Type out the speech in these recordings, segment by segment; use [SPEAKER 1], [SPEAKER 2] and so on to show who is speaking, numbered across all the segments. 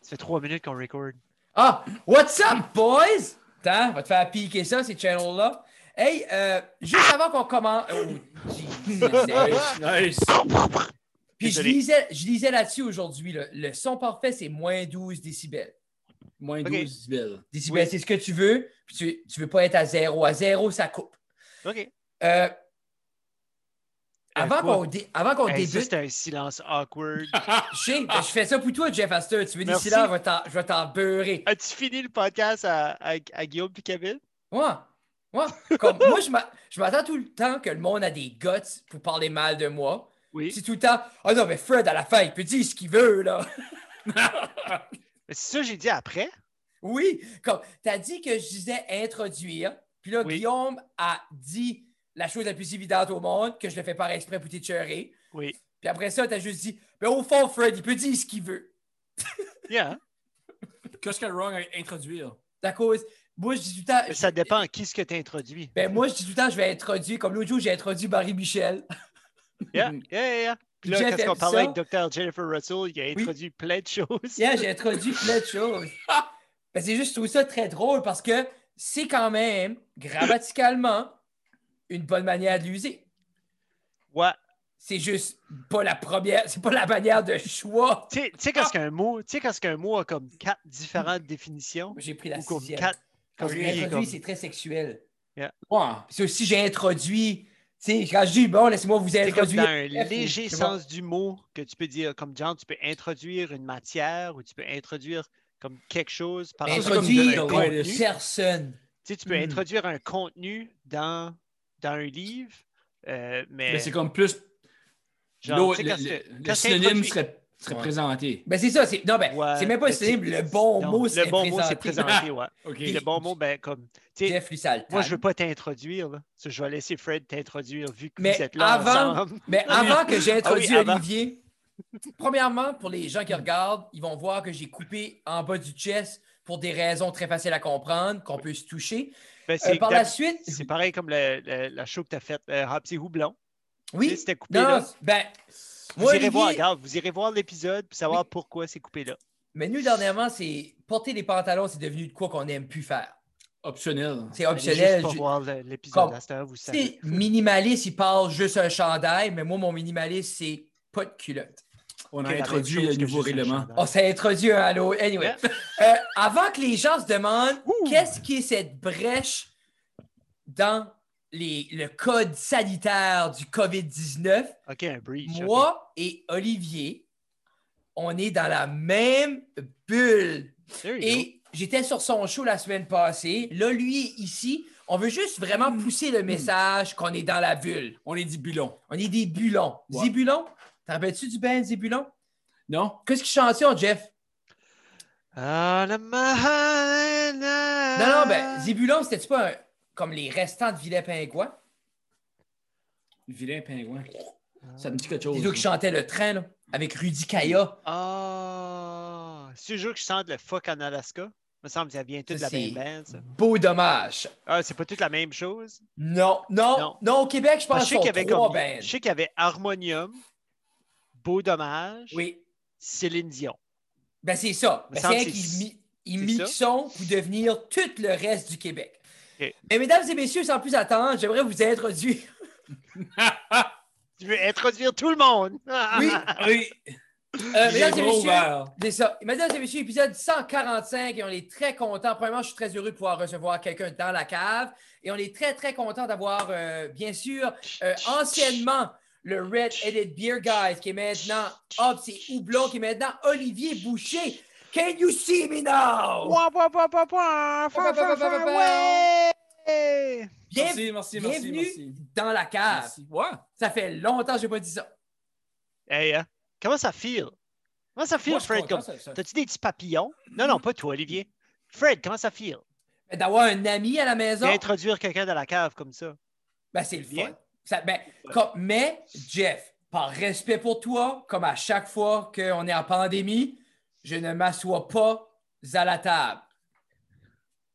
[SPEAKER 1] Ça fait trois minutes qu'on record.
[SPEAKER 2] Ah! What's up, boys? Attends, on va te faire piquer ça, ces channels-là. Hey, euh, juste avant qu'on commence. Oh, Jesus.
[SPEAKER 3] Nice.
[SPEAKER 2] Puis je
[SPEAKER 1] Désolé.
[SPEAKER 2] lisais, je lisais là-dessus aujourd'hui, le, le son parfait, c'est moins 12 décibels.
[SPEAKER 3] Moins
[SPEAKER 1] Ok.
[SPEAKER 3] 12 000.
[SPEAKER 2] Décibels,
[SPEAKER 1] Oui.
[SPEAKER 2] c'est ce que tu veux, puis tu, tu veux pas être à zéro. À zéro, ça coupe.
[SPEAKER 1] OK.
[SPEAKER 2] Euh, avant
[SPEAKER 1] quoi?
[SPEAKER 2] qu'on dé- avant qu'on
[SPEAKER 1] Hey, ça,
[SPEAKER 2] débute,
[SPEAKER 1] c'était un silence awkward.
[SPEAKER 2] je sais, ben, je fais ça pour toi, Jeff Astor. Tu veux dire,
[SPEAKER 1] Merci.
[SPEAKER 2] si là, je vais t'en- je vais t'en beurrer.
[SPEAKER 1] As-tu fini le podcast à, à- à Guillaume et Camille?
[SPEAKER 2] Ouais. Ouais. Comme, moi, je m'a- je m'attends tout le temps que le monde a des guts pour parler mal de moi.
[SPEAKER 1] Oui.
[SPEAKER 2] C'est tout le temps, ah non, mais Fred, à la fin, il peut dire ce qu'il veut, là.
[SPEAKER 1] Mais c'est ça que j'ai dit après.
[SPEAKER 2] Oui, comme t'as dit que je disais introduire, puis là,
[SPEAKER 1] Oui.
[SPEAKER 2] Guillaume a dit la chose la plus évidente au monde, que je le fais par exprès pour t'écœurer.
[SPEAKER 1] Oui.
[SPEAKER 2] Puis après ça, t'as juste dit, mais au fond, Fred, il peut dire ce qu'il veut.
[SPEAKER 1] Yeah.
[SPEAKER 3] Qu'est-ce que le wrong à introduire?
[SPEAKER 2] À cause, moi, je dis tout le temps.
[SPEAKER 1] Mais hein? ça dépend à qui ce que tu introduit.
[SPEAKER 2] Ben, moi, je dis tout le temps, je vais introduire, comme l'autre jour, j'ai introduit Marie Michel.
[SPEAKER 1] Yeah,
[SPEAKER 2] Mm-hmm.
[SPEAKER 1] yeah, yeah, yeah. Puis là,
[SPEAKER 2] Jeff
[SPEAKER 1] qu'est-ce qu'on
[SPEAKER 2] aime
[SPEAKER 1] parlait
[SPEAKER 2] ça.
[SPEAKER 1] avec Dr. Jennifer Russell, il a
[SPEAKER 2] Oui.
[SPEAKER 1] introduit plein de choses.
[SPEAKER 2] Yeah, j'ai introduit plein de choses. Ben, c'est juste, je trouve ça très drôle parce que c'est quand même, grammaticalement, une bonne manière de l'user.
[SPEAKER 1] Ouais.
[SPEAKER 2] C'est juste pas la première, c'est pas la manière de choix.
[SPEAKER 1] Tu sais- tu sais,
[SPEAKER 2] Ah!
[SPEAKER 1] quand ce qu'un mot, tu sais, quand ce qu'un mot a comme quatre différentes définitions,
[SPEAKER 2] J'ai pris la
[SPEAKER 1] ou comme
[SPEAKER 2] sixième.
[SPEAKER 1] quatre.
[SPEAKER 2] Quand
[SPEAKER 1] Comme
[SPEAKER 2] je
[SPEAKER 1] lui, il
[SPEAKER 2] l'ai
[SPEAKER 1] est comme-
[SPEAKER 2] introduit, c'est très sexuel.
[SPEAKER 1] Yeah.
[SPEAKER 2] Ouais. C'est aussi, j'ai introduit. Tu sais, quand je dis, bon, laissez-moi vous
[SPEAKER 1] C'est comme
[SPEAKER 2] introduire.
[SPEAKER 1] dans un
[SPEAKER 2] Bref,
[SPEAKER 1] léger
[SPEAKER 2] c'est bon.
[SPEAKER 1] sens du mot que tu peux dire, comme genre, tu peux introduire une matière ou tu peux introduire comme quelque chose par rapport à un
[SPEAKER 2] Introduire
[SPEAKER 3] comme
[SPEAKER 2] une
[SPEAKER 3] dans un contenu.
[SPEAKER 2] personne.
[SPEAKER 1] Tu sais, tu peux
[SPEAKER 3] Hmm.
[SPEAKER 1] introduire un contenu dans, dans un livre, euh, mais,
[SPEAKER 3] Mais c'est comme plus.
[SPEAKER 1] genre,
[SPEAKER 3] l'eau-
[SPEAKER 1] tu sais,
[SPEAKER 3] le,
[SPEAKER 1] quand
[SPEAKER 3] le-
[SPEAKER 1] c'est-
[SPEAKER 3] le
[SPEAKER 1] quand c'est
[SPEAKER 3] synonyme
[SPEAKER 1] introduit-
[SPEAKER 3] serait, serait
[SPEAKER 2] Ouais.
[SPEAKER 3] présenté.
[SPEAKER 2] Ben, c'est ça. c'est- Non, ben,
[SPEAKER 1] Ouais,
[SPEAKER 2] c'est même pas
[SPEAKER 1] mais
[SPEAKER 2] synonyme.
[SPEAKER 1] c'est-
[SPEAKER 2] Le bon
[SPEAKER 1] non,
[SPEAKER 2] mot, c'est
[SPEAKER 1] Le bon mot, c'est
[SPEAKER 2] présenté. Ah!
[SPEAKER 1] présenté, ouais.
[SPEAKER 3] OK.
[SPEAKER 1] Puis le bon mot, ben, comme, tu sais,
[SPEAKER 2] Jeff lui, ça le
[SPEAKER 1] moi,
[SPEAKER 2] tape.
[SPEAKER 1] je veux pas t'introduire, là. Ça, Je vais laisser Fred t'introduire vu que
[SPEAKER 2] Mais
[SPEAKER 1] vous êtes là
[SPEAKER 2] avant-
[SPEAKER 1] ensemble.
[SPEAKER 2] Mais avant que j'introduise
[SPEAKER 1] Ah oui, avant.
[SPEAKER 2] Olivier, premièrement, pour les gens qui regardent, ils vont voir que j'ai coupé en bas du chest pour des raisons très faciles à comprendre, qu'on peut se toucher.
[SPEAKER 1] Ben,
[SPEAKER 2] Euh,
[SPEAKER 1] c'est
[SPEAKER 2] par
[SPEAKER 1] exact-
[SPEAKER 2] la suite,
[SPEAKER 1] C'est pareil comme le- le- la show que tu as faite, euh, Hopsy Houblon. Tu sais,
[SPEAKER 2] oui,
[SPEAKER 1] C'était coupé
[SPEAKER 2] non,
[SPEAKER 1] là.
[SPEAKER 2] ben,
[SPEAKER 1] Vous
[SPEAKER 2] moi,
[SPEAKER 1] irez
[SPEAKER 2] Olivier,
[SPEAKER 1] voir, regarde, vous irez voir l'épisode pour savoir pourquoi c'est coupé là.
[SPEAKER 2] Mais nous, dernièrement, c'est porter des pantalons, c'est devenu de quoi qu'on n'aime plus faire.
[SPEAKER 3] Optionnel.
[SPEAKER 2] C'est
[SPEAKER 1] Allez juste
[SPEAKER 2] optionnel.
[SPEAKER 1] pour
[SPEAKER 2] Je-
[SPEAKER 1] voir le- l'épisode
[SPEAKER 2] Comme-
[SPEAKER 1] à cette heure, vous
[SPEAKER 2] Tu
[SPEAKER 1] savez.
[SPEAKER 2] sais, minimaliste, il parle juste un chandail, mais moi, mon minimaliste, c'est pas de culotte.
[SPEAKER 3] On
[SPEAKER 1] que
[SPEAKER 3] a
[SPEAKER 1] la même
[SPEAKER 3] introduit
[SPEAKER 1] chose
[SPEAKER 3] le
[SPEAKER 1] que
[SPEAKER 3] nouveau
[SPEAKER 1] juste un
[SPEAKER 3] règlement.
[SPEAKER 1] chandail.
[SPEAKER 2] On s'est introduit un halo. Anyway, Euh, avant que les gens se demandent
[SPEAKER 1] Ouh.
[SPEAKER 2] qu'est-ce qui est cette brèche dans les- le code sanitaire du COVID-19,
[SPEAKER 1] OK, un breach. ok.
[SPEAKER 2] moi et Olivier, on est dans la même bulle.
[SPEAKER 1] There you go.
[SPEAKER 2] Et j'étais sur son show la semaine passée. Là, lui, est ici, on veut juste vraiment pousser le message qu'on est dans la bulle.
[SPEAKER 3] Mm. On est dit bulon.
[SPEAKER 2] On est des bulons.
[SPEAKER 3] Ouais.
[SPEAKER 2] Zébulon? T'en rappelles-tu du band Zébulon?
[SPEAKER 3] Non?
[SPEAKER 2] Qu'est-ce qu'ils chantaient, Jeff?
[SPEAKER 1] Ah, la mahana.
[SPEAKER 2] Non, non,
[SPEAKER 1] Euh.
[SPEAKER 2] ben, Zébulon, c'était-tu pas un- comme les restants de Vilain Pingouin?
[SPEAKER 3] Vilain pingouin. Ça me dit quelque chose.
[SPEAKER 2] Les deux qui chantaient le train, là, avec Rudy Kaya.
[SPEAKER 1] Ah, c'est toujours que je sens le fuck en Alaska. Il me semble que ça vient tout de
[SPEAKER 2] Ça,
[SPEAKER 1] la même
[SPEAKER 2] c'est-
[SPEAKER 1] band, ça.
[SPEAKER 2] Beau dommage.
[SPEAKER 1] Ah, c'est pas toute la même chose.
[SPEAKER 2] Non, non,
[SPEAKER 1] Non.
[SPEAKER 2] non, au Québec, je
[SPEAKER 1] Ah,
[SPEAKER 2] pense
[SPEAKER 1] je sais
[SPEAKER 2] qu'il
[SPEAKER 1] qu'il y
[SPEAKER 2] y
[SPEAKER 1] avait
[SPEAKER 2] trois
[SPEAKER 1] comme-
[SPEAKER 2] bands.
[SPEAKER 1] je sais qu'il y avait Harmonium, Beau Dommage,
[SPEAKER 2] Oui,
[SPEAKER 1] Céline Dion.
[SPEAKER 2] ben c'est ça.
[SPEAKER 1] Me
[SPEAKER 2] Ben,
[SPEAKER 1] semble
[SPEAKER 2] c'est
[SPEAKER 1] que c'est-
[SPEAKER 2] qu'ils mi- ils
[SPEAKER 1] c'est ça.
[SPEAKER 2] mixent pour devenir tout le reste du Québec.
[SPEAKER 1] Ok.
[SPEAKER 2] Mais mesdames et messieurs, sans plus attendre, j'aimerais vous introduire.
[SPEAKER 1] Tu veux introduire tout le monde.
[SPEAKER 2] Oui,
[SPEAKER 3] Oui.
[SPEAKER 2] euh, mesdames et
[SPEAKER 3] Zéro
[SPEAKER 2] messieurs,
[SPEAKER 3] vert.
[SPEAKER 2] C'est ça. Mesdames et messieurs, épisode 145 et on est très content. Premièrement, je suis très heureux de pouvoir recevoir quelqu'un dans la cave et on est très, très content d'avoir, euh, bien sûr, euh, anciennement le Red Headed Beer Guys qui est maintenant Hobbs et Houblon qui est maintenant Olivier Boucher. Can you see me now?
[SPEAKER 1] Ouah, ouah, ouah, ouah, ouah, ouah, ouah, ouah, ouais.
[SPEAKER 2] Bien-
[SPEAKER 3] Merci, merci, merci,
[SPEAKER 2] bienvenue
[SPEAKER 3] merci.
[SPEAKER 2] dans la cave.
[SPEAKER 3] Merci. Ouais.
[SPEAKER 2] Ça fait longtemps que je n'ai pas dit ça.
[SPEAKER 1] Hey, hein, comment ça feel? Comment ça feel,
[SPEAKER 3] Moi, je suis
[SPEAKER 1] Fred?
[SPEAKER 3] content,
[SPEAKER 1] comme-
[SPEAKER 3] ça- ça-
[SPEAKER 1] T'as-tu des petits papillons? Non, non, pas toi, Olivier. Fred, comment ça feel?
[SPEAKER 2] Mais D'avoir un ami à la maison,
[SPEAKER 1] D'introduire quelqu'un dans la cave comme ça.
[SPEAKER 2] ben, c'est le fun.
[SPEAKER 1] Bien.
[SPEAKER 2] Ça- ben, comme- mais, Jeff, par respect pour toi, comme à chaque fois qu'on est en pandémie, je ne m'assois pas à la table.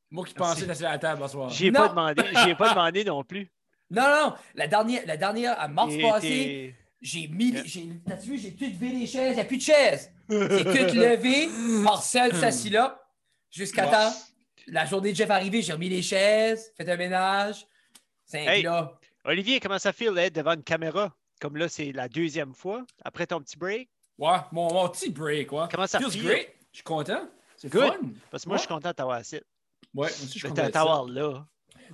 [SPEAKER 3] Moi qui
[SPEAKER 1] Merci.
[SPEAKER 3] pensais que c'était à la table ce soir.
[SPEAKER 1] J'y ai pas
[SPEAKER 2] Non.
[SPEAKER 1] demandé. J'y ai pas demandé non plus.
[SPEAKER 2] Non, non, la dernière, la dernière à mars
[SPEAKER 1] Et
[SPEAKER 2] passé,
[SPEAKER 1] t'es-
[SPEAKER 2] J'ai mis. j'ai- T'as-tu vu, j'ai tout levé les chaises. Il n'y a plus de chaises. J'ai tout levé. Marcel s'assit là jusqu'à
[SPEAKER 3] Ouais.
[SPEAKER 2] temps. La journée de Jeff arrivée, j'ai remis les chaises, fait un ménage. C'est
[SPEAKER 1] Hey.
[SPEAKER 2] là.
[SPEAKER 1] Olivier, comment ça feel d'être devant une caméra? Comme là, c'est la deuxième fois, après ton petit break.
[SPEAKER 3] Ouais, mon, mon petit break, ouais.
[SPEAKER 1] Comment ça
[SPEAKER 3] Feels
[SPEAKER 1] feel?
[SPEAKER 3] great. Je suis content. C'est
[SPEAKER 1] Good.
[SPEAKER 3] fun. Ouais,
[SPEAKER 1] Parce que moi, je suis content de t'avoir assis.
[SPEAKER 3] moi aussi, je suis
[SPEAKER 1] De
[SPEAKER 3] content. de
[SPEAKER 1] t'avoir là.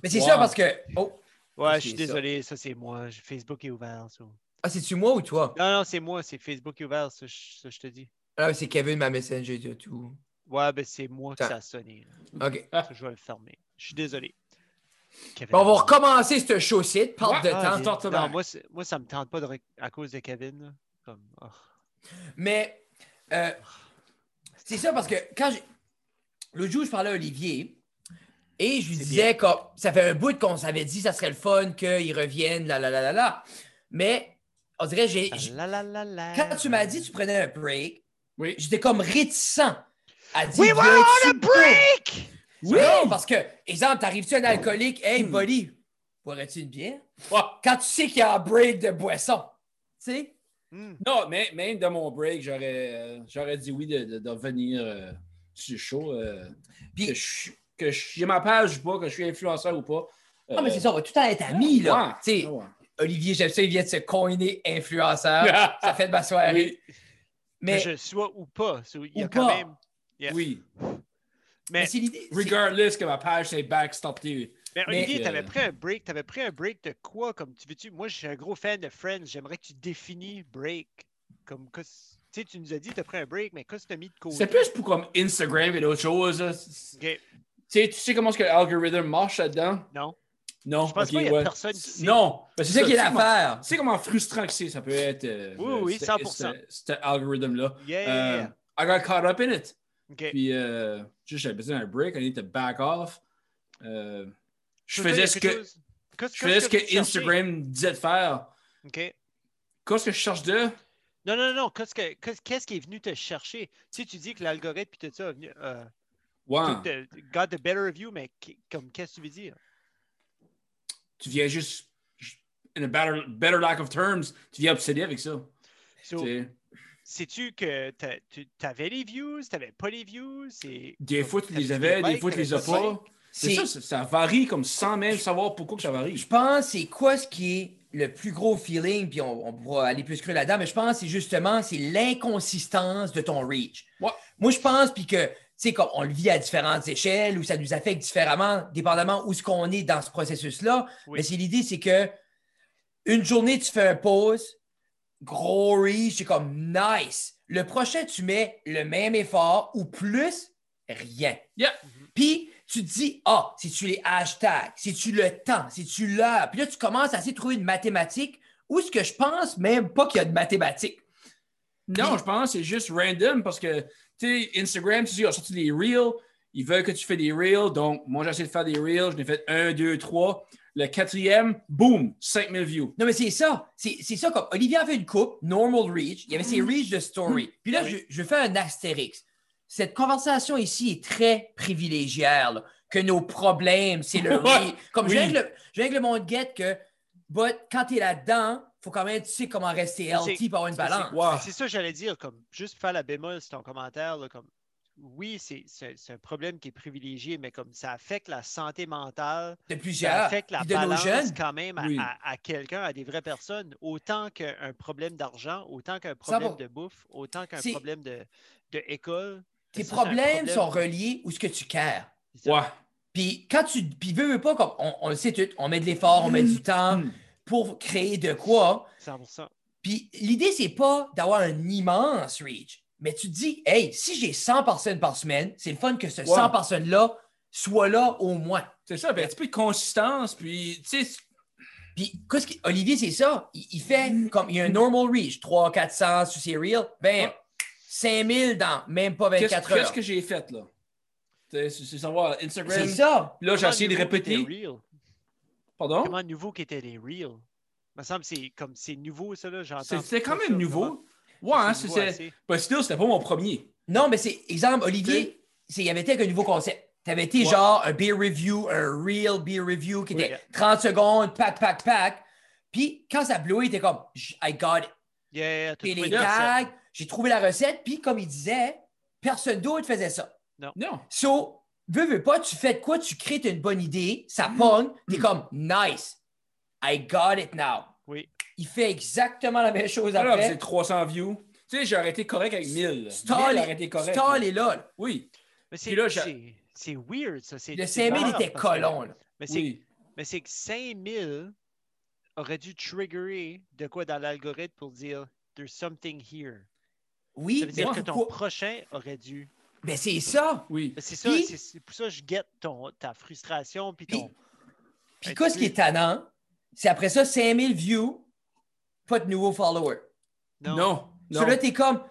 [SPEAKER 2] Mais c'est
[SPEAKER 3] Wow.
[SPEAKER 2] sûr parce que. Oh,
[SPEAKER 1] Ouais,
[SPEAKER 3] Qu'est-ce
[SPEAKER 1] je suis
[SPEAKER 3] qui est ça?
[SPEAKER 1] désolé, ça, c'est moi. J'ai- Facebook est ouvert. ça.
[SPEAKER 2] ah, c'est-tu moi ou toi?
[SPEAKER 1] Non, non, c'est moi, c'est Facebook est ouvert, ça, je ça, je te dis.
[SPEAKER 2] Ah, c'est Kevin, ma messenger, et tout.
[SPEAKER 1] Ouais, ben c'est moi que
[SPEAKER 2] Ça-
[SPEAKER 1] ça a sonné. là.
[SPEAKER 2] OK.
[SPEAKER 1] Ça, Je vais le fermer. Je suis désolé. Kevin,
[SPEAKER 2] Bon, on va recommencer ce show-ci. Parle de
[SPEAKER 3] Ouais.
[SPEAKER 1] Ah,
[SPEAKER 2] temps.
[SPEAKER 1] j'ai-
[SPEAKER 3] Start to
[SPEAKER 1] non,
[SPEAKER 3] back.
[SPEAKER 1] moi, c'est- moi, ça me tente pas de rec- à cause de Kevin. là. Comme, oh.
[SPEAKER 2] Mais euh, c'est ça parce que quand j'ai. L'autre jour, je parlais à Olivier et je lui
[SPEAKER 1] C'est
[SPEAKER 2] disais que ça fait un bout qu'on s'avait dit ça serait le fun qu'il revienne, là, là, là, là, là. Mais on dirait, j'ai. j'ai-
[SPEAKER 1] La, la, la, la.
[SPEAKER 2] Quand tu m'as dit que tu prenais un break,
[SPEAKER 3] Oui.
[SPEAKER 2] j'étais comme réticent à dire.
[SPEAKER 1] We were on a
[SPEAKER 2] Viens-tu
[SPEAKER 1] break!
[SPEAKER 3] Oui! Hmm.
[SPEAKER 2] Non, parce que, exemple, t'arrives-tu un alcoolique, hey, buddy, boirais-tu une bière?
[SPEAKER 3] Ah,
[SPEAKER 2] Quand tu sais qu'il y a un break de boisson, tu sais?
[SPEAKER 1] Hmm.
[SPEAKER 3] non, mais même dans mon break, j'aurais euh, j'aurais dit oui de, de, de venir euh, sur le show. euh,
[SPEAKER 2] Puis-
[SPEAKER 3] que je- que je- j'ai ma page ou pas, que je suis influenceur ou pas. Euh,
[SPEAKER 2] Ah, mais c'est ça, on va tout le temps être amis, là.
[SPEAKER 3] Ouais.
[SPEAKER 2] Tu sais, Olivier Jepson, il vient de se coiner influenceur. ça fait de ma soirée.
[SPEAKER 3] ah Oui.
[SPEAKER 1] Que
[SPEAKER 2] Mais,
[SPEAKER 1] je sois ou pas. so, il y
[SPEAKER 2] Ou
[SPEAKER 1] a quand
[SPEAKER 2] pas.
[SPEAKER 1] même. Yeah.
[SPEAKER 3] Oui.
[SPEAKER 2] mais
[SPEAKER 1] Mais,
[SPEAKER 2] c'est l'idée. c'est-
[SPEAKER 3] Regardless que ma page, c'est Backstop TV.
[SPEAKER 1] mais
[SPEAKER 2] mais-
[SPEAKER 1] Ben, Olivier,
[SPEAKER 3] Euh,
[SPEAKER 1] t'avais pris un break. T'avais pris un break de quoi? Comme tu veux-tu? Moi, je suis un gros fan de Friends. J'aimerais que tu définis break. Comme, qu'est-ce- tu sais, tu nous as dit que t'as pris un break, mais qu'est-ce que t'as mis de côté?
[SPEAKER 3] C'est plus pour comme Instagram et d'autres choses. là. Tu
[SPEAKER 1] Ok.
[SPEAKER 3] sais, tu sais comment est-ce que l'algorithme marche là-dedans?
[SPEAKER 1] Non.
[SPEAKER 3] Non,
[SPEAKER 1] Je pense
[SPEAKER 3] ok,
[SPEAKER 1] pas qu'il y a
[SPEAKER 3] ouais.
[SPEAKER 1] personne qui sait.
[SPEAKER 3] Non, parce que
[SPEAKER 2] C'est ça qui est
[SPEAKER 3] tu sais comment-
[SPEAKER 2] l'affaire.
[SPEAKER 3] Tu sais comment frustrant que c'est, ça peut être. euh,
[SPEAKER 1] Oui,
[SPEAKER 3] euh,
[SPEAKER 1] oui,
[SPEAKER 3] ce-
[SPEAKER 1] 100%.
[SPEAKER 3] ce- Cet algorithme-là.
[SPEAKER 1] Yeah!
[SPEAKER 3] Euh, I got caught up in it.
[SPEAKER 1] OK.
[SPEAKER 3] Puis, euh, juste, j'avais besoin d'un break. I need to back off. Euh, je
[SPEAKER 1] Toi, toi, il y
[SPEAKER 3] faisais
[SPEAKER 1] a
[SPEAKER 3] ce
[SPEAKER 1] quelque
[SPEAKER 3] que,
[SPEAKER 1] chose- qu'est-ce-
[SPEAKER 3] je faisais
[SPEAKER 1] qu'est-ce
[SPEAKER 3] ce que
[SPEAKER 1] vous cherchez?
[SPEAKER 3] Instagram disait de faire.
[SPEAKER 1] OK.
[SPEAKER 3] Qu'est-ce que je cherche de?
[SPEAKER 1] Non, non, non. Qu'est-ce, que- qu'est-ce- qu'est-ce qui est venu te chercher? Tu sais, tu dis que l'algorithme puis tout ça a venu, euh,
[SPEAKER 3] Ouais.
[SPEAKER 1] took the- got the better of you, mais qu- comme qu'est-ce que tu veux dire?
[SPEAKER 3] Tu viens juste. In a better, better lack of terms, tu viens obsédé avec ça.
[SPEAKER 1] So,
[SPEAKER 3] tu sais.
[SPEAKER 1] sais-tu que t'a- tu avais les views, t'avais pas les views? C'est
[SPEAKER 3] Des
[SPEAKER 1] comme,
[SPEAKER 3] fois, tu les
[SPEAKER 1] t'avais
[SPEAKER 3] avais, des
[SPEAKER 1] likes,
[SPEAKER 3] fois, tu les as
[SPEAKER 1] t'avais
[SPEAKER 3] pas. C'est
[SPEAKER 2] C'est-
[SPEAKER 3] ça, ça, ça varie comme sans même savoir pourquoi que ça varie.
[SPEAKER 2] Je pense c'est quoi ce qui est le plus gros feeling, puis on, on pourra aller plus creux là-dedans, mais je pense c'est justement c'est l'inconsistance de ton reach.
[SPEAKER 3] Ouais.
[SPEAKER 2] Moi, je pense puis que tu sais comme on le vit à différentes échelles ou ça nous affecte différemment, dépendamment où ce qu'on est dans ce processus-là.
[SPEAKER 1] Oui.
[SPEAKER 2] Mais c'est l'idée, c'est que une journée tu fais un pause, gros reach, c'est comme nice. Le prochain tu mets le même effort ou plus, rien.
[SPEAKER 3] Yeah.
[SPEAKER 2] Puis tu te dis, ah, si tu les hashtags, si tu le temps, si tu l'heure. Puis là, tu commences à essayer de trouver une mathématique où ce que je pense même pas qu'il y a de mathématiques.
[SPEAKER 3] Non, je pense que c'est juste random parce que, tu sais, Instagram, tu dis, ils ont sorti des reels, ils veulent que tu fais des reels, donc moi, j'essaie de faire des reels, j'en ai fait un, deux, trois. Le quatrième, boum, 5000 views.
[SPEAKER 2] Non, mais c'est ça. C'est c'est ça comme Olivier avait une coupe, normal reach. Il y avait ses reach de story. Puis là,
[SPEAKER 1] Mm-hmm. Oui.
[SPEAKER 2] je, je fais un astérix. Cette conversation ici est très privilégiée. là, que nos problèmes, c'est le
[SPEAKER 3] Ouais.
[SPEAKER 2] reach. Comme je viens
[SPEAKER 3] Oui.
[SPEAKER 2] avec le- je viens avec le monde guette que but, quand tu es là-dedans, faut quand même, tu sais comment rester
[SPEAKER 1] C'est-
[SPEAKER 2] healthy pour avoir une
[SPEAKER 1] c'est-
[SPEAKER 2] balance.
[SPEAKER 3] Wow.
[SPEAKER 1] C'est ça que j'allais dire, comme juste pour faire la bémol sur ton commentaire, là, comme oui, c'est, c'est- c'est un problème qui est privilégié, mais comme ça affecte la santé mentale,
[SPEAKER 2] De
[SPEAKER 1] ça
[SPEAKER 2] plusieurs.
[SPEAKER 1] affecte la
[SPEAKER 2] puis de nos
[SPEAKER 1] balance
[SPEAKER 2] jeunes.
[SPEAKER 1] quand même à,
[SPEAKER 3] Oui.
[SPEAKER 1] à- à quelqu'un, à des vraies personnes, autant qu'un problème d'argent, autant qu'un problème
[SPEAKER 2] va.
[SPEAKER 1] de bouffe, autant qu'un
[SPEAKER 2] C'est-
[SPEAKER 1] problème de, de école.
[SPEAKER 2] Tes
[SPEAKER 1] Ça, c'est un
[SPEAKER 2] problèmes
[SPEAKER 1] problème.
[SPEAKER 2] sont reliés où ce que tu cares.
[SPEAKER 3] Ouais.
[SPEAKER 2] Puis quand tu. Puis veux, veux pas, comme on, on le sait tout, on met de l'effort, on met du temps
[SPEAKER 3] Mm.
[SPEAKER 2] pour créer de quoi.
[SPEAKER 1] 100%.
[SPEAKER 2] Puis l'idée, c'est pas d'avoir un immense reach, mais tu te dis, hey, si j'ai 100 personnes par semaine, c'est le fun que ce
[SPEAKER 3] Ouais.
[SPEAKER 2] 100 personnes-là soient là au moins.
[SPEAKER 3] C'est ça, ben, un petit peu de consistance, puis, tu sais,
[SPEAKER 2] Puis qu'est-ce qui- Olivier, c'est ça. Il, il fait
[SPEAKER 3] Mm.
[SPEAKER 2] comme. Il y a un normal reach, 300, 400 sur ses reels, ben,
[SPEAKER 3] Ouais.
[SPEAKER 2] 5000 dans même pas
[SPEAKER 3] qu'est-ce
[SPEAKER 2] 24
[SPEAKER 3] qu'est-ce
[SPEAKER 2] heures.
[SPEAKER 3] que j'ai fait, là? Tu sais, C'est c'est savoir Instagram.
[SPEAKER 2] C'est ça.
[SPEAKER 3] Là, j'ai
[SPEAKER 1] Comment
[SPEAKER 3] essayé de
[SPEAKER 1] nouveau qu'étaient
[SPEAKER 3] répéter.
[SPEAKER 1] les reels?
[SPEAKER 3] Pardon?
[SPEAKER 1] Comment nouveau qu'étaient les reels? Il me semble que c'est comme c'est nouveau, ça, là. J'entends.
[SPEAKER 3] C'est- C'était quand
[SPEAKER 1] ça,
[SPEAKER 3] même nouveau. Ouais, hein,
[SPEAKER 1] C'est
[SPEAKER 3] c'est-
[SPEAKER 1] nouveau
[SPEAKER 3] c'est.
[SPEAKER 1] assez.
[SPEAKER 3] Ben, still, c'était pas mon premier.
[SPEAKER 2] Non, mais c'est, exemple,
[SPEAKER 3] Tu
[SPEAKER 2] Olivier, c'est, il avait été avec un nouveau concept. Tu avais été
[SPEAKER 3] Ouais.
[SPEAKER 2] genre un beer review, un real beer review qui
[SPEAKER 3] Oui.
[SPEAKER 2] était 30 secondes, pack, pack, pack. Puis quand ça blowait, il était comme, J- I got it.
[SPEAKER 1] Yeah, yeah, t'as
[SPEAKER 2] et
[SPEAKER 1] trouvé
[SPEAKER 2] les
[SPEAKER 1] une recette.
[SPEAKER 2] tags. J'ai trouvé la recette, puis comme il disait, personne d'autre faisait ça.
[SPEAKER 3] Non.
[SPEAKER 2] So, veux, veux pas, tu fais de quoi? Tu crées, t'as une bonne idée, ça
[SPEAKER 1] Mm-hmm.
[SPEAKER 2] pogne, t'es comme, nice, I got it now.
[SPEAKER 1] Oui. Ah
[SPEAKER 2] Il fait exactement la même chose
[SPEAKER 3] Alors,
[SPEAKER 2] après.
[SPEAKER 3] c'est 300 views. Tu sais, j'ai arrêté correct avec 1000.
[SPEAKER 2] Stall
[SPEAKER 3] 1000,
[SPEAKER 2] est-
[SPEAKER 3] j'aurais été correct.
[SPEAKER 2] Stall est là. là.
[SPEAKER 3] Oui.
[SPEAKER 1] Mais
[SPEAKER 3] Puis
[SPEAKER 1] c'est,
[SPEAKER 3] là, j'a-
[SPEAKER 1] c'est, c'est weird, ça. C'est,
[SPEAKER 2] Le
[SPEAKER 1] c'est
[SPEAKER 2] 5000
[SPEAKER 1] bizarre,
[SPEAKER 2] était
[SPEAKER 1] parce que-
[SPEAKER 2] colon. là.
[SPEAKER 1] Mais c'est,
[SPEAKER 3] Oui.
[SPEAKER 1] mais c'est que 5000 aurait dû triggerer de quoi dans l'algorithme pour dire There's something here.
[SPEAKER 2] Oui,
[SPEAKER 1] Ça veut
[SPEAKER 2] mais
[SPEAKER 1] dire que ton
[SPEAKER 2] pourquoi-
[SPEAKER 1] prochain aurait dû.
[SPEAKER 2] mais Ben, c'est ça.
[SPEAKER 3] Ah, Oui.
[SPEAKER 1] Mais c'est ça,
[SPEAKER 2] Puis-
[SPEAKER 1] c'est, c'est pour ça que je guette ton, ta frustration. Puis
[SPEAKER 2] Puis-
[SPEAKER 1] ton.
[SPEAKER 2] Puis
[SPEAKER 1] Hey,
[SPEAKER 2] quoi, ce
[SPEAKER 1] tu-
[SPEAKER 2] qui est tannant, c'est après ça, 5000 views, pas de nouveaux followers.
[SPEAKER 1] Non.
[SPEAKER 3] Non. Non.
[SPEAKER 2] So là, t'es comme,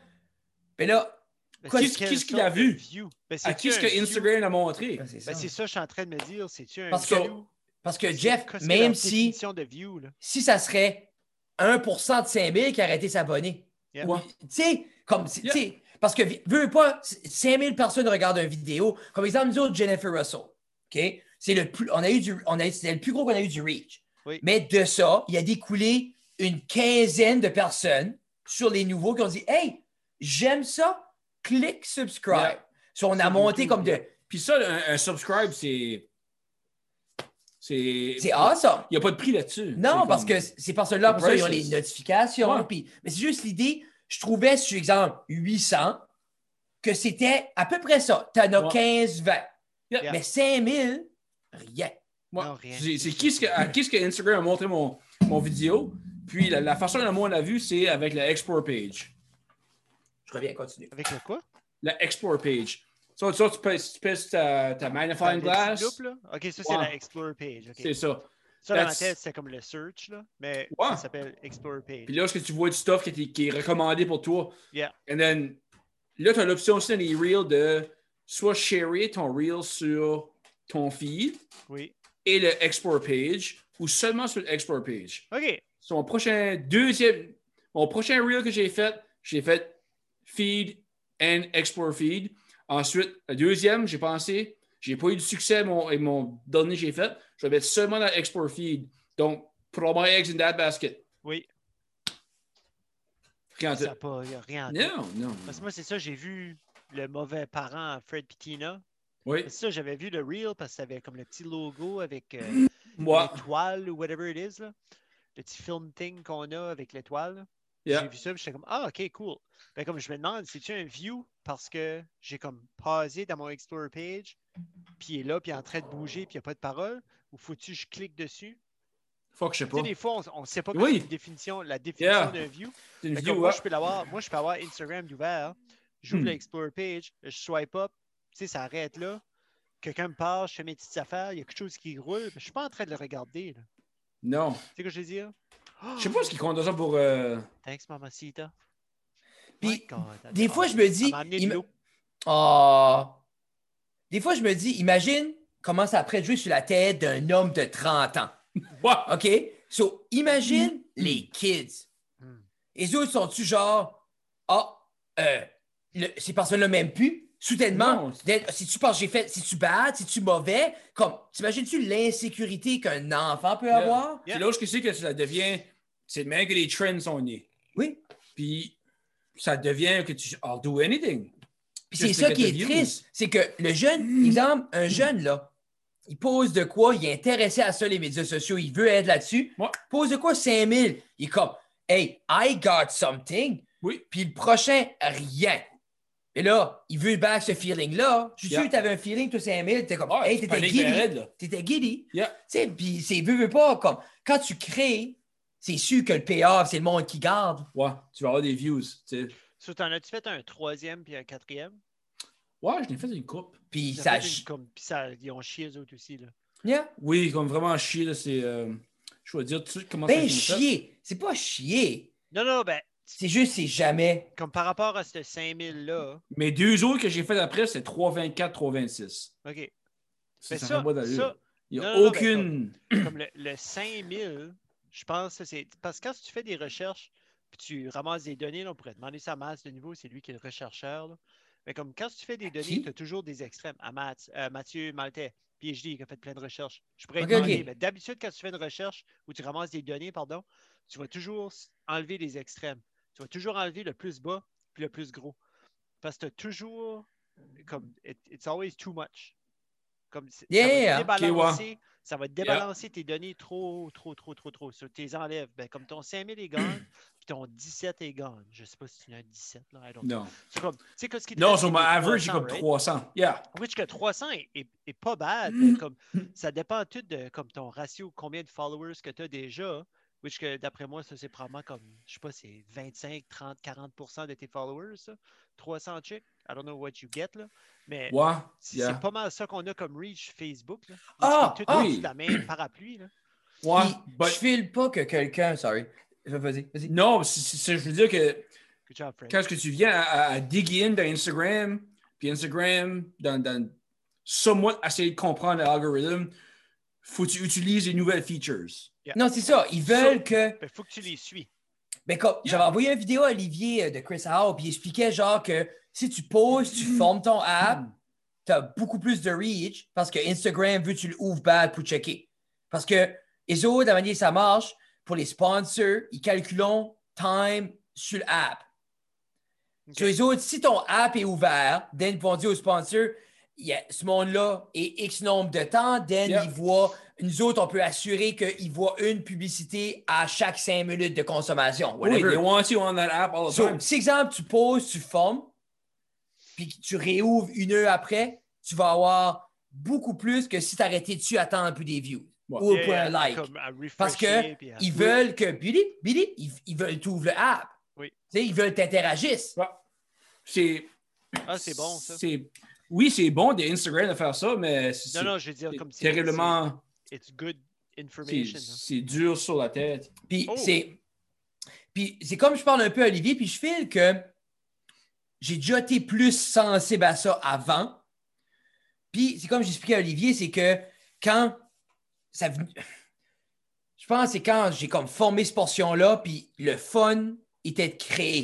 [SPEAKER 2] mais là,
[SPEAKER 1] Mais
[SPEAKER 2] quoi-
[SPEAKER 1] c'est
[SPEAKER 3] qu'est-ce-
[SPEAKER 1] quelle
[SPEAKER 3] qu'est-ce qu'il a
[SPEAKER 1] sorte de
[SPEAKER 3] vu?
[SPEAKER 1] view? Mais
[SPEAKER 3] À
[SPEAKER 1] c'est-tu
[SPEAKER 3] qui ce
[SPEAKER 1] un
[SPEAKER 3] que
[SPEAKER 1] view?
[SPEAKER 3] Instagram a montré?
[SPEAKER 2] c'est ça.
[SPEAKER 1] Ben, c'est ça, je suis en train de me dire. C'est-tu un.
[SPEAKER 2] Parce
[SPEAKER 1] view?
[SPEAKER 2] que- Parce que
[SPEAKER 1] C'est-
[SPEAKER 2] Jeff,
[SPEAKER 1] qu'est-ce que
[SPEAKER 2] même
[SPEAKER 1] leur
[SPEAKER 2] si,
[SPEAKER 1] définition de view, là?
[SPEAKER 2] si ça serait 1% de 5000 qui arrêtait de s'abonner,
[SPEAKER 1] Yeah.
[SPEAKER 3] Ouais.
[SPEAKER 2] tu sais, comme, si-
[SPEAKER 3] Yeah.
[SPEAKER 2] tu sais, parce que, veux veux pas, 5000 personnes regardent une vidéo. Comme exemple, nous autres, Jennifer Russell, OK? C'est le plus, on a eu du, on a, c'était le plus gros qu'on a eu du reach.
[SPEAKER 1] Oui.
[SPEAKER 2] Mais de ça, il a découlé une quinzaine de personnes sur les nouveaux qui ont dit, hey, j'aime ça, clique subscribe.
[SPEAKER 3] Yeah.
[SPEAKER 2] So, on a
[SPEAKER 3] Sur
[SPEAKER 2] monté
[SPEAKER 3] YouTube,
[SPEAKER 2] comme de,
[SPEAKER 3] Puis ça, un, un subscribe, c'est. C'est.
[SPEAKER 2] c'est awesome.
[SPEAKER 3] Il n'y a pas de prix là-dessus.
[SPEAKER 2] Non,
[SPEAKER 3] C'est
[SPEAKER 2] parce
[SPEAKER 3] comme-
[SPEAKER 2] que ces personnes-là, pour ça, ils ont les
[SPEAKER 3] Priceless.
[SPEAKER 2] notifications.
[SPEAKER 3] Ouais.
[SPEAKER 2] puis- mais c'est juste l'idée, je trouvais, sur exemple, 800, que c'était à peu près ça. Tu en as
[SPEAKER 3] Ouais.
[SPEAKER 2] 15, 20.
[SPEAKER 3] Yeah.
[SPEAKER 2] Mais 5000, rien.
[SPEAKER 3] Ouais.
[SPEAKER 1] Non, rien.
[SPEAKER 3] C'est c'est qui ce que, à qui ce que Instagram a montré mon, mon vidéo? Puis la, la façon dont moi on l'a vu, c'est avec la Explore page.
[SPEAKER 2] Je reviens, continue.
[SPEAKER 1] Avec le quoi?
[SPEAKER 3] La Explore page. Ça, ça, tu pèses, tu pèses ta, ta magnifying
[SPEAKER 1] Avec le petit
[SPEAKER 3] glass.
[SPEAKER 1] loupe, là? Ok, ça, c'est
[SPEAKER 3] Ouais.
[SPEAKER 1] la Explore page. ok.
[SPEAKER 3] C'est ça.
[SPEAKER 1] Ça, dans ma
[SPEAKER 3] that's-
[SPEAKER 1] tête, c'était comme le search, là. Mais
[SPEAKER 3] Ouais.
[SPEAKER 1] ça s'appelle Explore page.
[SPEAKER 3] Puis là, ce que tu vois du stuff qui, est- qui est recommandé pour toi.
[SPEAKER 1] Yeah.
[SPEAKER 3] And then, là, tu as l'option aussi dans les reels de soit sharer ton reel sur ton feed
[SPEAKER 1] Oui.
[SPEAKER 3] et le Explore page ou seulement sur le Explore page.
[SPEAKER 1] Ok.
[SPEAKER 3] sur mon prochain deuxième, mon prochain reel que j'ai fait, j'ai fait feed and explore feed. Ensuite, le deuxième, j'ai pensé, j'ai pas eu de succès mon, et mon dernier que j'ai fait, je vais mettre seulement dans explore feed. Donc, throw my eggs in that basket.
[SPEAKER 1] Oui.
[SPEAKER 3] Rien
[SPEAKER 1] Ça
[SPEAKER 3] de-
[SPEAKER 1] n'a pas y a rien. à dire.
[SPEAKER 3] Non, non.
[SPEAKER 1] Parce que moi, c'est ça, j'ai vu le mauvais parent à Fred Pitina.
[SPEAKER 3] Oui,
[SPEAKER 1] C'est ça, j'avais vu le reel parce que ça avait comme le petit logo avec euh,
[SPEAKER 3] moi,
[SPEAKER 1] l'étoile ou whatever it is. Là. Le petit film thing qu'on a avec l'étoile. J'ai
[SPEAKER 3] yeah.
[SPEAKER 1] vu ça, puis j'étais comme Ah, ok, cool. Ben, comme je me demande, c'est-tu un view parce que j'ai comme pausé dans mon Explore page, puis il est là, puis il est en train de bouger, puis il n'y a pas de parole, ou faut-tu que je clique dessus?
[SPEAKER 3] fuck, je sais
[SPEAKER 1] Tu
[SPEAKER 3] pas.
[SPEAKER 1] sais, des fois, on ne sait pas
[SPEAKER 3] Oui.
[SPEAKER 1] quelle est une définition, la définition
[SPEAKER 3] Yeah.
[SPEAKER 1] d'un view.
[SPEAKER 3] C'est une
[SPEAKER 1] Fait que
[SPEAKER 3] vidéo,
[SPEAKER 1] moi,
[SPEAKER 3] ouais.
[SPEAKER 1] je peux l'avoir, moi, je peux avoir Instagram d'ouvert, j'ouvre
[SPEAKER 3] Hmm.
[SPEAKER 1] l'Explore page, je swipe up, tu sais, ça arrête là. Quelqu'un me parle, je fais mes petites affaires, il y a quelque chose qui roule, mais je suis pas en train de le regarder. là.
[SPEAKER 3] hein. Non.
[SPEAKER 1] Tu sais ce que je veux dire?
[SPEAKER 3] Je sais pas ce qu'ils comptent ça pour. euh,
[SPEAKER 1] Thanks, Mamacita.
[SPEAKER 2] Puis,
[SPEAKER 1] My God,
[SPEAKER 2] des
[SPEAKER 1] ah,
[SPEAKER 2] fois, je me
[SPEAKER 1] elle
[SPEAKER 2] dis,
[SPEAKER 1] m'a amené de
[SPEAKER 2] ima-
[SPEAKER 1] l'eau.
[SPEAKER 2] Ah. Des fois, je me dis, imagine comment ça pourrait jouer sur la tête d'un homme de 30 ans.
[SPEAKER 3] Ouais.
[SPEAKER 2] OK? So, imagine
[SPEAKER 3] Mm-hmm.
[SPEAKER 2] les kids.
[SPEAKER 1] Mm.
[SPEAKER 2] Les autres sont-tu genre, ah, euh, le- ces personnes-là m'aiment plus? Soudainement,
[SPEAKER 3] Non.
[SPEAKER 2] d'être- si tu penses que j'ai fait, si tu bats, si tu mauvais, comme, t'imagines-tu l'insécurité qu'un enfant peut
[SPEAKER 3] Yeah.
[SPEAKER 2] avoir?
[SPEAKER 1] Yeah.
[SPEAKER 3] C'est là où je sais que ça devient. C'est le même que les trends sont nés.
[SPEAKER 2] Oui.
[SPEAKER 3] Puis ça devient que tu. I'll do anything.
[SPEAKER 2] Puis
[SPEAKER 3] Just
[SPEAKER 2] c'est ça
[SPEAKER 3] to get
[SPEAKER 2] qui
[SPEAKER 3] the
[SPEAKER 2] est
[SPEAKER 3] views.
[SPEAKER 2] triste, c'est que le jeune, exemple, un jeune, là, il pose de quoi, il est intéressé à ça, les médias sociaux, il veut être là-dessus,
[SPEAKER 3] Ouais.
[SPEAKER 2] pose de quoi 5000, il est comme, hey, I got something,
[SPEAKER 3] Oui.
[SPEAKER 2] puis le prochain, rien. Et là, il veut back ce feeling-là. Je suis
[SPEAKER 3] Yeah.
[SPEAKER 2] sûr que tu avais un feeling, toi, 5000, t'es comme, hey, t'étais
[SPEAKER 3] Panique
[SPEAKER 2] giddy.
[SPEAKER 3] raide, là.
[SPEAKER 2] T'étais giddy.
[SPEAKER 3] Yeah.
[SPEAKER 2] Tu sais, puis c'est veux, veux pas, comme, quand tu crées, c'est sûr que le payoff, c'est le monde qui garde.
[SPEAKER 3] Ouais, tu vas avoir des views. tu sais.
[SPEAKER 1] So, t'en as-tu fait un troisième puis un quatrième?
[SPEAKER 3] Ouais, je l'ai fait une coupe.
[SPEAKER 2] Puis
[SPEAKER 1] J'en
[SPEAKER 2] ça.
[SPEAKER 1] ai fait une comme- puis ça, ils ont chié eux autres aussi. Là.
[SPEAKER 2] Yeah.
[SPEAKER 3] Oui, comme vraiment chier, là, c'est. euh, je vais dire tout de suite comment ça
[SPEAKER 2] Ben,
[SPEAKER 3] s'est fait.
[SPEAKER 2] chier. C'est pas chier.
[SPEAKER 1] Non, non, ben,
[SPEAKER 2] C'est juste, c'est jamais.
[SPEAKER 1] comme par rapport à ce 5000-là,
[SPEAKER 3] Mes deux autres que j'ai fait après, c'est 324, 326.
[SPEAKER 1] OK.
[SPEAKER 3] Ça,
[SPEAKER 1] Mais
[SPEAKER 3] ça,
[SPEAKER 1] ça,
[SPEAKER 3] fait pas d'allure.
[SPEAKER 1] ça,
[SPEAKER 3] Il n'y a
[SPEAKER 1] non, ben, non, non,
[SPEAKER 3] aucune.
[SPEAKER 1] comme le, le 5000, je pense que c'est. Parce que quand tu fais des recherches, puis tu ramasses des données, là, on pourrait demander ça à Matt de nouveau, c'est lui qui est le rechercheur. là. Mais comme quand tu fais des données,
[SPEAKER 2] Qui?
[SPEAKER 1] tu as toujours des extrêmes. À Matt, euh, Mathieu Maltais, PhD, qui a fait plein de recherches. Je pourrais
[SPEAKER 2] Ok,
[SPEAKER 1] demander,
[SPEAKER 2] ok.
[SPEAKER 1] mais d'habitude, quand tu fais une recherche ou tu ramasses des données, pardon, tu vas toujours s- enlever les extrêmes. tu vas toujours enlever le plus bas puis le plus gros. Parce que tu as toujours, comme, it- it's always too much. Comme, c'est-
[SPEAKER 2] Yeah,
[SPEAKER 1] ça va
[SPEAKER 3] ok, ouais.
[SPEAKER 1] débalancer, ça va débalancer tes données trop, trop, trop, trop, trop. Sur tes enlèves, ben, comme ton 5000 est gone, puis ton 17 est gone. Je sais pas si tu en as 17, là. I don't know.
[SPEAKER 3] Non.
[SPEAKER 1] C'est comme, tu sais, qu'est-ce qui te
[SPEAKER 3] Non,
[SPEAKER 1] reste,
[SPEAKER 3] sur
[SPEAKER 1] c'est
[SPEAKER 3] ma
[SPEAKER 1] des
[SPEAKER 3] average, j'ai
[SPEAKER 1] 300,
[SPEAKER 3] comme
[SPEAKER 1] right?
[SPEAKER 3] 300. Yeah.
[SPEAKER 1] Which que 300 est, est- est pas bad, mais
[SPEAKER 3] Mm.
[SPEAKER 1] comme ça dépend tout de comme ton ratio, combien de followers que tu as déjà. Which que d'après moi, ça c'est probablement comme, je sais pas, c'est 25, 30, 40% de tes followers. ça. 300 chicks, I don't know what you get là. Mais
[SPEAKER 3] Ouais.
[SPEAKER 1] c'est
[SPEAKER 3] Yeah.
[SPEAKER 1] c'est pas mal ça qu'on a comme reach Facebook. Là.
[SPEAKER 2] Ah,
[SPEAKER 1] Tout
[SPEAKER 3] ah,
[SPEAKER 1] est
[SPEAKER 3] oui.
[SPEAKER 1] sous la même parapluie. Là.
[SPEAKER 3] Ouais.
[SPEAKER 2] Puis,
[SPEAKER 3] but-
[SPEAKER 2] Je file pas que quelqu'un, sorry. Vas-y, vas-y.
[SPEAKER 3] Non, c'est- c'est- c'est- je veux dire que
[SPEAKER 1] Good job, Fred.
[SPEAKER 3] quand est-ce que tu viens à, à- à dig in dans Instagram, puis Instagram, dans, dans somewhat essayer de comprendre l'algorithme, faut que tu utilises les nouvelles features.
[SPEAKER 2] Non, c'est ça. Ils veulent que.
[SPEAKER 1] Il faut que tu les suis.
[SPEAKER 2] Ben, comme, j'avais envoyé une vidéo à Olivier euh, de Chris Howe, puis il expliquait genre que si tu poses, tu formes ton app, tu as beaucoup plus de reach parce que Instagram veut que tu l'ouvres bad pour checker. Parce que les autres, de la manière que ça marche, pour les sponsors, ils calculent time sur l'app.
[SPEAKER 1] Ok.
[SPEAKER 2] Sur les autres, si ton app est ouvert, then ils vont dire aux sponsors, il y a ce monde-là et X nombre de temps, then
[SPEAKER 3] Yeah.
[SPEAKER 2] ils voient, nous autres, on peut assurer qu'ils voient une publicité à chaque cinq minutes de consommation.
[SPEAKER 3] Oui,
[SPEAKER 2] whatever.
[SPEAKER 3] they want you on that app all the
[SPEAKER 2] So,
[SPEAKER 3] time.
[SPEAKER 2] si exemple, tu poses, tu formes, puis que tu réouvres une heure après, tu vas avoir beaucoup plus que si tu arrêtais dessus à attendre un peu des views
[SPEAKER 3] Ouais.
[SPEAKER 2] ou
[SPEAKER 1] Yeah,
[SPEAKER 2] pour
[SPEAKER 1] yeah,
[SPEAKER 2] un like.
[SPEAKER 1] Euh, comme à
[SPEAKER 2] Parce que
[SPEAKER 1] refresher, puis à-
[SPEAKER 2] ils veulent que Billy, Billy, ils, ils veulent t'ouvres le app.
[SPEAKER 1] Oui.
[SPEAKER 2] Tu sais, ils veulent t'interagissent.
[SPEAKER 3] Ouais. C'est
[SPEAKER 1] Ah, c'est bon ça.
[SPEAKER 3] c'est- Oui, c'est bon d'Instagram de faire ça, mais c'est
[SPEAKER 1] Non, non, je veux dire,
[SPEAKER 3] c'est
[SPEAKER 1] comme si hein.
[SPEAKER 3] terriblement.
[SPEAKER 1] It's good
[SPEAKER 3] c'est-
[SPEAKER 1] information. là.
[SPEAKER 3] C'est dur sur la tête.
[SPEAKER 2] Puis
[SPEAKER 1] Oh.
[SPEAKER 2] c'est. Puis c'est comme je parle un peu à Olivier, puis je file que j'ai déjà été plus sensible à ça avant. Puis c'est comme j'expliquais à Olivier, c'est que quand ça ven- Je pense que c'est quand j'ai comme formé cette portion-là, puis le fun était de créer.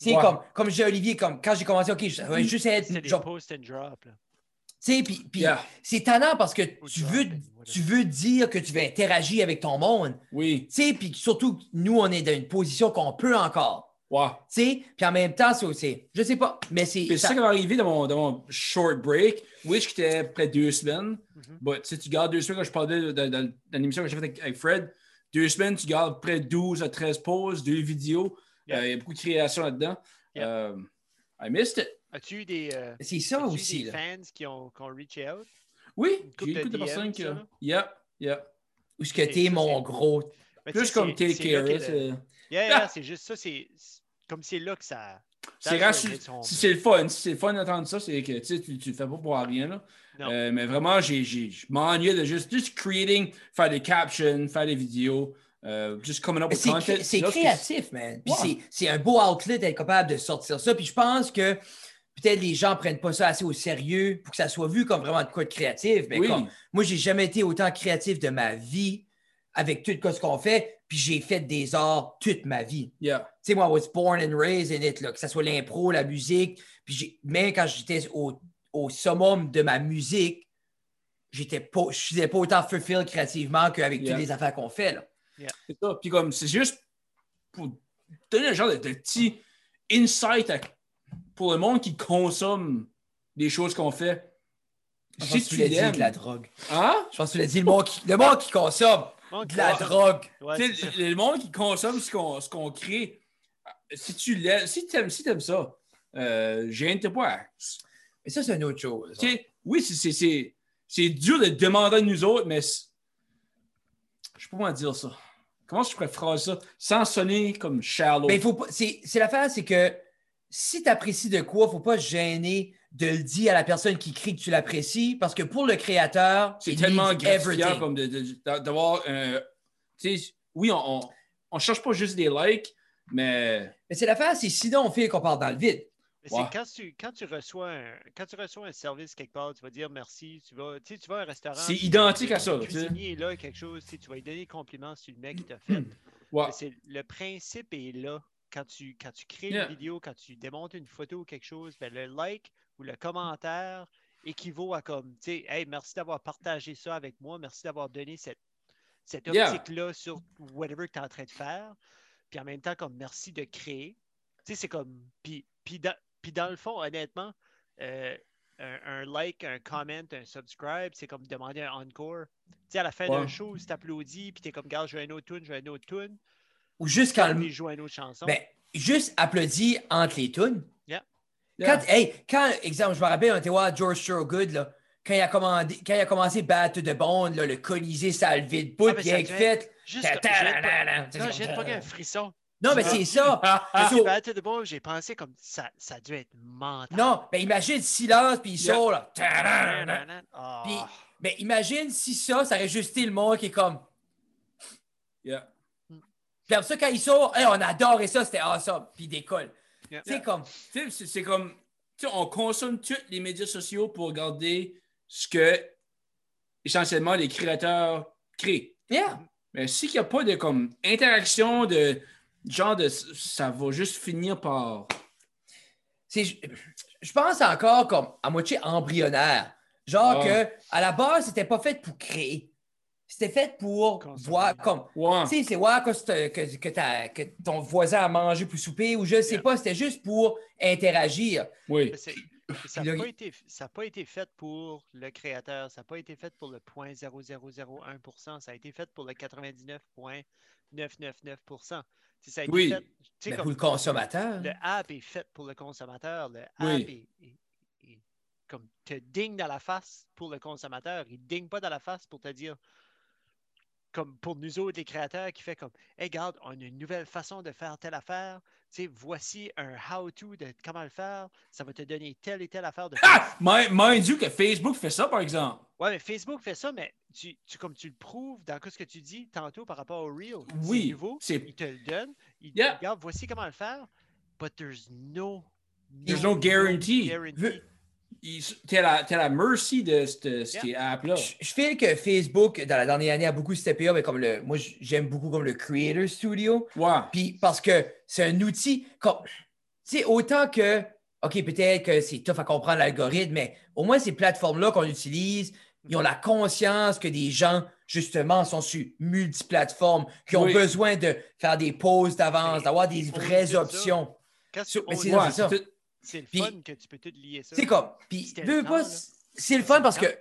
[SPEAKER 2] Tu sais,
[SPEAKER 3] Ouais.
[SPEAKER 2] comme, comme je dis à Olivier, comme quand j'ai commencé, OK, je vais juste être.
[SPEAKER 1] C'est des
[SPEAKER 2] genre,
[SPEAKER 1] post and drop. Là.
[SPEAKER 2] Tu sais, puis, puis
[SPEAKER 3] Yeah.
[SPEAKER 2] c'est tannant parce que
[SPEAKER 1] Ou
[SPEAKER 2] tu
[SPEAKER 1] drop
[SPEAKER 2] veux,
[SPEAKER 1] and whatever.
[SPEAKER 2] tu veux dire que tu veux interagir avec ton monde.
[SPEAKER 3] Oui.
[SPEAKER 2] Tu sais, puis surtout, nous, on est dans une position qu'on peut encore.
[SPEAKER 3] Ouais.
[SPEAKER 2] Tu sais, puis en même temps, c'est aussi, je sais pas, mais c'est.
[SPEAKER 3] Puis c'est
[SPEAKER 2] ça-
[SPEAKER 3] ça qui m'est arrivé dans mon, dans mon short break, which qui était près de deux semaines.
[SPEAKER 1] Mhm.
[SPEAKER 3] Bah, tu sais, tu gardes deux semaines, quand je parlais de- de- dans, dans l'émission que j'ai faite avec, avec Fred, deux semaines, tu gardes près de 12 à 13 pauses, deux vidéos. Euh, Il
[SPEAKER 1] Yeah.
[SPEAKER 3] y a beaucoup de création là-dedans.
[SPEAKER 1] Yeah.
[SPEAKER 3] Euh, I missed it.
[SPEAKER 1] As-tu eu des, euh,
[SPEAKER 2] C'est ça
[SPEAKER 1] as-tu eu
[SPEAKER 2] aussi.
[SPEAKER 1] des
[SPEAKER 2] Là.
[SPEAKER 1] fans qui ont, qui ont reaché out?
[SPEAKER 3] Oui,
[SPEAKER 1] couple
[SPEAKER 3] j'ai eu
[SPEAKER 1] de
[SPEAKER 3] beaucoup de
[SPEAKER 1] DM,
[SPEAKER 3] personnes qui.
[SPEAKER 1] ça,
[SPEAKER 3] Yep,
[SPEAKER 1] là.
[SPEAKER 3] yep.
[SPEAKER 2] Où ce que
[SPEAKER 1] Et
[SPEAKER 2] t'es,
[SPEAKER 1] ça,
[SPEAKER 2] mon
[SPEAKER 1] c'est-
[SPEAKER 2] gros.
[SPEAKER 1] Ben, tu
[SPEAKER 3] Plus
[SPEAKER 1] sais,
[SPEAKER 3] comme
[SPEAKER 1] c'est-
[SPEAKER 3] Take
[SPEAKER 1] c'est là
[SPEAKER 3] Care.
[SPEAKER 1] que
[SPEAKER 3] hein,
[SPEAKER 1] le-
[SPEAKER 3] c'est- Ah!
[SPEAKER 1] Yeah, yeah, c'est juste ça. C'est c'est- comme c'est là que ça.
[SPEAKER 3] C'est
[SPEAKER 1] that's
[SPEAKER 3] rassurant.
[SPEAKER 1] where it hits home.
[SPEAKER 3] Si c'est le fun, si c'est le fun d'entendre ça, c'est que tu sais, tu tu le fais pas pour rien. Là.
[SPEAKER 1] Non.
[SPEAKER 3] Euh, mais vraiment, j'ai, j'ai- je m'ennuyais de juste, juste creating, faire des captions, faire des vidéos, euh, juste coming up
[SPEAKER 2] Mais
[SPEAKER 3] with
[SPEAKER 2] C'est
[SPEAKER 3] content.
[SPEAKER 2] cré- c'est
[SPEAKER 3] Là, ce que-
[SPEAKER 2] créatif, man. Puis
[SPEAKER 3] Ouais.
[SPEAKER 2] c'est- c'est un beau outlet d'être capable de sortir ça. Puis je pense que peut-être les gens prennent pas ça assez au sérieux pour que ça soit vu comme vraiment de quoi de créatif. Mais
[SPEAKER 3] Oui.
[SPEAKER 2] comme, moi, j'ai jamais été autant créatif de ma vie avec tout ce qu'on fait. Puis j'ai fait des arts toute ma vie.
[SPEAKER 3] Yeah.
[SPEAKER 2] Tu sais, moi, I was born and raised in it, là, que ce soit l'impro, la musique. Puis j'ai- même quand j'étais au, au summum de ma musique, j'étais pas, je faisais pas autant fulfill créativement qu'avec
[SPEAKER 3] Yeah.
[SPEAKER 2] toutes les affaires qu'on fait. Là.
[SPEAKER 3] C'est ça. Puis comme, c'est juste pour donner un genre de, de petit insight à- pour le monde qui consomme des choses qu'on fait.
[SPEAKER 2] Je
[SPEAKER 3] Si
[SPEAKER 2] pense que
[SPEAKER 3] tu
[SPEAKER 2] tu l'as dit
[SPEAKER 3] l'aimes.
[SPEAKER 2] de la drogue.
[SPEAKER 3] Hein?
[SPEAKER 2] Je pense que tu l'as dit, le monde qui, le monde qui consomme
[SPEAKER 1] Bon,
[SPEAKER 2] de la
[SPEAKER 3] Ah.
[SPEAKER 1] ouais,
[SPEAKER 2] drogue.
[SPEAKER 1] ouais, c'est
[SPEAKER 3] Tu sais,
[SPEAKER 1] ça.
[SPEAKER 3] le, le monde qui consomme ce qu'on ce qu'on crée, si tu l'aimes, si t'aimes si t'aimes ça, euh, gêne-toi pas.
[SPEAKER 2] Mais ça, c'est une autre chose.
[SPEAKER 3] Tu sais, oui, c'est- c'est- c'est c'est dur de demander à nous autres, mais c'est- je sais pas comment dire ça. Comment je pourrais phraser ça sans sonner comme shallow?
[SPEAKER 2] Mais il faut pas. C'est c'est l'affaire, c'est que si tu apprécies de quoi, faut pas se gêner de le dire à la personne qui crie que tu l'apprécies, parce que pour le créateur,
[SPEAKER 3] c'est
[SPEAKER 2] it
[SPEAKER 3] tellement
[SPEAKER 2] means
[SPEAKER 3] gratifiant
[SPEAKER 2] everything.
[SPEAKER 3] comme de- de- d'a- d'avoir un. tu sais, oui, on, on, on cherche pas juste des likes, mais
[SPEAKER 2] Mais c'est l'affaire, c'est sinon on fait qu'on part dans le vide.
[SPEAKER 1] Mais c'est
[SPEAKER 3] Ouais.
[SPEAKER 1] quand tu, quand, tu reçois un, quand tu reçois un service quelque part, tu vas dire merci. Tu vas, tu sais, tu vas à un restaurant.
[SPEAKER 3] c'est identique à ça.
[SPEAKER 1] Le
[SPEAKER 3] tu sais.
[SPEAKER 1] cuisinier est là, quelque chose. tu sais, Tu vas lui donner des compliments sur le mec qui t'a fait.
[SPEAKER 3] Ouais.
[SPEAKER 1] Mais c'est- le principe est là. Quand tu, quand tu crées
[SPEAKER 3] Yeah.
[SPEAKER 1] une vidéo, quand tu démontes une photo ou quelque chose, ben, le like ou le commentaire équivaut à comme, tu sais, hey, merci d'avoir partagé ça avec moi, merci d'avoir donné cette, cette
[SPEAKER 3] Yeah.
[SPEAKER 1] optique-là sur whatever que tu es en train de faire. Puis en même temps, comme merci de créer. Tu sais, c'est comme. Puis, puis, dans, puis dans le fond, honnêtement, euh, un, un, like, un comment, un subscribe, c'est comme demander un encore. Tu sais, à la fin
[SPEAKER 3] Ouais.
[SPEAKER 1] d'un show, si t'applaudis, puis t'es comme, regarde, je veux un autre tune, je veux un autre tune.
[SPEAKER 2] Ou juste quand le-
[SPEAKER 1] Puis joue une autre chanson.
[SPEAKER 2] Ben, juste applaudis entre les tunes.
[SPEAKER 1] Yeah.
[SPEAKER 2] Quand, hey, quand, exemple, je me rappelle, on était voir George Thorogood, là, quand il a, commandé, quand il a commencé Battle de Bond, là, le Colisée, ça a levé de bout,
[SPEAKER 1] Ah, ben,
[SPEAKER 2] puis
[SPEAKER 1] ça
[SPEAKER 2] avec
[SPEAKER 1] devait
[SPEAKER 2] fait.
[SPEAKER 1] Juste
[SPEAKER 2] ta-
[SPEAKER 1] comme- j'ai
[SPEAKER 2] ta-
[SPEAKER 1] pas-
[SPEAKER 2] la- la-
[SPEAKER 1] Non,
[SPEAKER 2] la-
[SPEAKER 1] j'ai pas Ah, qu'un frisson.
[SPEAKER 2] Non, mais c'est ça. C'est
[SPEAKER 1] J'ai
[SPEAKER 2] ça.
[SPEAKER 1] battu de bord, j'ai pensé comme ça, ça a dû être mental.
[SPEAKER 2] Non, mais imagine silence, puis il
[SPEAKER 3] Yeah.
[SPEAKER 2] sort, là. Ta- la- la- la-
[SPEAKER 1] Ah.
[SPEAKER 2] Puis, mais imagine si ça, ça aurait juste été le monde qui est comme.
[SPEAKER 3] Yeah.
[SPEAKER 2] Puis après ça, quand il sort, hey, on adorait ça, c'était awesome, puis il décolle.
[SPEAKER 1] Yeah.
[SPEAKER 2] Tu sais, comme.
[SPEAKER 3] Tu sais, C'est c'est comme, tu sais, on consomme tous les médias sociaux pour garder ce que, essentiellement, les créateurs créent.
[SPEAKER 2] Yeah.
[SPEAKER 3] Mais s'il n'y a pas de comme, interaction, de genre de. Ça va juste finir par.
[SPEAKER 2] c'est je- je pense encore comme à moitié embryonnaire. Genre que
[SPEAKER 3] Ouais.
[SPEAKER 2] à la base, c'était pas fait pour créer. C'était fait pour
[SPEAKER 1] Consommer.
[SPEAKER 2] voir comme
[SPEAKER 3] Ouais.
[SPEAKER 2] tu sais, c'est voir que, c'est, euh, que, que t'as- que ton voisin a mangé pour souper ou je sais pas, c'était juste pour interagir.
[SPEAKER 3] Oui.
[SPEAKER 1] Mais c'est- mais Ça
[SPEAKER 2] Puis
[SPEAKER 1] n'a
[SPEAKER 2] là,
[SPEAKER 1] pas,
[SPEAKER 2] il-
[SPEAKER 1] été- ça a pas été fait pour le créateur, ça n'a pas été fait pour le 0.0001%, ça a été fait pour le 99.999%. Tu sais, Ça a été
[SPEAKER 3] Oui.
[SPEAKER 1] fait, tu sais,
[SPEAKER 2] Mais
[SPEAKER 1] comme
[SPEAKER 2] pour Ben, le consommateur.
[SPEAKER 1] le app est fait pour le consommateur, le app
[SPEAKER 3] Oui.
[SPEAKER 1] est, est- est comme te digne dans la face pour le consommateur, il ne digne pas dans la face pour te dire, comme pour nous autres les créateurs qui fait comme, hey, regarde, on a une nouvelle façon de faire telle affaire, tu sais, voici un how-to de comment le faire, ça va te donner telle et telle affaire de
[SPEAKER 3] Ah! Mind mind you que Facebook fait ça, par exemple.
[SPEAKER 1] Ouais, mais Facebook fait ça, mais tu, tu- comme tu le prouves dans ce que tu dis tantôt par rapport au Reel,
[SPEAKER 3] Oui,
[SPEAKER 1] c'est nouveau,
[SPEAKER 3] c'est-
[SPEAKER 1] il te le donne, il
[SPEAKER 3] Yeah.
[SPEAKER 1] regarde, voici comment le faire, but there's no,
[SPEAKER 3] There's no guarantee.
[SPEAKER 1] guarantee.
[SPEAKER 3] Ils- T'es à, la- t'es à la mercy de cette, cette app-là.
[SPEAKER 2] Je, je feel que Facebook, dans la dernière année, a beaucoup steppé up, mais comme le. Moi, j'aime beaucoup comme le Creator Studio.
[SPEAKER 3] Ouais.
[SPEAKER 2] Puis parce que c'est un outil. Comme, tu sais, autant que, OK, peut-être que c'est tough à comprendre l'algorithme, mais au moins ces plateformes-là qu'on utilise, ils ont la conscience que des gens, justement, sont sur multiplateformes, qui ont
[SPEAKER 3] Oui.
[SPEAKER 2] besoin de faire des pauses d'avance,
[SPEAKER 1] Mais
[SPEAKER 2] d'avoir des
[SPEAKER 1] Ben, ils font
[SPEAKER 2] vraies
[SPEAKER 1] tout ça.
[SPEAKER 2] options.
[SPEAKER 1] Quand
[SPEAKER 2] Sur-
[SPEAKER 1] tu
[SPEAKER 2] mais
[SPEAKER 1] owns
[SPEAKER 2] c'est-
[SPEAKER 1] ça,
[SPEAKER 3] Ouais,
[SPEAKER 2] ça.
[SPEAKER 3] c'est tout-
[SPEAKER 1] c'est le
[SPEAKER 2] Puis-
[SPEAKER 1] fun que tu peux tout lier ça.
[SPEAKER 2] C'est comme, puis
[SPEAKER 1] C'était
[SPEAKER 2] veux,
[SPEAKER 1] le
[SPEAKER 2] pas,
[SPEAKER 1] temps, là.
[SPEAKER 2] c'est le fun parce
[SPEAKER 3] Ah.
[SPEAKER 2] que
[SPEAKER 1] C'était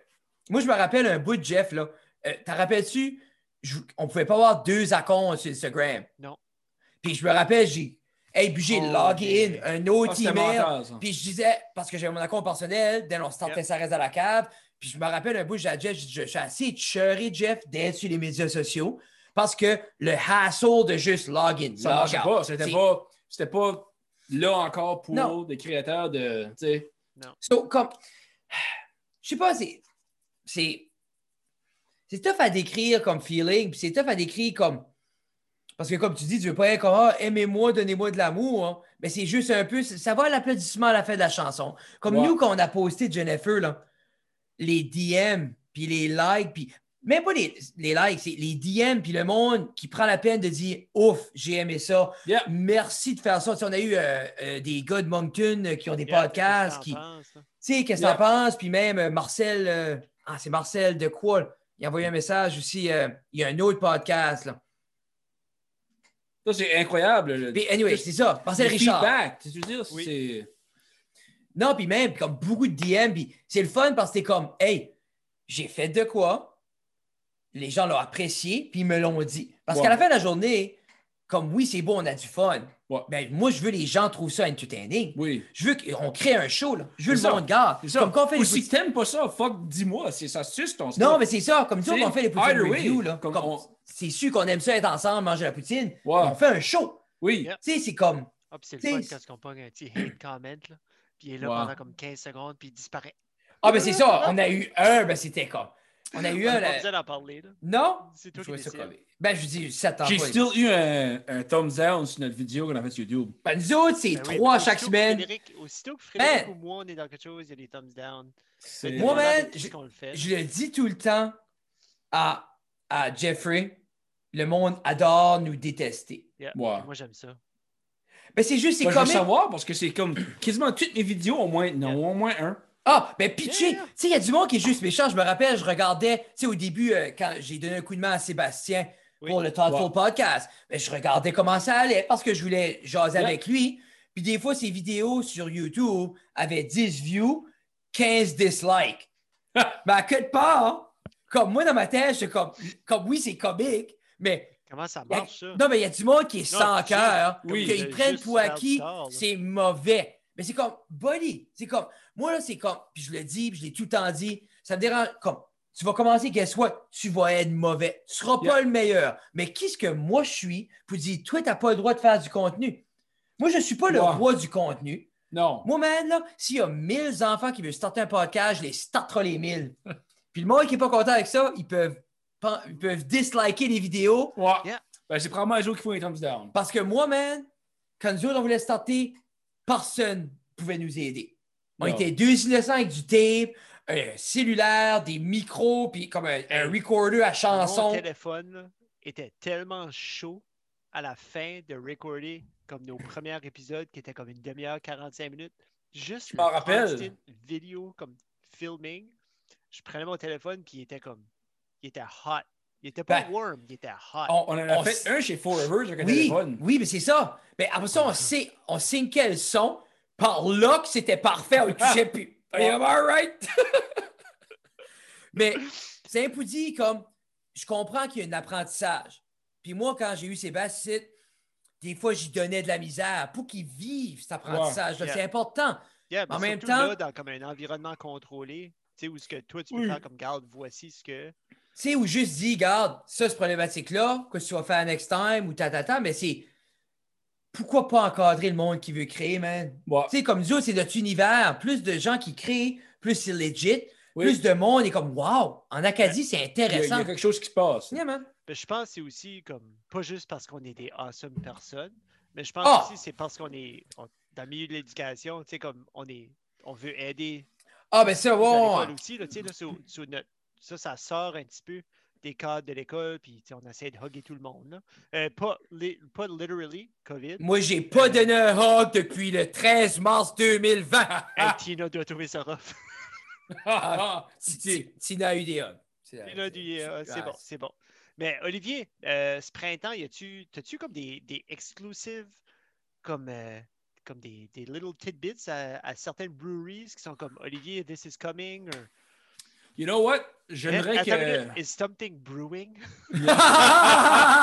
[SPEAKER 2] moi, je me rappelle un bout de Jeff, là. Euh, T'en rappelles-tu? Je- On pouvait pas avoir deux accounts sur Instagram.
[SPEAKER 1] Non.
[SPEAKER 2] Puis je me rappelle, j'ai, hey, puis j'ai
[SPEAKER 1] Oh,
[SPEAKER 2] login,
[SPEAKER 1] mais-
[SPEAKER 2] un
[SPEAKER 3] Ah,
[SPEAKER 2] autre
[SPEAKER 3] c'était
[SPEAKER 2] email.
[SPEAKER 3] mental, ça.
[SPEAKER 2] Puis je disais, parce que j'avais mon compte personnel, then on se tentait
[SPEAKER 1] Yep.
[SPEAKER 2] ça reste à la cave. Puis je me rappelle un bout, j'ai dit à Jeff, je, je suis assez cheuré, Jeff, d'être sur les médias sociaux parce que le hassle de juste login,
[SPEAKER 3] Ça
[SPEAKER 2] log
[SPEAKER 3] marchait
[SPEAKER 2] out,
[SPEAKER 3] pas. C'était
[SPEAKER 2] c'est-
[SPEAKER 3] pas, c'était pas là encore pour
[SPEAKER 2] Non.
[SPEAKER 3] des créateurs de. tu sais.
[SPEAKER 2] So, comme, je sais pas, c'est, c'est, c'est tough à décrire comme feeling, puis c'est tough à décrire comme, parce que comme tu dis, tu veux pas être comme, Ah, aimez-moi, donnez-moi de l'amour, hein. mais c'est juste un peu, ça va à l'applaudissement à la fin de la chanson. Comme
[SPEAKER 3] Ouais.
[SPEAKER 2] nous, quand on a posté Jennifer, là, les DM, puis les likes, puis même pas les, les likes, c'est les DM, puis le monde qui prend la peine de dire, ouf, j'ai aimé ça,
[SPEAKER 3] Yeah.
[SPEAKER 2] merci de faire ça. Tu sais, on a eu euh, euh, des gars de Moncton euh, qui ont des
[SPEAKER 1] Yeah,
[SPEAKER 2] podcasts,
[SPEAKER 1] qu'est-ce que
[SPEAKER 2] qui,
[SPEAKER 1] t'en penses, là?
[SPEAKER 2] tu sais, qu'est-ce que
[SPEAKER 3] Yeah.
[SPEAKER 2] t'en penses? Puis même euh, Marcel, euh, ah, c'est Marcel de quoi? là? Il a envoyé un message aussi. euh, il y a un autre podcast. Là.
[SPEAKER 3] Ça, c'est incroyable. le-
[SPEAKER 2] Puis anyway, c'est ça. Marcel
[SPEAKER 3] le
[SPEAKER 2] Richard.
[SPEAKER 3] feedback, tu sais, je veux dire,
[SPEAKER 1] Oui.
[SPEAKER 3] c'est-
[SPEAKER 2] Non, puis même, comme beaucoup de DM, puis c'est le fun parce que t'es comme, hey, j'ai fait de quoi? Les gens l'ont apprécié, puis ils me l'ont dit. Parce
[SPEAKER 3] Ouais.
[SPEAKER 2] qu'à la fin de la journée, comme oui, c'est beau, on a du fun.
[SPEAKER 3] Ouais.
[SPEAKER 2] Mais moi, je veux les gens trouvent ça entertaining.
[SPEAKER 3] Oui.
[SPEAKER 2] Je veux qu'on crée un show. Là. Je veux
[SPEAKER 3] C'est
[SPEAKER 2] le
[SPEAKER 3] ça.
[SPEAKER 2] monde garde.
[SPEAKER 3] C'est ça.
[SPEAKER 2] Comme quand on fait
[SPEAKER 3] Ou
[SPEAKER 2] les
[SPEAKER 3] si t'aimes pas ça, fuck, dis-moi. C'est ça, suce ton
[SPEAKER 2] Non,
[SPEAKER 3] stuff.
[SPEAKER 2] mais c'est ça, comme nous
[SPEAKER 3] C'est
[SPEAKER 2] autres, on fait les poutines
[SPEAKER 3] either way,
[SPEAKER 2] review, là.
[SPEAKER 3] comme
[SPEAKER 2] Comme Ah.
[SPEAKER 3] on-
[SPEAKER 2] C'est sûr qu'on aime ça être ensemble, manger la poutine.
[SPEAKER 3] Ouais.
[SPEAKER 2] On fait un show.
[SPEAKER 3] Oui.
[SPEAKER 1] Yeah.
[SPEAKER 2] Tu sais, c'est comme.
[SPEAKER 1] Ah, puis c'est le
[SPEAKER 2] T'sais,
[SPEAKER 1] fun
[SPEAKER 2] c'est-
[SPEAKER 1] quand on pogne un petit hate comment, là, puis il est là
[SPEAKER 3] Ouais.
[SPEAKER 1] pendant comme 15 secondes, puis il disparaît.
[SPEAKER 2] Ah, ben c'est ça, on a eu un, ben c'était comme. On a eu
[SPEAKER 1] On
[SPEAKER 2] un.
[SPEAKER 1] n'a
[SPEAKER 2] là-
[SPEAKER 1] pas besoin d'en parler, là.
[SPEAKER 2] Non?
[SPEAKER 1] C'est
[SPEAKER 2] Je
[SPEAKER 1] toi qui
[SPEAKER 2] trouvais ça
[SPEAKER 1] décides.
[SPEAKER 2] comme- Ben, je dis, ça t'en
[SPEAKER 3] J'ai
[SPEAKER 2] va.
[SPEAKER 3] still eu un, un thumbs down sur notre vidéo qu'on a fait sur YouTube.
[SPEAKER 2] Ben, nous autres, c'est
[SPEAKER 1] Ben oui,
[SPEAKER 2] trois
[SPEAKER 1] mais
[SPEAKER 2] chaque
[SPEAKER 1] aussitôt que
[SPEAKER 2] semaine.
[SPEAKER 1] Frédéric- aussitôt que Frédéric
[SPEAKER 2] Ben.
[SPEAKER 1] ou moi, on est dans quelque chose, il y a des thumbs down.
[SPEAKER 3] C'est-
[SPEAKER 2] Moi, man,
[SPEAKER 1] je...
[SPEAKER 2] je-
[SPEAKER 1] qu'on le fait.
[SPEAKER 2] Je le dis tout le temps à, à Jeffrey. Le monde adore nous détester.
[SPEAKER 1] Yeah.
[SPEAKER 3] Ouais.
[SPEAKER 1] Moi, j'aime ça.
[SPEAKER 2] Ben, c'est juste, c'est
[SPEAKER 3] Ben, je veux
[SPEAKER 2] comme.
[SPEAKER 3] savoir parce que c'est comme quasiment toutes mes vidéos, au moins, non, au moins un.
[SPEAKER 2] Ah, ben pitché!
[SPEAKER 1] Yeah.
[SPEAKER 2] Tu sais, il y a du monde qui est juste méchant. Je me rappelle, je regardais, tu sais, au début, euh, quand j'ai donné un coup de main à Sébastien,
[SPEAKER 1] Oui.
[SPEAKER 2] pour le Thoughtful
[SPEAKER 3] Ouais.
[SPEAKER 2] Podcast. Mais je regardais comment ça allait parce que je voulais jaser
[SPEAKER 3] Ouais.
[SPEAKER 2] avec lui. Puis des fois, ses vidéos sur YouTube avaient 10 views, 15 dislikes. mais à quelque part, comme moi dans ma tête, j'étais comme, comme oui, c'est comique, mais
[SPEAKER 1] Comment ça
[SPEAKER 2] y a-
[SPEAKER 1] marche, ça?
[SPEAKER 2] Non, mais il y a du monde qui est
[SPEAKER 1] Non,
[SPEAKER 2] sans
[SPEAKER 1] c'est-
[SPEAKER 2] cœur,
[SPEAKER 3] oui,
[SPEAKER 2] qu'ils
[SPEAKER 1] de
[SPEAKER 2] prennent
[SPEAKER 1] juste
[SPEAKER 2] pour
[SPEAKER 1] faire du
[SPEAKER 2] acquis,
[SPEAKER 1] tort, là.
[SPEAKER 2] c'est mauvais. Mais c'est comme, Bolly, c'est comme, moi, là, c'est comme, puis je le dis, puis je l'ai tout le temps dit, ça me dérange, comme, tu vas commencer, guess what? Tu vas être mauvais. Tu ne seras pas le meilleur. Mais qu'est-ce que moi, je suis pour dire, toi, tu n'as pas le droit de faire du contenu? Moi, je ne suis pas le
[SPEAKER 3] Ouais.
[SPEAKER 2] roi du contenu.
[SPEAKER 3] Non.
[SPEAKER 2] Moi, man, là, s'il y a 1000 enfants qui veulent starter un podcast, je les starterai les 1000. Puis le monde qui n'est pas content avec ça, ils peuvent, pen- ils peuvent disliker les vidéos,
[SPEAKER 3] Ouais.
[SPEAKER 1] Yeah.
[SPEAKER 3] Ben, c'est probablement les autres qui font les thumbs down.
[SPEAKER 2] parce que moi, man, quand nous autres, on voulait starter, personne pouvait nous aider. On
[SPEAKER 3] Non.
[SPEAKER 2] était deux innocents avec du tape, un cellulaire, des micros, puis comme un, un recorder à
[SPEAKER 1] Mon
[SPEAKER 2] chanson.
[SPEAKER 1] téléphone là, était tellement chaud à la fin de recorder comme nos premiers épisodes qui étaient comme une demi-heure, 45 minutes. Juste
[SPEAKER 3] Je m'en
[SPEAKER 1] le
[SPEAKER 3] rappelle.
[SPEAKER 1] constant vidéo comme filming. Je prenais mon téléphone puis il était comme il était hot. Il était pas
[SPEAKER 2] Ben,
[SPEAKER 1] warm, il était hot.
[SPEAKER 3] On, on en a
[SPEAKER 1] Oh,
[SPEAKER 2] On s-
[SPEAKER 3] fait un chez Four Rivers avec un
[SPEAKER 2] Oui,
[SPEAKER 3] téléphone.
[SPEAKER 2] oui, mais c'est ça. Mais après ça, on sait, on signe quel son. Par là que c'était parfait, on ne touchait plus.
[SPEAKER 3] Are you all right?
[SPEAKER 2] Mais c'est un peu dit comme je comprends qu'il y a un apprentissage. Puis moi, quand j'ai eu Sébastien, des fois, j'y donnais de la misère pour qu'il vive cet apprentissage-là.
[SPEAKER 1] Yeah.
[SPEAKER 2] C'est important.
[SPEAKER 1] Yeah, mais
[SPEAKER 2] en même
[SPEAKER 1] surtout
[SPEAKER 2] temps-
[SPEAKER 1] là, dans comme un environnement contrôlé, tu sais, où ce que toi tu peux
[SPEAKER 3] Oui.
[SPEAKER 1] faire comme garde, voici ce que.
[SPEAKER 2] Tu sais, ou juste dit, garde, ça, cette problématique-là, que tu vas faire next time ou tatata, mais c'est pourquoi pas encadrer le monde qui veut créer, man?
[SPEAKER 3] Ouais.
[SPEAKER 2] Tu sais, comme nous autres, c'est notre univers. Plus de gens qui créent, plus c'est legit,
[SPEAKER 3] Oui.
[SPEAKER 2] plus de monde est comme, wow, en Acadie, c'est
[SPEAKER 3] Il y, a, il y
[SPEAKER 2] intéressant.
[SPEAKER 3] a quelque chose qui se passe.
[SPEAKER 2] Yeah, man.
[SPEAKER 1] Mais Ben, je pense que c'est aussi comme pas juste parce qu'on est des awesome personnes, mais je pense
[SPEAKER 2] Ah!
[SPEAKER 1] aussi que c'est parce qu'on est on- dans le milieu de l'éducation, tu sais, comme on est on veut aider
[SPEAKER 2] Ah, ben ça,
[SPEAKER 1] les gens à
[SPEAKER 2] ouais.
[SPEAKER 1] l'école aussi, là, tu sais, là, sur- sur notre- ça, ça sort un petit peu des cadres de l'école, puis tu sais, on essaie de hugger tout le monde. là. Euh, pas, li- pas literally, COVID.
[SPEAKER 2] Moi, j'ai pas donné un hug depuis le 13 mars 2020.
[SPEAKER 1] Hey, Tina doit trouver ça rough.
[SPEAKER 3] Ah, ah,
[SPEAKER 2] Si- si- Tina a eu des hugs.
[SPEAKER 1] Tina dit, euh, c'est
[SPEAKER 2] Ah,
[SPEAKER 1] bon, c'est bon. Mais Olivier, euh, ce printemps, y a-tu, t'as-tu comme des, des exclusives, comme, euh, comme des, des little tidbits à, à certaines breweries qui sont comme Olivier, this is coming? Or...
[SPEAKER 3] You know what?
[SPEAKER 1] Eh,
[SPEAKER 3] J'aimerais
[SPEAKER 1] attends une
[SPEAKER 3] que.
[SPEAKER 1] minute, Is something brewing?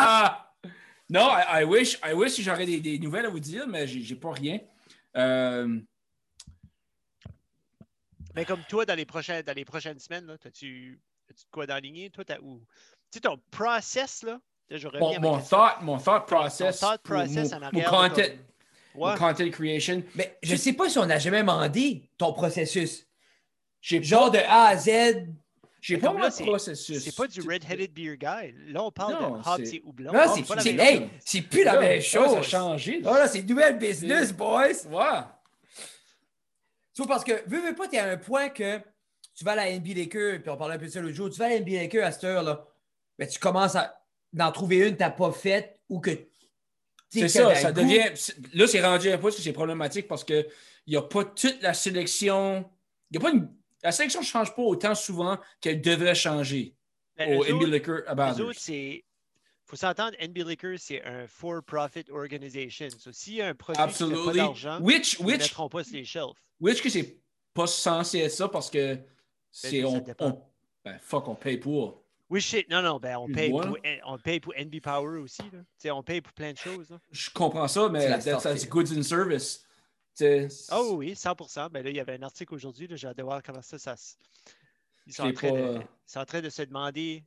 [SPEAKER 3] non, I, I wish, I wish que j'aurais des, des nouvelles à vous dire, mais j'ai j'ai pas rien. Euh,
[SPEAKER 1] Mais comme toi, dans les prochaines, dans les prochaines semaines, là, t'as-tu, as-tu de quoi d'enligner? Toi, t'as où? Tu sais, ton process, là, là, je reviens
[SPEAKER 3] mon,
[SPEAKER 1] à ma
[SPEAKER 3] mon
[SPEAKER 1] question.
[SPEAKER 3] thought, mon thought
[SPEAKER 1] Ton
[SPEAKER 3] process,
[SPEAKER 1] thought
[SPEAKER 3] pour
[SPEAKER 1] process
[SPEAKER 3] mon,
[SPEAKER 1] en
[SPEAKER 3] mon
[SPEAKER 1] arrière. de
[SPEAKER 3] content,
[SPEAKER 1] comme-
[SPEAKER 3] mon
[SPEAKER 1] Ouais.
[SPEAKER 3] content creation.
[SPEAKER 2] Mais je sais pas si on n'a jamais demandé ton processus.
[SPEAKER 3] J'ai
[SPEAKER 2] Genre de A à Z.
[SPEAKER 3] j'ai
[SPEAKER 1] Mais
[SPEAKER 3] pas
[SPEAKER 1] comme
[SPEAKER 3] mon
[SPEAKER 1] là, c'est-
[SPEAKER 3] processus.
[SPEAKER 1] C'est pas du Red-Headed Beer Guy. Là, on parle
[SPEAKER 3] Non,
[SPEAKER 1] de Hobbs
[SPEAKER 3] c'est-
[SPEAKER 1] et Houblon.
[SPEAKER 2] Là,
[SPEAKER 1] Ah,
[SPEAKER 2] c'est
[SPEAKER 1] pas la
[SPEAKER 2] c'est-
[SPEAKER 1] même
[SPEAKER 2] hey,
[SPEAKER 1] chose.
[SPEAKER 2] c'est plus la
[SPEAKER 3] Là,
[SPEAKER 2] même chose.
[SPEAKER 3] Ça a changé.
[SPEAKER 2] Oh
[SPEAKER 3] là.
[SPEAKER 2] là, c'est nouvelle business, boys.
[SPEAKER 3] Ouais.
[SPEAKER 2] Tu vois, parce que, veux, veux pas, t'es à un point que tu vas à la NB Laker, puis on parlait un peu de ça l'autre jour, tu vas à la NB Laker à cette heure-là, mais tu commences à en trouver une que t'as pas faite ou que... tu sais,
[SPEAKER 3] C'est
[SPEAKER 2] que
[SPEAKER 3] ça,
[SPEAKER 2] t'avais
[SPEAKER 3] ça
[SPEAKER 2] le goût.
[SPEAKER 3] devient. c'est- Là, c'est rendu un peu parce que c'est problématique parce qu'il n'y a pas toute la sélection. Il y a pas une. La sélection ne change pas autant souvent qu'elle devrait changer
[SPEAKER 1] Ben,
[SPEAKER 3] au
[SPEAKER 1] eux
[SPEAKER 3] Emile
[SPEAKER 1] autres-
[SPEAKER 3] Liquor à
[SPEAKER 1] Les
[SPEAKER 3] Bathurst.
[SPEAKER 1] autres, c'est. faut s'entendre, NB Liquor, c'est un for-profit organization. So, S'il y a un produit qui n'a pas
[SPEAKER 3] Absolutely.
[SPEAKER 1] d'argent,
[SPEAKER 3] Which,
[SPEAKER 1] ils ne
[SPEAKER 3] which,
[SPEAKER 1] mettront pas sur les shelves.
[SPEAKER 3] which que c'est pas censé être ça parce que c'est.
[SPEAKER 1] Ben, ça
[SPEAKER 3] On,
[SPEAKER 1] dépend.
[SPEAKER 3] on- ben, fuck, on paye pour.
[SPEAKER 1] Oui, shit. Non, non, ben, on, paye
[SPEAKER 3] Excuse-moi,
[SPEAKER 1] pour, on paye pour NB Power aussi. Là. Tu sais, On paye pour plein de choses. là.
[SPEAKER 3] Je comprends ça, mais
[SPEAKER 2] C'est la
[SPEAKER 3] that's, that's
[SPEAKER 2] sortie.
[SPEAKER 3] goods and service. C'est-
[SPEAKER 1] Oh oui, 100 Ben là, il y avait un article aujourd'hui. là, J'ai hâte de voir comment ça, ça se- Ils sont,
[SPEAKER 3] Je
[SPEAKER 1] en
[SPEAKER 3] l'ai
[SPEAKER 1] train de,
[SPEAKER 3] pas- euh,
[SPEAKER 1] ils sont en train de se demander.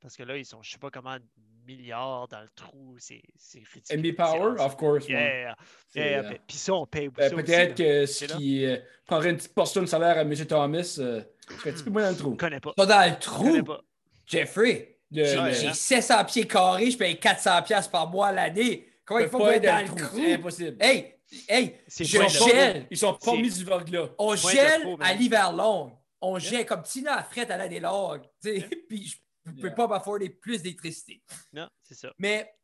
[SPEAKER 1] Parce que là, ils sont, je sais pas comment, milliards dans le trou. C'est c'est ridicule.
[SPEAKER 3] MB
[SPEAKER 1] C'est
[SPEAKER 3] Power,
[SPEAKER 1] awesome.
[SPEAKER 3] of course. ouais.
[SPEAKER 1] Yeah.
[SPEAKER 3] C'est,
[SPEAKER 1] yeah,
[SPEAKER 3] euh,
[SPEAKER 1] ben, Puis ça, on paye pour
[SPEAKER 3] Ben,
[SPEAKER 1] ça aussi,
[SPEAKER 3] Peut-être
[SPEAKER 1] là.
[SPEAKER 3] que ce
[SPEAKER 1] C'est là.
[SPEAKER 3] qui euh, prendrait une petite portion de salaire à M. Thomas, euh,
[SPEAKER 1] Hmm.
[SPEAKER 3] serait un petit peu moins dans le
[SPEAKER 1] Je
[SPEAKER 3] trou.
[SPEAKER 1] connais pas.
[SPEAKER 2] Pas dans le
[SPEAKER 1] Je connais
[SPEAKER 2] trou,
[SPEAKER 1] pas.
[SPEAKER 2] Jeffrey.
[SPEAKER 3] Le-
[SPEAKER 2] J'ai-
[SPEAKER 1] ouais,
[SPEAKER 2] J'ai
[SPEAKER 1] hein.
[SPEAKER 2] 700 pieds carrés, je paye 400 pièces par mois à l'année. Comment il faut pas être dans le trou?
[SPEAKER 3] C'est impossible.
[SPEAKER 2] Hey, hey,
[SPEAKER 1] C'est
[SPEAKER 2] je
[SPEAKER 1] pas
[SPEAKER 3] ils, sont
[SPEAKER 1] long.
[SPEAKER 2] gèle.
[SPEAKER 3] pas, ils sont pas
[SPEAKER 1] C'est-
[SPEAKER 3] mis du verglas. là.
[SPEAKER 2] On
[SPEAKER 1] Point de
[SPEAKER 2] gèle
[SPEAKER 1] trop, man.
[SPEAKER 2] à l'hiver long. On gèle comme Tina à frette à l'année longue. tu sais, Puis je peux
[SPEAKER 3] Yeah.
[SPEAKER 2] pas m'afforder plus d'électricité.
[SPEAKER 1] Non, c'est ça.
[SPEAKER 2] Mais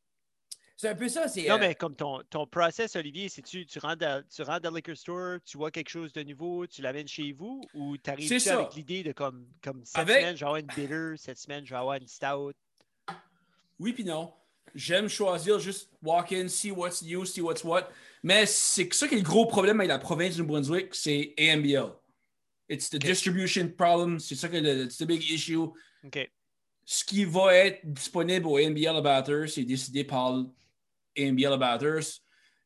[SPEAKER 2] c'est un peu ça. c'est
[SPEAKER 1] Non,
[SPEAKER 2] euh,
[SPEAKER 1] mais comme ton, ton process, Olivier, c'est tu, tu rentres dans, tu rentres dans le liquor store, tu vois quelque chose de nouveau, tu l'amènes chez vous ou t'arrives
[SPEAKER 3] C'est
[SPEAKER 1] tu
[SPEAKER 3] ça.
[SPEAKER 1] avec l'idée de comme, comme cette
[SPEAKER 3] Avec-
[SPEAKER 1] semaine, je vais avoir une bitter, cette semaine, je vais avoir une stout.
[SPEAKER 3] oui puis non. J'aime choisir juste walk in, see what's new, see what's what. Mais c'est ça qui est le gros problème avec la province du Brunswick, c'est AMBL. It's the
[SPEAKER 1] Ok.
[SPEAKER 3] distribution problem. C'est ça que le, it's the big issue.
[SPEAKER 1] OK.
[SPEAKER 3] Ce qui va être disponible au NBL Abatters, c'est décidé par NBL Abatters.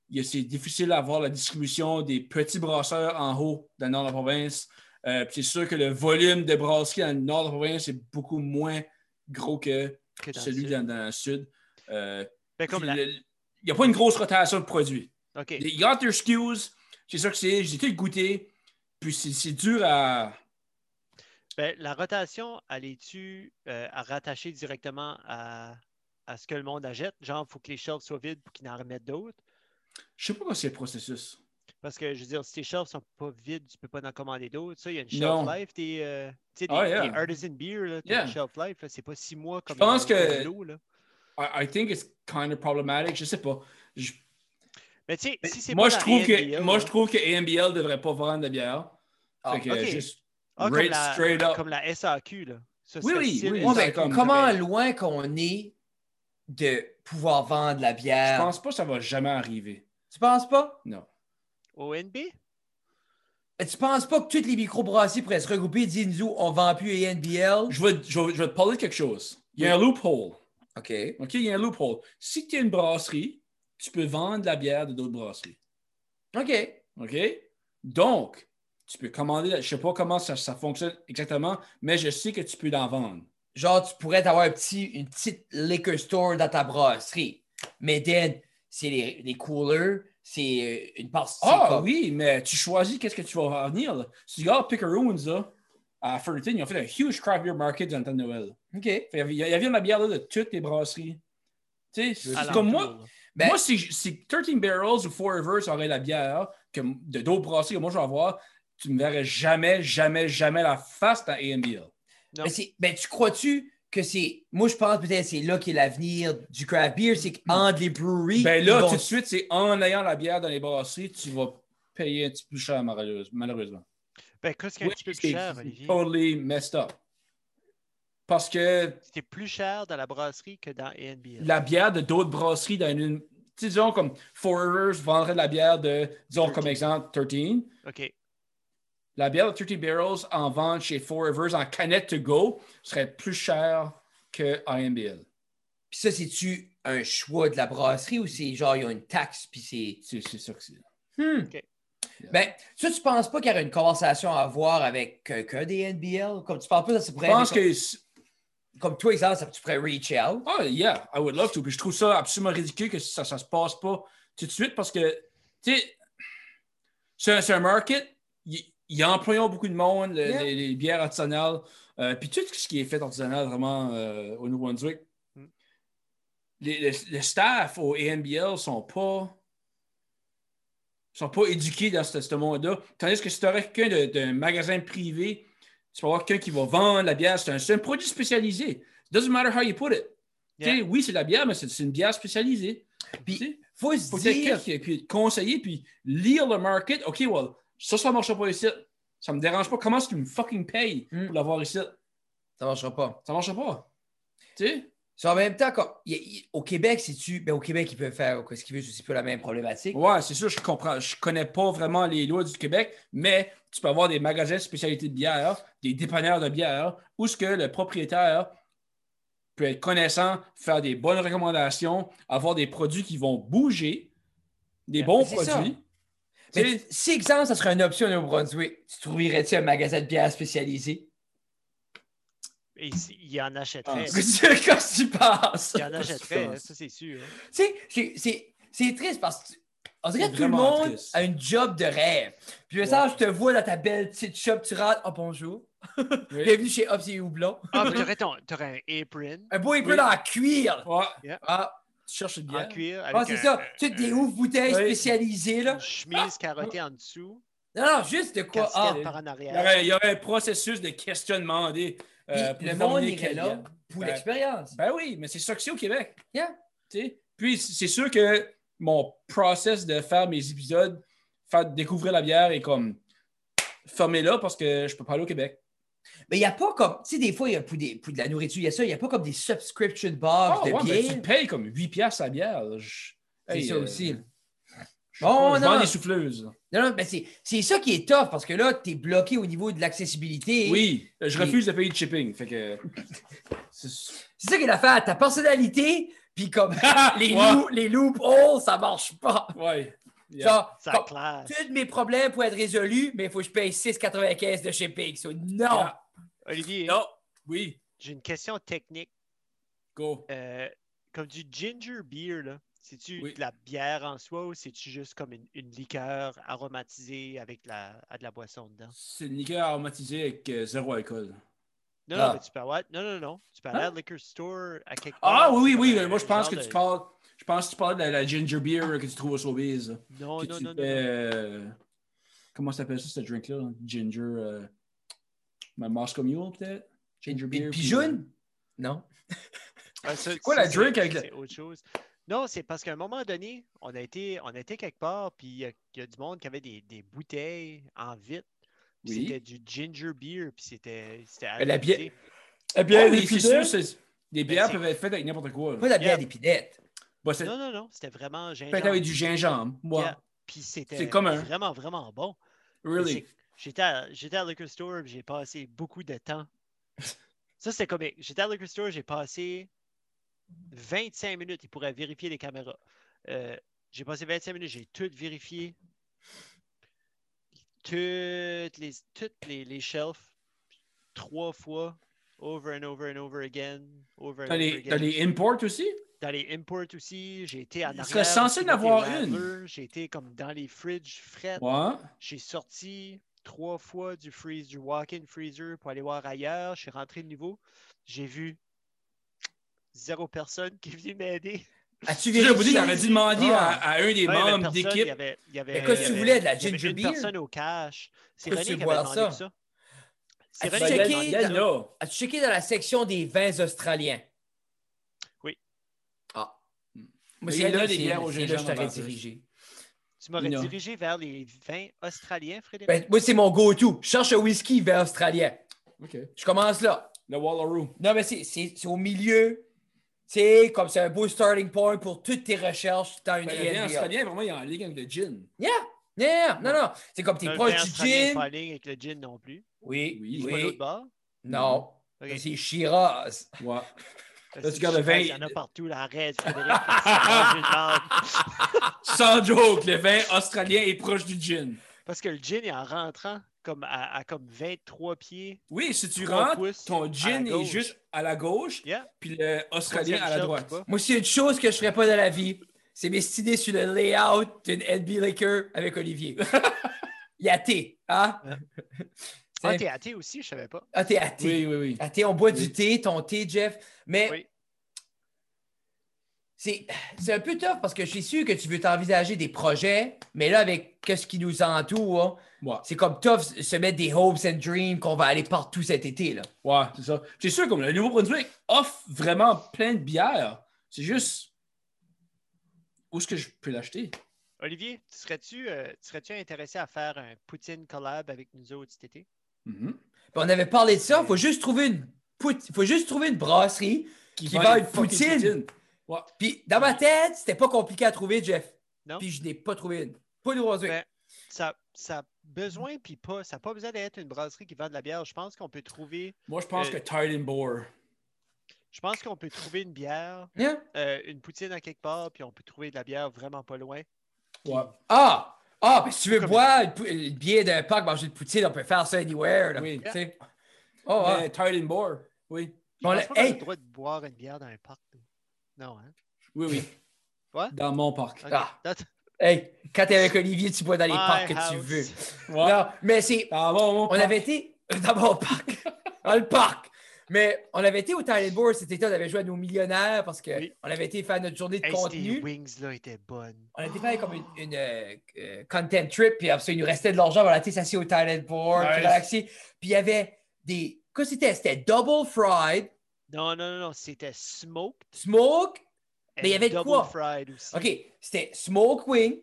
[SPEAKER 3] Il y a- C'est difficile d'avoir la distribution des petits brasseurs en haut dans le nord de la province. Euh, puis c'est sûr que le volume de brasseries dans le nord de la province est beaucoup moins gros que
[SPEAKER 1] que dans le
[SPEAKER 3] celui
[SPEAKER 1] sud.
[SPEAKER 3] dans, dans le sud. Euh,
[SPEAKER 1] Ben, comme
[SPEAKER 3] puis
[SPEAKER 1] la-
[SPEAKER 3] le- Il n'y a pas une grosse rotation de produits.
[SPEAKER 1] OK.
[SPEAKER 3] They got their skews. C'est ça que c'est. J'ai tout goûté. Puis c'est c'est dur à.
[SPEAKER 1] Ben, la rotation, allez-tu euh, à rattacher directement à, à ce que le monde achète? Genre, il faut que les shelves soient vides pour qu'ils en remettent d'autres.
[SPEAKER 3] Je sais pas quoi c'est le processus.
[SPEAKER 1] Parce que, je veux dire, si tes shelves sont pas vides, tu peux pas en commander d'autres. Ça, il y a une shelf
[SPEAKER 3] Non.
[SPEAKER 1] life. Des, euh, tu sais, des,
[SPEAKER 3] Ah, yeah.
[SPEAKER 1] des artisan beer, là, t'as
[SPEAKER 3] Yeah.
[SPEAKER 1] une shelf life. là, C'est pas six mois comme
[SPEAKER 3] pense
[SPEAKER 1] dans- comme
[SPEAKER 3] que-
[SPEAKER 1] l'eau, là.
[SPEAKER 3] I, I think it's kind of problematic. Je sais pas. Je-
[SPEAKER 1] Mais tu sais, si c'est
[SPEAKER 3] moi,
[SPEAKER 1] pas
[SPEAKER 3] je
[SPEAKER 1] dans
[SPEAKER 3] trouve que,
[SPEAKER 1] AMBL,
[SPEAKER 3] moi,
[SPEAKER 1] là-
[SPEAKER 3] je trouve que AMBL devrait pas vendre de bière.
[SPEAKER 2] Ah,
[SPEAKER 3] fait que
[SPEAKER 1] ok.
[SPEAKER 3] juste
[SPEAKER 1] Ah, comme,
[SPEAKER 3] rate
[SPEAKER 1] la,
[SPEAKER 3] straight up.
[SPEAKER 1] comme la SAQ, là. Ça,
[SPEAKER 3] Oui,
[SPEAKER 1] c'est
[SPEAKER 3] oui,
[SPEAKER 1] facile,
[SPEAKER 3] oui.
[SPEAKER 1] une
[SPEAKER 2] Ouais, ben,
[SPEAKER 3] comme-
[SPEAKER 2] comment loin qu'on est de pouvoir vendre de la
[SPEAKER 3] Je
[SPEAKER 2] bière?
[SPEAKER 3] pense pas que ça va jamais arriver.
[SPEAKER 2] Tu penses pas?
[SPEAKER 3] Non.
[SPEAKER 1] ONB?
[SPEAKER 2] Mais Tu penses pas que toutes les microbrasseries pourraient se regrouper et dire nous, on vend plus ANBL?
[SPEAKER 3] Je vais, je vais- je vais te parler de quelque chose. Il y a un loophole.
[SPEAKER 2] OK.
[SPEAKER 3] OK? Il y a un loophole. Si tu es une brasserie, tu peux vendre de la bière de d'autres brasseries.
[SPEAKER 2] OK.
[SPEAKER 3] OK? Donc, tu peux commander, je ne sais pas comment ça, ça fonctionne exactement, mais je sais que tu peux l'en vendre.
[SPEAKER 2] Genre, tu pourrais avoir un petit, une petite liquor store dans ta brasserie. Mais then, c'est les, les coolers, c'est euh, une partie.
[SPEAKER 3] Ah
[SPEAKER 2] comme-
[SPEAKER 3] oui, mais tu choisis qu'est-ce que tu vas venir. Là. Si tu ah, regardes Pickeroons, là, à Fullerton, ils ont fait un huge craft beer market dans le temps de Noël.
[SPEAKER 2] OK.
[SPEAKER 3] Fait, il y avait de la bière là, de toutes les brasseries. Tu sais,
[SPEAKER 2] À
[SPEAKER 3] c'est comme moi,
[SPEAKER 2] Ben-
[SPEAKER 3] moi si, j- si 13 Barrels ou Forever ça aurait la bière que m- de d'autres brasseries que moi je vais avoir, tu ne me verrais jamais, jamais, jamais la face dans AMBL.
[SPEAKER 1] Non.
[SPEAKER 2] Mais c'est- ben, tu crois-tu que c'est. Moi, je pense peut-être que c'est là qu'est l'avenir du craft beer, c'est qu'entre les breweries.
[SPEAKER 3] Ben là,
[SPEAKER 2] ils vont-
[SPEAKER 3] tout de suite, c'est en ayant la bière dans les brasseries, tu vas payer un petit peu plus cher, malheureuse- malheureusement.
[SPEAKER 1] Ben, qu'est-ce qui est un petit peu plus
[SPEAKER 3] C'est
[SPEAKER 1] cher, Olivier?
[SPEAKER 3] Totally messed up. Parce que
[SPEAKER 1] C'était plus cher dans la brasserie que dans ANBL.
[SPEAKER 3] la bière de d'autres brasseries dans une. tu sais, Disons comme Forevers vendrait de la bière de, disons
[SPEAKER 1] 13.
[SPEAKER 3] comme exemple, 13.
[SPEAKER 1] OK.
[SPEAKER 3] La bière de 30 Barrels en vente chez Forevers en canette to go serait plus chère que IMBL.
[SPEAKER 2] Puis ça, c'est-tu un choix de la brasserie ou c'est genre, ils ont une taxe, puis c'est.
[SPEAKER 3] C'est c'est ça que c'est.
[SPEAKER 2] Hmm.
[SPEAKER 1] OK.
[SPEAKER 2] Ben, ça, tu penses pas qu'il y aurait une conversation à avoir avec quelqu'un des NBL? Comme tu parles pas, ça se
[SPEAKER 3] Je
[SPEAKER 2] pourrait.
[SPEAKER 3] pense
[SPEAKER 2] comme,
[SPEAKER 3] que.
[SPEAKER 2] comme toi, exemple, ça, tu pourrais reach out.
[SPEAKER 3] Ah, yeah, I would love to. Puis je trouve ça absolument ridicule que ça ne se passe pas tout de suite parce que, tu sais, c'est un- c'est un market, ils ils emploient beaucoup de monde, le-
[SPEAKER 2] Yeah.
[SPEAKER 3] les, les bières artisanales, euh, puis tout ce qui est fait artisanal vraiment euh, au Nouveau-Brunswick.
[SPEAKER 1] Mm.
[SPEAKER 3] Les, le- le staff au ANBL sont pas sont pas éduqués dans ce, ce monde-là. Tandis que si tu aurais quelqu'un de- d'un magasin privé, tu vas avoir quelqu'un qui va vendre la bière. C'est un, c'est un produit spécialisé. Doesn't matter how you put it. Tu sais,
[SPEAKER 1] Yeah.
[SPEAKER 3] Oui, c'est de la bière, mais c'est c'est une bière spécialisée.
[SPEAKER 2] Puis,
[SPEAKER 3] Tu sais,
[SPEAKER 2] Faut se
[SPEAKER 3] faut que
[SPEAKER 2] dire.
[SPEAKER 3] quelqu'un qui puis conseiller, puis lire le market. OK, well, ça, ça ne marchera pas ici. Ça me dérange pas. Comment est-ce que tu me fucking payes
[SPEAKER 2] Mm.
[SPEAKER 3] pour l'avoir ici?
[SPEAKER 2] Ça marchera pas.
[SPEAKER 3] Ça ne marchera pas. Tu sais?
[SPEAKER 2] C'est en même temps, comme, il- il- au Québec, si tu. Ben, au Québec, ils peuvent faire ce qu'ils veulent, c'est pas la même problématique.
[SPEAKER 3] Ouais, c'est sûr, je comprends. Je connais pas vraiment les lois du Québec, mais tu peux avoir des magasins de spécialités de bière, des dépanneurs de bière, où ce que le propriétaire peut être connaissant, faire des bonnes recommandations, avoir des produits qui vont bouger, des
[SPEAKER 1] Yeah.
[SPEAKER 3] bons
[SPEAKER 2] C'est ça.
[SPEAKER 3] produits.
[SPEAKER 2] Mais
[SPEAKER 3] Tu sais,
[SPEAKER 2] tu- si, exemple, ça serait une option au Brunswick, tu trouverais-tu un magasin de bière spécialisé?
[SPEAKER 1] Et ici, il en achèterait.
[SPEAKER 3] Ah,
[SPEAKER 2] Qu'est-ce que tu penses?
[SPEAKER 1] il en achèterait, ça, c'est sûr. hein.
[SPEAKER 2] Tu sais, c'est- c'est- c'est triste parce que tu- on dirait
[SPEAKER 3] C'est
[SPEAKER 2] que tout le
[SPEAKER 3] vraiment
[SPEAKER 2] monde
[SPEAKER 3] triste.
[SPEAKER 2] a une job de rêve. Puis,
[SPEAKER 3] Ouais.
[SPEAKER 2] ça, je te vois dans ta belle petite shop, tu rentres. Oh, bonjour.
[SPEAKER 3] Oui.
[SPEAKER 2] Bienvenue chez Hobbs et Houblon.
[SPEAKER 1] Ah, mais t'aurais, ton- t'aurais un apron
[SPEAKER 2] Un beau épaule
[SPEAKER 3] Oui.
[SPEAKER 2] en cuir.
[SPEAKER 3] Ouais,
[SPEAKER 2] Ah,
[SPEAKER 3] tu cherches une
[SPEAKER 1] en
[SPEAKER 3] bière. euh,
[SPEAKER 1] cuir
[SPEAKER 2] ah,
[SPEAKER 1] avec
[SPEAKER 2] c'est
[SPEAKER 1] un-
[SPEAKER 2] ça. Toutes des ouf bouteilles
[SPEAKER 3] Oui.
[SPEAKER 2] spécialisées, là.
[SPEAKER 1] une chemise carottée en dessous,
[SPEAKER 2] Non, non, juste de quoi. Ah,
[SPEAKER 1] casquette par en
[SPEAKER 3] Il y,
[SPEAKER 1] arrière.
[SPEAKER 3] aurait, il y aurait un processus de questionnement des, euh,
[SPEAKER 2] Puis
[SPEAKER 3] pour
[SPEAKER 2] le monde
[SPEAKER 3] déterminer
[SPEAKER 2] irait
[SPEAKER 3] quelle
[SPEAKER 2] là
[SPEAKER 3] bière.
[SPEAKER 2] pour
[SPEAKER 3] Ben,
[SPEAKER 2] l'expérience.
[SPEAKER 3] Ben oui, mais c'est ça que c'est au Québec.
[SPEAKER 2] Yeah.
[SPEAKER 3] Tu sais, Puis c- c'est sûr que mon process de faire mes épisodes, faire découvrir la bière est comme fermé là parce que je peux pas aller au Québec.
[SPEAKER 2] Mais il n'y a pas comme, tu sais, des fois, il y a pour, des- pour de la nourriture, il y a ça, il n'y a pas comme des subscription bars
[SPEAKER 3] Ah,
[SPEAKER 2] de
[SPEAKER 3] ouais, mais
[SPEAKER 2] bière.
[SPEAKER 3] tu payes comme 8 piastres à la bière. là. Je-
[SPEAKER 2] C'est
[SPEAKER 3] Hey,
[SPEAKER 2] ça
[SPEAKER 3] euh,
[SPEAKER 2] aussi.
[SPEAKER 3] Je,
[SPEAKER 2] Bon,
[SPEAKER 3] je
[SPEAKER 2] non.
[SPEAKER 3] vends des souffleuses.
[SPEAKER 2] Non, non, mais c'est c'est ça qui est tough parce que là, tu es bloqué au niveau de l'accessibilité.
[SPEAKER 3] Oui, je
[SPEAKER 2] Et-
[SPEAKER 3] refuse de payer de shipping. Fait que. c'est-
[SPEAKER 2] C'est ça qui est l'affaire. Ta personnalité, puis comme les,
[SPEAKER 3] Ouais.
[SPEAKER 2] loups, les loopholes, ça marche pas.
[SPEAKER 3] Ouais. Yeah.
[SPEAKER 2] Genre,
[SPEAKER 1] Ça
[SPEAKER 2] comme,
[SPEAKER 1] clash.
[SPEAKER 2] tous mes problèmes pour être résolus, mais il faut que je paye 6,95 de shipping. So, non!
[SPEAKER 3] Yeah.
[SPEAKER 1] Olivier,
[SPEAKER 3] Ah, Non. Oui,
[SPEAKER 1] j'ai une question technique.
[SPEAKER 3] go.
[SPEAKER 1] Euh, comme du ginger beer, là, c'est-tu
[SPEAKER 3] Oui.
[SPEAKER 1] de la bière en soi ou c'est-tu juste comme une, une liqueur aromatisée avec de la, à de la boisson dedans?
[SPEAKER 3] C'est une liqueur aromatisée avec euh, zéro alcool.
[SPEAKER 1] Non,
[SPEAKER 2] Ah.
[SPEAKER 1] non, mais tu peux avoir. Non, non, non. Tu peux aller à la liquor store à quelque part.
[SPEAKER 3] Hein? Ah oui,
[SPEAKER 1] c'est
[SPEAKER 3] oui,
[SPEAKER 1] comme
[SPEAKER 3] oui.
[SPEAKER 1] un
[SPEAKER 3] Moi, je pense que
[SPEAKER 1] euh, genre
[SPEAKER 3] tu
[SPEAKER 1] de-
[SPEAKER 3] parles. Je pense que tu parles de la, la ginger beer que tu trouves au Sobeys. là.
[SPEAKER 1] Non, Oh,
[SPEAKER 3] Que
[SPEAKER 1] non,
[SPEAKER 3] tu
[SPEAKER 1] non, non,
[SPEAKER 3] fais,
[SPEAKER 1] non.
[SPEAKER 3] euh, Comment ça s'appelle ça, ce drink-là? là? Ginger. euh, Ma Moscow Mule, peut-être? Ginger
[SPEAKER 2] Une
[SPEAKER 3] puis, euh,
[SPEAKER 2] pigeoune? Non.
[SPEAKER 1] Ah, ça,
[SPEAKER 3] quoi
[SPEAKER 1] ça,
[SPEAKER 3] la drink
[SPEAKER 1] c'est-
[SPEAKER 3] avec
[SPEAKER 1] ça,
[SPEAKER 3] la-
[SPEAKER 1] C'est autre chose. Non, c'est parce qu'à un moment donné, on a été, on a été quelque part, puis il y, a- il y a du monde qui avait des, des bouteilles en vitre. puis
[SPEAKER 3] Oui.
[SPEAKER 1] C'était du ginger beer, puis c'était. c'était
[SPEAKER 3] Mais la bière-
[SPEAKER 1] alcoolisé.
[SPEAKER 3] Eh
[SPEAKER 2] bien,
[SPEAKER 3] bien,
[SPEAKER 1] Oh,
[SPEAKER 2] les
[SPEAKER 3] les
[SPEAKER 2] fidèles-
[SPEAKER 3] Des bières
[SPEAKER 1] c'est-
[SPEAKER 3] peuvent être faites avec n'importe quoi.
[SPEAKER 2] Pas de la
[SPEAKER 1] Yeah.
[SPEAKER 2] bière d'épinette.
[SPEAKER 3] Bah, c'est
[SPEAKER 1] Non, non, non, c'était vraiment
[SPEAKER 3] fait
[SPEAKER 1] gingembre.
[SPEAKER 3] avec du gingembre. Moi,
[SPEAKER 1] Yeah. Puis c'était
[SPEAKER 3] commun.
[SPEAKER 1] vraiment, vraiment bon.
[SPEAKER 3] really.
[SPEAKER 1] c'est- J'étais à, j'étais à Liquor Store, puis j'ai passé beaucoup de temps. Ça, c'était comique. J'étais à Liquor Store, j'ai passé 25 minutes. Ils pourraient vérifier les caméras. Euh, j'ai passé 25 minutes, j'ai tout vérifié. Toutes les, toutes les, les shelves, trois fois, over and over and over again, over and
[SPEAKER 3] T'as
[SPEAKER 1] over
[SPEAKER 3] les,
[SPEAKER 1] again.
[SPEAKER 3] t'as les imports aussi?
[SPEAKER 1] Dans les imports aussi, j'ai été en
[SPEAKER 3] Il
[SPEAKER 1] arrière.
[SPEAKER 3] serait
[SPEAKER 1] j'ai
[SPEAKER 3] censé en
[SPEAKER 1] mis des
[SPEAKER 3] avoir une.
[SPEAKER 1] Radler, J'ai été comme dans les fridges frettes.
[SPEAKER 3] Ouais.
[SPEAKER 1] J'ai sorti trois fois du freeze, du walk-in freezer pour aller voir ailleurs. Je suis rentré de nouveau. J'ai vu zéro personne qui est venue m'aider.
[SPEAKER 2] As-tu
[SPEAKER 3] Je vous
[SPEAKER 2] vérifié?
[SPEAKER 3] dis, j'aurais dû demander
[SPEAKER 2] Ah.
[SPEAKER 3] à, à
[SPEAKER 1] Non,
[SPEAKER 3] un des
[SPEAKER 1] il y avait
[SPEAKER 3] membres
[SPEAKER 1] personne, il y
[SPEAKER 3] d'équipe.
[SPEAKER 1] avait- il y avait-
[SPEAKER 2] Mais qu'est-ce
[SPEAKER 1] il y
[SPEAKER 2] que tu
[SPEAKER 1] avait-
[SPEAKER 2] voulais, de la
[SPEAKER 1] il y avait
[SPEAKER 2] ginger
[SPEAKER 1] une
[SPEAKER 2] beer?
[SPEAKER 1] personne au cash. C'est
[SPEAKER 2] Pourquoi
[SPEAKER 1] René
[SPEAKER 2] tu
[SPEAKER 1] qui
[SPEAKER 2] vois
[SPEAKER 1] avait demandé
[SPEAKER 2] ça?
[SPEAKER 1] tout ça. C'est
[SPEAKER 3] Ben,
[SPEAKER 2] As-tu
[SPEAKER 1] René qui avait
[SPEAKER 2] checké
[SPEAKER 1] demandé
[SPEAKER 3] Il y en
[SPEAKER 1] ça.
[SPEAKER 3] a.
[SPEAKER 2] As-tu checké dans la section des vins australiens?
[SPEAKER 1] Oui.
[SPEAKER 2] Ah.
[SPEAKER 3] Mais il y en a des bières au
[SPEAKER 2] c'est là que
[SPEAKER 3] gingembre
[SPEAKER 2] je t'aurais
[SPEAKER 3] en plus.
[SPEAKER 2] dirigé.
[SPEAKER 1] Tu m'aurais
[SPEAKER 3] Il y en a.
[SPEAKER 1] dirigé vers les vins australiens, Frédéric.
[SPEAKER 2] Ben, moi, c'est mon go-to. Je cherche un whisky vin australien.
[SPEAKER 3] OK.
[SPEAKER 2] Je commence là.
[SPEAKER 3] Le Wallaroo.
[SPEAKER 2] Non, mais c'est- c'est c'est au milieu. C'est comme c'est un beau starting point pour toutes tes recherches dans une
[SPEAKER 3] Ben, Le vin
[SPEAKER 2] INBA.
[SPEAKER 3] australien, vraiment, il est en ligne avec le gin.
[SPEAKER 2] Yeah! Yeah! Non, non. C'est comme
[SPEAKER 1] Non,
[SPEAKER 2] tes
[SPEAKER 1] le
[SPEAKER 2] proches
[SPEAKER 1] vin
[SPEAKER 2] du
[SPEAKER 1] australien est
[SPEAKER 2] gin.
[SPEAKER 1] pas en ligne avec le gin non plus.
[SPEAKER 2] Oui.
[SPEAKER 3] Oui.
[SPEAKER 2] Oui.
[SPEAKER 1] C'est pas l'autre bord.
[SPEAKER 2] Non.
[SPEAKER 1] Ok.
[SPEAKER 2] C'est Shiraz.
[SPEAKER 3] Ouais.
[SPEAKER 1] Parce
[SPEAKER 3] Là,
[SPEAKER 1] que
[SPEAKER 3] tu gardes le
[SPEAKER 1] je sais pas,
[SPEAKER 3] vin.
[SPEAKER 1] Il y en a partout, la reste, Frédéric. c'est une marde.
[SPEAKER 3] Sans joke, le vin australien est proche du gin.
[SPEAKER 1] Parce que le gin est en rentrant comme à, à comme 23 pieds.
[SPEAKER 3] Oui, si tu
[SPEAKER 1] Trois
[SPEAKER 3] rentres,
[SPEAKER 1] pouces à
[SPEAKER 3] ton
[SPEAKER 1] la
[SPEAKER 3] gin est
[SPEAKER 1] gauche.
[SPEAKER 3] juste à la gauche,
[SPEAKER 1] Yeah.
[SPEAKER 3] puis le australien à la
[SPEAKER 1] Troisième
[SPEAKER 3] droite.
[SPEAKER 1] shelf du bas.
[SPEAKER 2] Moi, s'il y a une chose que je ne ferais pas dans la vie, c'est m'estimer sur le layout d'une NB Liquor avec Olivier. Il y a thé, hein?
[SPEAKER 1] Ah,
[SPEAKER 2] C'est-
[SPEAKER 1] t'es athée aussi, je savais pas.
[SPEAKER 2] Ah, t'es athée.
[SPEAKER 3] Oui, oui, oui.
[SPEAKER 2] Athée, on boit
[SPEAKER 3] Oui.
[SPEAKER 2] du thé, ton thé, Jeff. Mais
[SPEAKER 1] Oui.
[SPEAKER 2] c'est c'est un peu tough parce que je suis sûr que tu veux t'envisager des projets, mais là, avec que ce qui nous entoure, hein,
[SPEAKER 3] Ouais,
[SPEAKER 2] c'est comme tough se mettre des hopes and dreams qu'on va aller partout cet été. Là.
[SPEAKER 3] ouais c'est ça. C'est sûr, comme le Nouveau-Brunswick offre vraiment plein de bières. C'est juste. Où est-ce que je peux l'acheter?
[SPEAKER 1] Olivier, tu serais-tu euh, tu serais-tu intéressé à faire un Poutine collab avec nous autres cet été?
[SPEAKER 3] Mhm.
[SPEAKER 2] Puis on avait parlé de ça, il faut juste trouver une pout- faut juste trouver une brasserie. Qui vend
[SPEAKER 3] des
[SPEAKER 2] une poutine.
[SPEAKER 3] fucking
[SPEAKER 2] Puis dans ma tête, c'était pas compliqué à trouver, Jeff.
[SPEAKER 1] Non.
[SPEAKER 2] Puis je n'ai pas trouvé une. Pas de rosée.
[SPEAKER 1] Ben, Ça, ça a besoin, puis pas. Ça n'a pas besoin d'être une brasserie qui vend de la bière. Je pense qu'on peut trouver.
[SPEAKER 3] Moi, je pense
[SPEAKER 1] Euh,
[SPEAKER 3] que Titan Boar.
[SPEAKER 1] Je pense qu'on peut trouver une bière,
[SPEAKER 2] Hein?
[SPEAKER 1] euh, une poutine à quelque part, puis on peut trouver de la bière vraiment pas loin.
[SPEAKER 3] Ouais.
[SPEAKER 2] Ah! Ah, ben, si tu veux
[SPEAKER 1] Comme-
[SPEAKER 2] boire une, pou- une bière d'un parc, manger de poutine, on peut faire ça anywhere. Là,
[SPEAKER 3] Oui.
[SPEAKER 2] tu sais. Oh, ouais.
[SPEAKER 3] Mais Titan Boar. Oui.
[SPEAKER 1] Je
[SPEAKER 2] On
[SPEAKER 1] pense
[SPEAKER 2] l'a-
[SPEAKER 1] pas qu'on a
[SPEAKER 2] hey!
[SPEAKER 1] le droit de boire une bière dans un parc. nous. Non, hein?
[SPEAKER 3] Oui, oui.
[SPEAKER 1] Ouais?
[SPEAKER 3] Dans mon parc.
[SPEAKER 1] Ok.
[SPEAKER 2] Ah.
[SPEAKER 1] That's-
[SPEAKER 2] Hey, quand t'es avec Olivier, tu bois dans les
[SPEAKER 1] My
[SPEAKER 2] parcs que tu
[SPEAKER 1] house.
[SPEAKER 2] veux.
[SPEAKER 3] Ouais.
[SPEAKER 2] Non, mais c'est.
[SPEAKER 3] Dans mon, mon
[SPEAKER 2] On
[SPEAKER 3] parc.
[SPEAKER 2] avait été. Dans mon parc. dans le parc. Mais on avait été au Thailand Board cet été, on avait joué à nos millionnaires parce qu'on
[SPEAKER 1] Oui.
[SPEAKER 2] avait été faire notre journée de
[SPEAKER 1] Hey, ces
[SPEAKER 2] contenu.
[SPEAKER 1] wings-là étaient bonnes.
[SPEAKER 2] On a été faire comme une, une, euh, euh, content trip, puis après ça, il nous restait de l'argent. On a été s'assis au Thailand Board, puis
[SPEAKER 3] Nice.
[SPEAKER 2] relaxé. Puis il y avait des. Qu'est-ce que c'était? C'était double fried,
[SPEAKER 1] Non, non, non, non, c'était smoked.
[SPEAKER 2] smoke.
[SPEAKER 1] and
[SPEAKER 2] Mais il y avait de
[SPEAKER 1] double
[SPEAKER 2] quoi?
[SPEAKER 1] fried aussi.
[SPEAKER 2] OK, c'était smoke wing,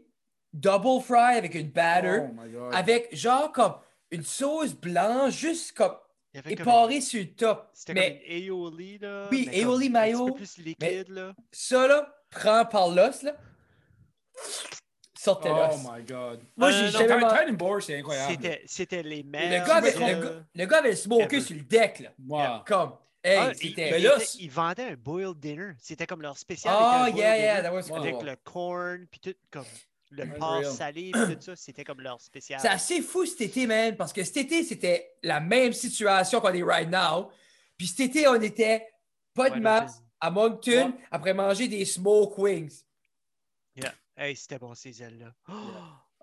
[SPEAKER 2] double fried avec une batter.
[SPEAKER 3] Oh my God.
[SPEAKER 2] avec genre comme une sauce blanche, juste comme
[SPEAKER 1] Il y avait
[SPEAKER 2] Et
[SPEAKER 1] comme-
[SPEAKER 2] paré sur le top.
[SPEAKER 1] C'était
[SPEAKER 2] Mais
[SPEAKER 1] comme une aioli, là. mais
[SPEAKER 2] Oui,
[SPEAKER 1] comme
[SPEAKER 2] aioli
[SPEAKER 1] un petit
[SPEAKER 2] mayo,
[SPEAKER 1] peu plus liquide, là.
[SPEAKER 2] ça, là, prends par l'os, là. Sortez l'os.
[SPEAKER 3] Oh my God.
[SPEAKER 2] Moi,
[SPEAKER 1] Euh,
[SPEAKER 2] j'ai
[SPEAKER 1] non,
[SPEAKER 2] jamais
[SPEAKER 3] Titan-
[SPEAKER 2] mangé-
[SPEAKER 3] Titan Boar, c'est incroyable.
[SPEAKER 1] C'était, c'était les meilleurs.
[SPEAKER 2] Le gars, avait,
[SPEAKER 1] euh,
[SPEAKER 2] le, gars- le gars avait smoké
[SPEAKER 1] Ever.
[SPEAKER 2] sur le deck, là.
[SPEAKER 3] Wow.
[SPEAKER 2] Comme, hey,
[SPEAKER 1] ah, il-
[SPEAKER 2] c'était.
[SPEAKER 3] mais
[SPEAKER 1] il
[SPEAKER 3] là,
[SPEAKER 1] était-
[SPEAKER 3] c'est-
[SPEAKER 1] ils vendaient un boiled dinner. C'était comme leur spécial.
[SPEAKER 2] Oh,
[SPEAKER 1] avec un
[SPEAKER 2] yeah,
[SPEAKER 1] boiled
[SPEAKER 2] yeah,
[SPEAKER 1] dinner,
[SPEAKER 2] that was
[SPEAKER 3] Avec
[SPEAKER 1] Avec
[SPEAKER 2] cool.
[SPEAKER 1] le corn, puis tout, comme le
[SPEAKER 3] Unreal.
[SPEAKER 1] porc salé, puis tout ça. C'était comme leur spécial.
[SPEAKER 2] C'est assez fou cet été, man, parce que cet été, c'était la même situation qu'on est right now. Puis cet été, on était pas de
[SPEAKER 1] Ouais, là,
[SPEAKER 2] masse à Moncton après manger des smoke wings.
[SPEAKER 1] Hey, c'était bon ces ailes-là. Oh,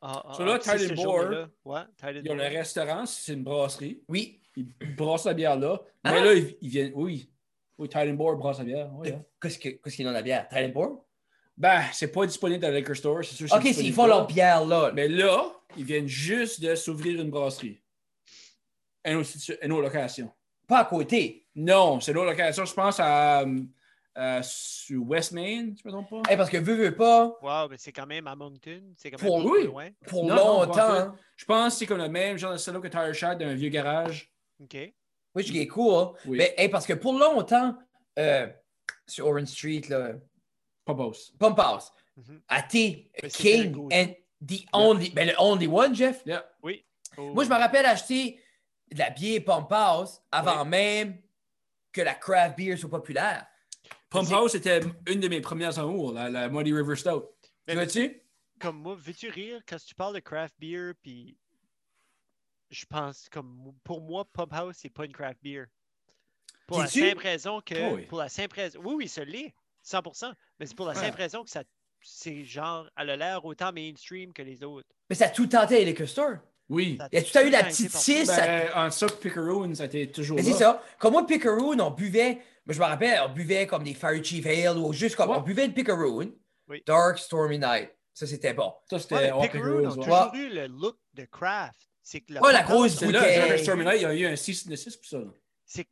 [SPEAKER 1] ah, ah,
[SPEAKER 3] So
[SPEAKER 1] ah,
[SPEAKER 3] là,
[SPEAKER 1] puis c'est
[SPEAKER 3] Titan
[SPEAKER 1] ce
[SPEAKER 3] Boar,
[SPEAKER 1] jour-là. Ouais, Titan
[SPEAKER 3] Ils ont le
[SPEAKER 2] Ah.
[SPEAKER 1] Boar.
[SPEAKER 3] restaurant, c'est une brasserie.
[SPEAKER 2] Oui.
[SPEAKER 3] Ils brassent la bière là. Mais
[SPEAKER 2] Ah!
[SPEAKER 3] là, ils, ils viennent. Oui. Oui, Titan Boar brasse la bière. oui, hein.
[SPEAKER 2] Qu'est-ce que- qu'est-ce qu'ils ont dans la bière? Thailand Boar?
[SPEAKER 3] Ben, c'est pas disponible dans le liquor store. C'est sûr que c'est
[SPEAKER 2] Ok, c'est- ils
[SPEAKER 3] disponible
[SPEAKER 2] font
[SPEAKER 3] là.
[SPEAKER 2] leur bière là.
[SPEAKER 3] Mais là, ils viennent juste de s'ouvrir une brasserie. Une autre, situ- une autre location.
[SPEAKER 2] Pas à côté.
[SPEAKER 3] Non, c'est une autre location, je pense, à, euh, à sur West Main, je me trompe pas.
[SPEAKER 2] Hey, Eh, parce que veux, veux pas,
[SPEAKER 1] Wow, mais c'est quand même à Moncton. C'est quand même
[SPEAKER 2] Pour
[SPEAKER 1] pas
[SPEAKER 3] lui.
[SPEAKER 1] trop loin.
[SPEAKER 2] pour
[SPEAKER 3] Non, non,
[SPEAKER 2] longtemps.
[SPEAKER 3] pas en
[SPEAKER 2] hein.
[SPEAKER 3] Je pense que c'est comme le même genre de solo que Tire Shot d'un vieux garage.
[SPEAKER 1] OK.
[SPEAKER 2] Oui, je suis cool. hein.
[SPEAKER 3] Oui,
[SPEAKER 2] Mais hey, parce que pour longtemps, euh, sur Orange Street, là,
[SPEAKER 3] pas boss.
[SPEAKER 2] Pump House,
[SPEAKER 1] Mhm.
[SPEAKER 2] Athé,
[SPEAKER 1] Mais c'était le
[SPEAKER 2] King,
[SPEAKER 1] goût.
[SPEAKER 2] and the only, ben, le only one, Jeff.
[SPEAKER 3] Yeah.
[SPEAKER 1] Oh.
[SPEAKER 2] Moi, je me rappelle acheter de la bière Pump House avant même que la craft beer soit populaire.
[SPEAKER 3] Pump
[SPEAKER 2] C'est-
[SPEAKER 3] House, c'était une de mes premières amours, la, la Muddy River Stout.
[SPEAKER 1] Mais-
[SPEAKER 3] tu vois-tu?
[SPEAKER 1] comme moi, veux-tu rire quand tu parles de craft beer? Puis je pense, comme pour moi, Pub House, c'est pas une craft beer. Pour la
[SPEAKER 2] Dis-tu?
[SPEAKER 1] simple raison que.
[SPEAKER 3] Ah oui.
[SPEAKER 1] Pour la simple raison. Oui, oui, ça l'est, 100%. Mais c'est pour la
[SPEAKER 3] Ouais.
[SPEAKER 1] simple raison que ça. C'est genre, elle a l'air autant mainstream que les autres.
[SPEAKER 2] Mais ça a tout tenté les liquor stores.
[SPEAKER 3] Oui.
[SPEAKER 1] Ça a
[SPEAKER 2] Il y a tout à eu la
[SPEAKER 1] temps été
[SPEAKER 2] petite
[SPEAKER 1] partout.
[SPEAKER 2] six, ça-
[SPEAKER 3] Ben, en ça, Pickeroon, ça a été toujours
[SPEAKER 2] Mais
[SPEAKER 3] là.
[SPEAKER 2] c'est ça. Comme moi, Pickeroon, on buvait, moi, je me rappelle, on buvait comme des Fire Chief Ale ou juste comme,
[SPEAKER 3] Ouais.
[SPEAKER 2] on buvait une Pickeroon,
[SPEAKER 1] Oui.
[SPEAKER 2] Dark Stormy Night. Ça, c'était bon.
[SPEAKER 3] Ça,
[SPEAKER 1] Ouais,
[SPEAKER 3] c'était
[SPEAKER 1] mais
[SPEAKER 3] oh,
[SPEAKER 1] Pickeroo,
[SPEAKER 3] Pickeroon's,
[SPEAKER 1] ont
[SPEAKER 3] ouais.
[SPEAKER 1] toujours eu le look de craft. C'est que le
[SPEAKER 2] Ouais, la
[SPEAKER 1] Pub House
[SPEAKER 2] grosse
[SPEAKER 1] ont
[SPEAKER 3] C'est là,
[SPEAKER 2] Ok.
[SPEAKER 3] Dark
[SPEAKER 1] toujours
[SPEAKER 3] Stormy
[SPEAKER 1] eu-
[SPEAKER 3] Night, il y a eu un 6 de 6 pour ça. là.
[SPEAKER 1] C'est que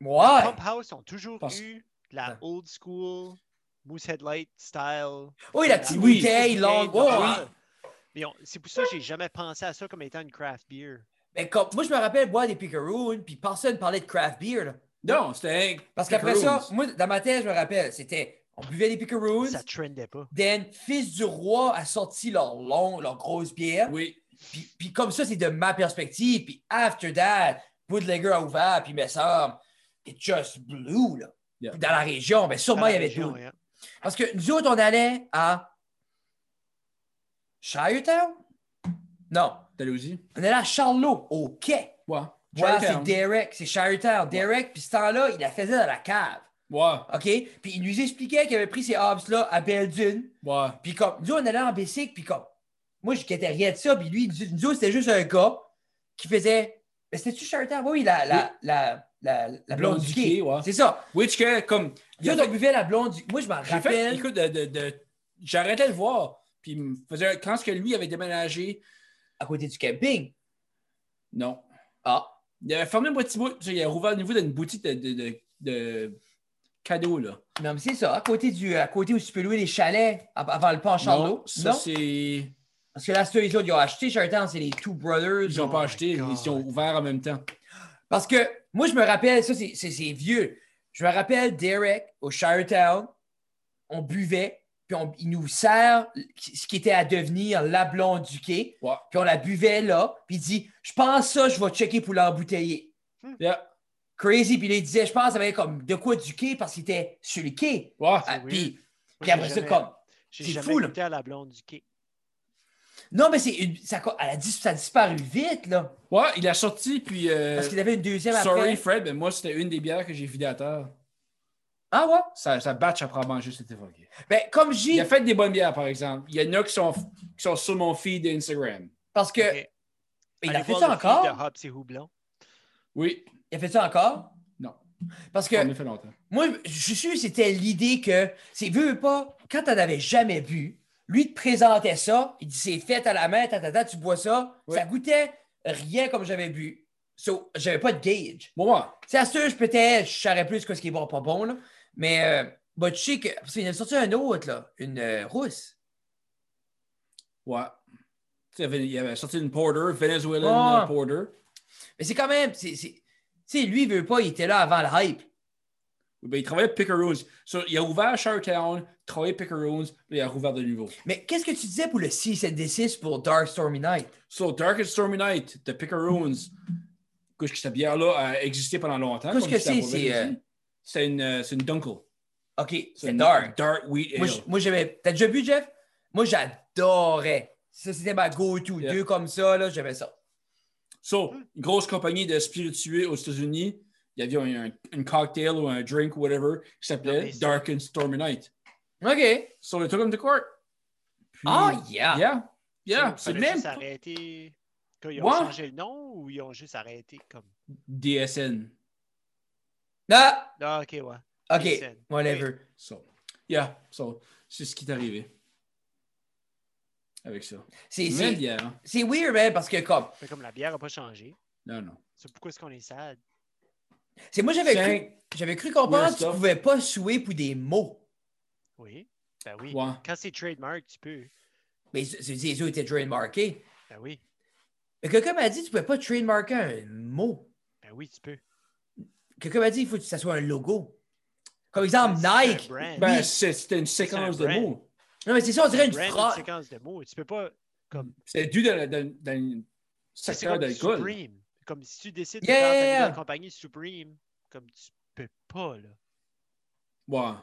[SPEAKER 2] Ouais.
[SPEAKER 1] Pump House ont toujours
[SPEAKER 3] Parce-
[SPEAKER 1] eu la
[SPEAKER 2] Ouais.
[SPEAKER 1] old school Moose Headlight style.
[SPEAKER 2] Oui, la petite
[SPEAKER 3] Oui.
[SPEAKER 2] bouteille longue. Ouais, ouais.
[SPEAKER 1] Oui. Mais on- c'est pour ça que j'ai jamais pensé à ça comme étant une craft beer.
[SPEAKER 2] Mais comme, moi, je me rappelle boire des Pickeroon, puis personne parlait de craft beer. là.
[SPEAKER 3] Non, c'était
[SPEAKER 2] Parce qu'après ça,
[SPEAKER 3] Pickeroon's.
[SPEAKER 2] moi, dans ma tête, je me rappelle, c'était, on buvait des Pickeroons,
[SPEAKER 1] Ça trendait pas.
[SPEAKER 2] then Fils du Roi a sorti leur long, leur grosse bière.
[SPEAKER 3] Oui.
[SPEAKER 2] Puis, puis comme ça, c'est de ma perspective. Puis after that, Bootlegger a ouvert, puis me semble, it just blew, là.
[SPEAKER 3] Yeah.
[SPEAKER 2] Dans la région, mais
[SPEAKER 1] Dans
[SPEAKER 2] sûrement,
[SPEAKER 1] la
[SPEAKER 2] il y avait
[SPEAKER 1] région,
[SPEAKER 2] tout.
[SPEAKER 1] hein.
[SPEAKER 2] Parce que nous autres, on allait à Shiretown? Non.
[SPEAKER 3] Dalhousie.
[SPEAKER 2] On allait à Charlot, au quai.
[SPEAKER 3] Ouais.
[SPEAKER 2] Voilà, c'est
[SPEAKER 3] Chinatown.
[SPEAKER 2] Derek, c'est Shiretown. Derek, puis ce temps-là, il la faisait dans la cave.
[SPEAKER 3] Ouais.
[SPEAKER 2] OK? Puis il nous expliquait qu'il avait pris ces hobbs-là à Beldune.
[SPEAKER 3] Ouais.
[SPEAKER 2] Puis comme, nous, on allait en bicycle, puis comme, moi, je quittais rien de ça. Puis lui, il dit- nous, autres, c'était juste un gars qui faisait. Mais c'était-tu Shiretown? Oui, la, la, la, la, la, blonde du quai.
[SPEAKER 3] ouais.
[SPEAKER 2] C'est ça.
[SPEAKER 3] Which que, comme. il
[SPEAKER 2] Nous,
[SPEAKER 3] a
[SPEAKER 2] autres, on
[SPEAKER 3] fait-
[SPEAKER 2] buvait la blonde du. Moi, je m'en
[SPEAKER 3] j'ai fait,
[SPEAKER 2] rappelle.
[SPEAKER 3] écoute, de, de, de- j'arrêtais de le voir. Puis il me faisait. Quand ce que lui avait déménagé.
[SPEAKER 2] à côté du camping.
[SPEAKER 3] Non.
[SPEAKER 2] Ah.
[SPEAKER 3] Il avait fermé un petit bout. puis Il a rouvert au niveau d'une boutique de, de, de, de cadeaux, là.
[SPEAKER 2] Non, mais c'est ça. À côté, du, à côté où tu peux louer les chalets av- avant le pont Charlot.
[SPEAKER 3] Non,
[SPEAKER 2] Non.
[SPEAKER 3] ça, c'est.
[SPEAKER 2] Parce que là, ceux les autres, ils ont acheté Shiretown, c'est les Two Brothers.
[SPEAKER 3] Ils n'ont
[SPEAKER 1] Oh
[SPEAKER 3] pas
[SPEAKER 1] my
[SPEAKER 3] acheté,
[SPEAKER 1] God.
[SPEAKER 3] ils ont ouvert en même temps.
[SPEAKER 2] Parce que moi, je me rappelle, ça, c'est- c'est c'est vieux. Je me rappelle Derek au Shiretown. On buvait, puis on, il nous sert ce qui était à devenir la blonde du quai.
[SPEAKER 3] Ouais.
[SPEAKER 2] Puis on la buvait là, puis il dit Je pense ça, je vais checker pour l'embouteiller.
[SPEAKER 3] Yeah.
[SPEAKER 2] Crazy, puis là, il disait Je pense que ça va être comme de quoi du quai parce qu'il était sur le quai.
[SPEAKER 3] Ouais.
[SPEAKER 2] Ah,
[SPEAKER 1] weird.
[SPEAKER 2] puis,
[SPEAKER 1] Moi,
[SPEAKER 2] puis après
[SPEAKER 1] j'ai
[SPEAKER 2] ça,
[SPEAKER 1] jamais-
[SPEAKER 2] comme.
[SPEAKER 1] J'ai
[SPEAKER 2] c'est
[SPEAKER 1] jamais
[SPEAKER 2] fou, là.
[SPEAKER 1] goûté à la blonde du quai.
[SPEAKER 2] Non, mais c'est une- ça, elle a dis- ça a disparu vite, là.
[SPEAKER 3] Ouais, il a sorti, puis. euh,
[SPEAKER 2] Parce qu'il avait une deuxième
[SPEAKER 3] Sorry,
[SPEAKER 2] après.
[SPEAKER 3] Fred, mais moi, c'était une des bières que j'ai vidée à terre.
[SPEAKER 2] Ah ouais?
[SPEAKER 3] Ça, ça batch après à manger, c'était évoqué.
[SPEAKER 2] Ben, comme j'ai.
[SPEAKER 3] Il a fait des bonnes bières, par exemple. Il y en a qui sont, qui sont sur mon feed d'Instagram.
[SPEAKER 2] Parce que.
[SPEAKER 1] Ok.
[SPEAKER 2] Il
[SPEAKER 1] Allez
[SPEAKER 2] a fait
[SPEAKER 1] voir
[SPEAKER 2] ça
[SPEAKER 1] le feed
[SPEAKER 2] encore?
[SPEAKER 1] de Hops et Houblon.
[SPEAKER 3] Oui,
[SPEAKER 2] Il a fait ça encore?
[SPEAKER 3] Non.
[SPEAKER 2] Parce que
[SPEAKER 3] on a fait longtemps.
[SPEAKER 2] moi, je suis sûr que c'était l'idée que, c'est veux veux pas, quand t'en avais jamais bu, lui te présentait ça, il dit c'est fait à la main, tatata, tu bois ça,
[SPEAKER 3] Oui.
[SPEAKER 2] ça goûtait rien comme j'avais bu. So, j'avais pas de gauge.
[SPEAKER 3] Bon, moi,
[SPEAKER 2] C'est sûr, je peut-être, je saurais plus que ce qui est bon, pas bon, là. Mais, euh, bah, tu sais que, parce qu'il en a sorti un autre, là, une euh, rousse.
[SPEAKER 3] ouais. Tu sais, Il avait, il avait sorti une Porter, Venezuelan
[SPEAKER 2] Ouais.
[SPEAKER 3] euh, Porter.
[SPEAKER 2] Mais c'est quand même, c'est- c'est- Tu sais, lui, il veut pas, il était là avant le hype.
[SPEAKER 3] Ben, il travaillait Pickeroos. So, il a ouvert Sharetown, travaillé Pickeroos, puis il a rouvert de nouveau.
[SPEAKER 2] Mais qu'est-ce que tu disais pour le 6-7-D6 pour Dark Stormy Night?
[SPEAKER 3] So, Dark and Stormy Night de Pickeroos, que cette bière-là a existé pendant longtemps.
[SPEAKER 2] Qu'est-ce
[SPEAKER 3] comme
[SPEAKER 2] que
[SPEAKER 3] tu t'as
[SPEAKER 2] c'est?
[SPEAKER 3] pas
[SPEAKER 2] C'est,
[SPEAKER 3] dit.
[SPEAKER 2] euh,
[SPEAKER 3] C'est une, euh, c'est une Dunkel.
[SPEAKER 2] OK, c'est
[SPEAKER 3] une
[SPEAKER 2] dark.
[SPEAKER 3] Dark Wheat
[SPEAKER 2] Moi,
[SPEAKER 3] Ale.
[SPEAKER 2] j- moi, j'aimais. T'as déjà bu, Jeff? Moi, j'adorais. Ça, c'était ma go-to.
[SPEAKER 3] Yeah.
[SPEAKER 2] Deux comme ça, là, j'aimais ça.
[SPEAKER 3] So, une grosse compagnie de spiritueux aux États-Unis. Il y avait un, un cocktail ou un drink, whatever, qui
[SPEAKER 1] Non,
[SPEAKER 3] s'appelait
[SPEAKER 1] mais c'est-
[SPEAKER 3] Dark and Stormy Night.
[SPEAKER 2] OK.
[SPEAKER 3] So, they took him to court. Puis-
[SPEAKER 2] Ah, yeah.
[SPEAKER 3] Yeah.
[SPEAKER 2] Ah,
[SPEAKER 3] Yeah.
[SPEAKER 1] Ils
[SPEAKER 3] C'est
[SPEAKER 1] ont
[SPEAKER 3] le
[SPEAKER 1] juste
[SPEAKER 3] même
[SPEAKER 1] arrêté. Quand ils ont
[SPEAKER 3] Ouais.
[SPEAKER 1] changé le nom ou ils ont juste arrêté comme.
[SPEAKER 3] DSN.
[SPEAKER 2] Ah,
[SPEAKER 1] Ah, ok, ouais.
[SPEAKER 2] OK.
[SPEAKER 1] Jason.
[SPEAKER 2] Whatever.
[SPEAKER 3] So, yeah. So, c'est ce qui est arrivé. Avec ça.
[SPEAKER 2] C'est,
[SPEAKER 3] Mais,
[SPEAKER 2] c'est,
[SPEAKER 3] yeah, hein.
[SPEAKER 2] c'est weird, man, parce que comme.
[SPEAKER 1] Fait comme la bière n'a pas changé.
[SPEAKER 3] Non, non.
[SPEAKER 1] C'est pourquoi est-ce qu'on est sad?
[SPEAKER 2] C'est moi, j'avais
[SPEAKER 3] Cinq.
[SPEAKER 2] cru, j'avais cru comprendre
[SPEAKER 3] Weird
[SPEAKER 2] que tu
[SPEAKER 3] stuff.
[SPEAKER 2] pouvais pas souer pour des mots.
[SPEAKER 1] Oui. Ben oui.
[SPEAKER 3] Ouais.
[SPEAKER 1] Quand c'est trademark, tu peux.
[SPEAKER 2] Mais c'est- c'est- les autres étaient trademarkés.
[SPEAKER 1] Ben oui.
[SPEAKER 2] Mais quelqu'un m'a dit tu pouvais pas trademarker un mot.
[SPEAKER 1] Ben oui, tu peux.
[SPEAKER 2] Quelqu'un m'a dit il faut que ça soit un logo. Comme exemple,
[SPEAKER 1] C'est un
[SPEAKER 2] Nike.
[SPEAKER 1] brand.
[SPEAKER 3] Ben,
[SPEAKER 2] Oui.
[SPEAKER 3] c'est- c'était une séquence de
[SPEAKER 1] brand.
[SPEAKER 3] mots.
[SPEAKER 2] Non, mais c'est ça, on
[SPEAKER 1] C'est
[SPEAKER 2] dirait
[SPEAKER 1] un
[SPEAKER 2] une
[SPEAKER 1] brand,
[SPEAKER 2] phrase.
[SPEAKER 1] une séquence de mots. Tu peux pas. Comme,
[SPEAKER 3] C'est dû dans, le- dans, dans le
[SPEAKER 1] c'est
[SPEAKER 3] secteur
[SPEAKER 1] comme
[SPEAKER 3] d'alcool.
[SPEAKER 1] Supreme. Comme si tu décides
[SPEAKER 2] Yeah,
[SPEAKER 1] de faire
[SPEAKER 2] yeah,
[SPEAKER 1] ta
[SPEAKER 2] yeah.
[SPEAKER 1] nouvelle compagnie Supreme, comme tu peux pas, là.
[SPEAKER 3] Ouais.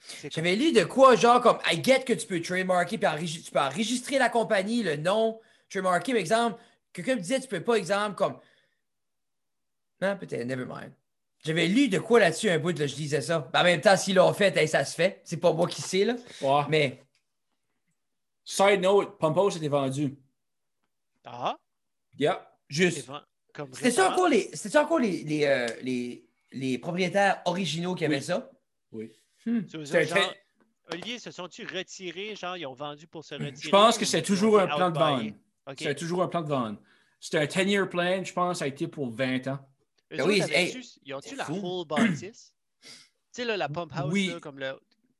[SPEAKER 1] C'est comme-
[SPEAKER 2] J'avais lu de quoi, genre comme I get que tu peux trademarker, puis enregi- tu peux enregistrer la compagnie, le nom, trademarker, mais exemple, quelqu'un me disait tu peux pas, exemple, comme. Non, peut-être, never mind. J'avais lu de quoi là-dessus un bout, là, je disais ça. Mais en même temps, s'ils l'ont fait, hey, ça se fait. C'est pas moi qui sais, là.
[SPEAKER 3] Ouais.
[SPEAKER 2] Mais
[SPEAKER 3] Side note, Pompos était vendu.
[SPEAKER 1] Ah,
[SPEAKER 3] Yeah.
[SPEAKER 1] c'est
[SPEAKER 3] Juste.
[SPEAKER 1] vrai. Comme
[SPEAKER 2] c'était ça
[SPEAKER 1] récemment.
[SPEAKER 2] encore les, c'était ça encore les, les, euh, les, les propriétaires originaux qui avaient
[SPEAKER 3] Oui.
[SPEAKER 2] ça?
[SPEAKER 3] Oui.
[SPEAKER 2] Hmm.
[SPEAKER 1] C'est eux
[SPEAKER 3] C'est-
[SPEAKER 1] autres, genre,
[SPEAKER 3] c'est-
[SPEAKER 1] Olivier, se sont-tu retirés? Genre, ils ont vendu pour se retirer?
[SPEAKER 3] Je pense
[SPEAKER 1] ou
[SPEAKER 3] que c'est
[SPEAKER 1] ils ont
[SPEAKER 3] toujours un
[SPEAKER 1] été
[SPEAKER 3] plan de
[SPEAKER 1] outbuyés?
[SPEAKER 3] vente.
[SPEAKER 1] OK.
[SPEAKER 3] C'est toujours un plan de vente. C'était un 10-year plan, je pense, ça a été pour 20 ans.
[SPEAKER 1] Eux
[SPEAKER 2] Ben
[SPEAKER 1] autres,
[SPEAKER 2] oui,
[SPEAKER 1] avaient-tu- ils
[SPEAKER 2] c'est
[SPEAKER 1] ont-tu la
[SPEAKER 2] fou.
[SPEAKER 1] full bâtisse? tu sais, là, la pump house,
[SPEAKER 3] Oui.
[SPEAKER 1] là, comme le.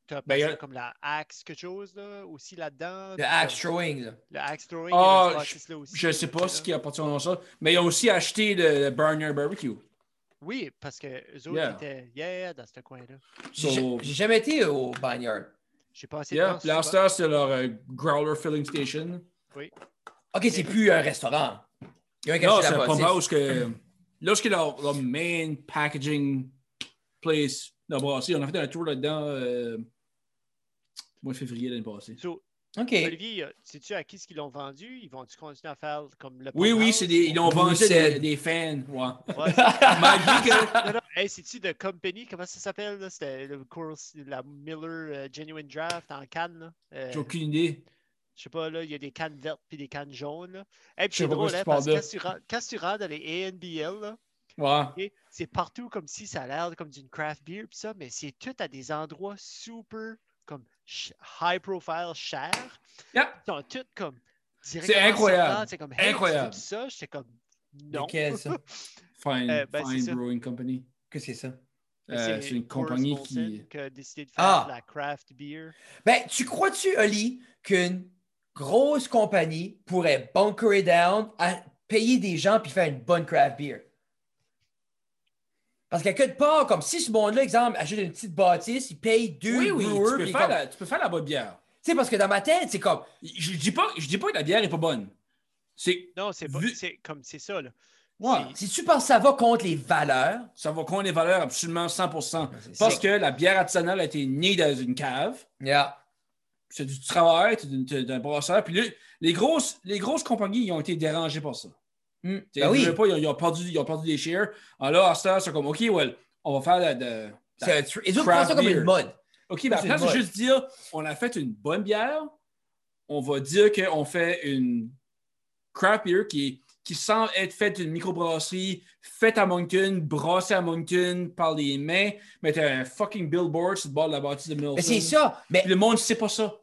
[SPEAKER 1] t'as
[SPEAKER 3] Ben,
[SPEAKER 1] appelé
[SPEAKER 3] il y
[SPEAKER 1] ça
[SPEAKER 3] a-
[SPEAKER 1] comme la axe quelque chose là, aussi là-dedans.
[SPEAKER 2] Le
[SPEAKER 1] puis
[SPEAKER 2] axe
[SPEAKER 1] comme
[SPEAKER 2] throwing, là.
[SPEAKER 1] Le axe throwing.
[SPEAKER 3] Ah,
[SPEAKER 1] et le bâtisse, là, aussi,
[SPEAKER 3] Je ne sais
[SPEAKER 1] là,
[SPEAKER 3] pas
[SPEAKER 1] là.
[SPEAKER 3] ce qui appartient à ça, mais ils ont aussi acheté le, le Burner Barbecue.
[SPEAKER 1] Oui, parce que eux autres
[SPEAKER 3] Yeah.
[SPEAKER 1] étaient yeah, dans ce coin-là.
[SPEAKER 2] J'ai
[SPEAKER 3] So,
[SPEAKER 2] j'ai jamais été au bagnard.
[SPEAKER 1] J'ai passé
[SPEAKER 3] yeah.
[SPEAKER 1] devant souvent.
[SPEAKER 3] Là, ça, c'est leur euh, Growler Filling Station.
[SPEAKER 2] OK, c'est plus un restaurant. Il y a un
[SPEAKER 3] Non,
[SPEAKER 2] cachet
[SPEAKER 3] c'est
[SPEAKER 2] là-bas,
[SPEAKER 3] pas
[SPEAKER 2] c'est-
[SPEAKER 3] mal parce que lorsque leur, leur main packaging place la brasserie, on a fait un tour là-dedans euh, mois de février l'année passée.
[SPEAKER 1] So,
[SPEAKER 2] OK.
[SPEAKER 1] Olivier, euh, sais-tu à qui ce qu'ils l'ont vendu? Ils vont-tu continuer à faire comme le
[SPEAKER 3] Oui,
[SPEAKER 1] pump
[SPEAKER 3] oui,
[SPEAKER 1] house?
[SPEAKER 3] c'est des, ils l'ont
[SPEAKER 2] Oui,
[SPEAKER 3] vendu à
[SPEAKER 2] c'est-
[SPEAKER 3] des, des fans. Ouais.
[SPEAKER 1] Ouais,
[SPEAKER 3] Malgré que-
[SPEAKER 1] Non, non, hey, c'est-tu de Company? Comment ça s'appelle? là? C'était le Coors- la Miller euh, Genuine Draft en canne. là. Euh,
[SPEAKER 3] J'ai aucune idée.
[SPEAKER 1] je sais pas, là, il y a des cannes vertes puis des cannes jaunes. là. Hey, puis
[SPEAKER 3] Je sais
[SPEAKER 1] c'est
[SPEAKER 3] pas
[SPEAKER 1] drôle,
[SPEAKER 3] quoi
[SPEAKER 1] hein,
[SPEAKER 3] tu
[SPEAKER 1] parce que
[SPEAKER 3] parles
[SPEAKER 1] quand tu, rentres, quand tu rentres dans les ANBL, là,
[SPEAKER 3] Ouais.
[SPEAKER 1] ok, c'est partout comme si ça a l'air comme d'une craft beer, pis ça, mais c'est tout à des endroits super comme ch- high profile, chers.
[SPEAKER 3] Yeah.
[SPEAKER 1] Ils sont toutes comme directement
[SPEAKER 3] C'est incroyable.
[SPEAKER 1] sortantes. C'est comme hey,
[SPEAKER 3] Incroyable.
[SPEAKER 1] incroyable. ça, j'étais comme non.
[SPEAKER 2] Lequel, ça?
[SPEAKER 3] Fine,
[SPEAKER 1] Euh, ben,
[SPEAKER 3] Fine
[SPEAKER 1] c'est ça.
[SPEAKER 3] Brewing Company.
[SPEAKER 2] Qu'est-ce que c'est ça?
[SPEAKER 1] Mais
[SPEAKER 3] Euh, c'est une
[SPEAKER 1] Coors
[SPEAKER 3] compagnie
[SPEAKER 1] Molson
[SPEAKER 3] qui.
[SPEAKER 1] a décidé de faire
[SPEAKER 2] Ah!
[SPEAKER 1] de la craft beer.
[SPEAKER 2] Ben, tu crois-tu, Oli, qu'une grosse compagnie pourrait bunkerer down à payer des gens puis faire une bonne craft beer? Parce qu'à quelque part, comme si ce monde-là, exemple, achète une petite bâtisse, il paye deux
[SPEAKER 3] Oui, oui,
[SPEAKER 2] brewers.
[SPEAKER 3] tu peux,
[SPEAKER 2] puis
[SPEAKER 3] faire
[SPEAKER 2] comme-
[SPEAKER 3] la, tu peux faire la bonne bière.
[SPEAKER 2] Tu sais, parce que dans ma tête, c'est comme,
[SPEAKER 3] Je dis pas, je dis pas que la bière est pas bonne. C'est.
[SPEAKER 1] Non, c'est pas.
[SPEAKER 3] Vu-
[SPEAKER 1] C'est comme c'est ça, là.
[SPEAKER 3] Ouais.
[SPEAKER 2] si tu penses que ça va contre les valeurs,
[SPEAKER 3] Ça va contre les valeurs absolument 100%.
[SPEAKER 2] c'est
[SPEAKER 3] Parce
[SPEAKER 2] ça.
[SPEAKER 3] que la bière artisanale a été née dans une cave.
[SPEAKER 2] yeah.
[SPEAKER 3] C'est du travail, c'est d'une- c'est d'un brasseur. Puis là, les grosses, les grosses compagnies, ils ont été dérangées par ça.
[SPEAKER 2] Hmm.
[SPEAKER 3] T'sais,
[SPEAKER 2] Ben
[SPEAKER 3] ils
[SPEAKER 2] oui,
[SPEAKER 3] veulent pas, ils, ont, ils ont perdu, ils ont perdu des shares. Alors là, à ce temps, c'est comme, OK, well, on va faire la- de,
[SPEAKER 2] c'est un tr- Ils ont pris ça
[SPEAKER 3] Craft
[SPEAKER 2] comme
[SPEAKER 3] beer.
[SPEAKER 2] une mode.
[SPEAKER 3] OK, mais
[SPEAKER 2] C'est
[SPEAKER 3] après,
[SPEAKER 2] une
[SPEAKER 3] c'est
[SPEAKER 2] mode.
[SPEAKER 3] juste dire, on a fait une bonne bière, on va dire qu'on fait une craft beer qui, qui semble être faite d'une microbrasserie, faite à Moncton, brassée à Moncton par les mains, mettre un fucking billboard sur le bord de la bâtisse de Milton.
[SPEAKER 2] Mais Ben, c'est ça. Mais
[SPEAKER 3] Puis le monde ne sait pas ça.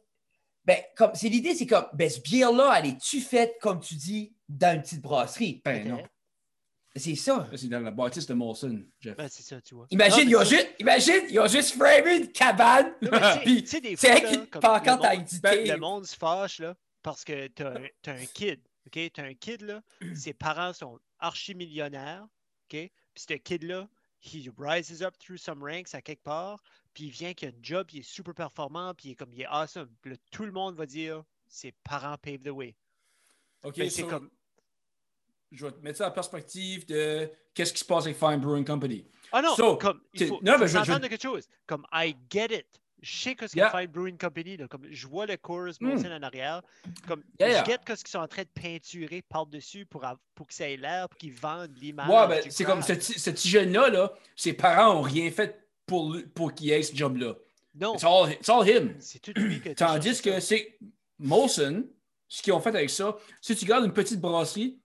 [SPEAKER 2] Ben, comme, c'est l'idée, c'est comme, ben, ce bière-là, elle est-tu faite, comme tu dis, dans une petite brasserie?
[SPEAKER 3] Ben non,
[SPEAKER 1] Peut-être.
[SPEAKER 2] C'est ça.
[SPEAKER 3] ça, c'est dans la bâtisse de Molson, Jeff.
[SPEAKER 1] Ben, c'est ça, tu vois.
[SPEAKER 2] Imagine,
[SPEAKER 1] Non, mais
[SPEAKER 2] ils, ont
[SPEAKER 1] ça-
[SPEAKER 2] juste, imagine ils ont juste framé une cabane.
[SPEAKER 1] Non, mais tu sais-
[SPEAKER 2] Puis,
[SPEAKER 1] tu sais, des
[SPEAKER 2] c'est
[SPEAKER 1] fois,
[SPEAKER 2] avec
[SPEAKER 1] là,
[SPEAKER 2] une
[SPEAKER 1] comme
[SPEAKER 2] pancarte
[SPEAKER 1] le
[SPEAKER 2] à
[SPEAKER 1] monde-
[SPEAKER 2] éditer.
[SPEAKER 1] Le monde se fâche là, parce que t'as un, t'as un kid. ok T'as un kid, là, ses parents sont archi-millionnaires. ok Puis ce kid-là, he rises up through some ranks à quelque part, puis il vient qu'il a un job, il est super performant, puis il est comme il est awesome. Puis là, tout le monde va dire ses parents pave the way.
[SPEAKER 3] OK,
[SPEAKER 1] Mais ben, c'est
[SPEAKER 3] so-
[SPEAKER 1] comme
[SPEAKER 3] je vais te mettre ça en perspective de qu'est-ce qui se passe avec Fine Brewing Company.
[SPEAKER 1] Ah non,
[SPEAKER 3] So,
[SPEAKER 1] comme il
[SPEAKER 3] t'es-
[SPEAKER 1] faut,
[SPEAKER 3] non,
[SPEAKER 1] faut
[SPEAKER 3] mais je- je-
[SPEAKER 1] s'entendre de quelque chose. Comme I get it. Je sais que ce que
[SPEAKER 3] Yeah.
[SPEAKER 1] fait Brewing Company, là, comme je vois le course
[SPEAKER 3] Hmm.
[SPEAKER 1] monter en arrière. Comme
[SPEAKER 3] Yeah,
[SPEAKER 1] je
[SPEAKER 3] yeah.
[SPEAKER 1] get que ce qu'ils sont en train de peinturer par-dessus pour, av- pour que ça ait l'air, pour qu'ils vendent l'image.
[SPEAKER 3] Ouais, ben,
[SPEAKER 1] du
[SPEAKER 3] c'est
[SPEAKER 1] crowd.
[SPEAKER 3] comme ce, petit- ce petit jeune-là, là, ses parents n'ont rien fait pour, lui- pour qu'il ait ce job-là.
[SPEAKER 1] Non,
[SPEAKER 3] It's all, it's all him.
[SPEAKER 1] Oh. c'est tout lui que
[SPEAKER 3] Tandis que hein? c'est Molson, ce qu'ils ont fait avec ça, si tu gardes une petite brasserie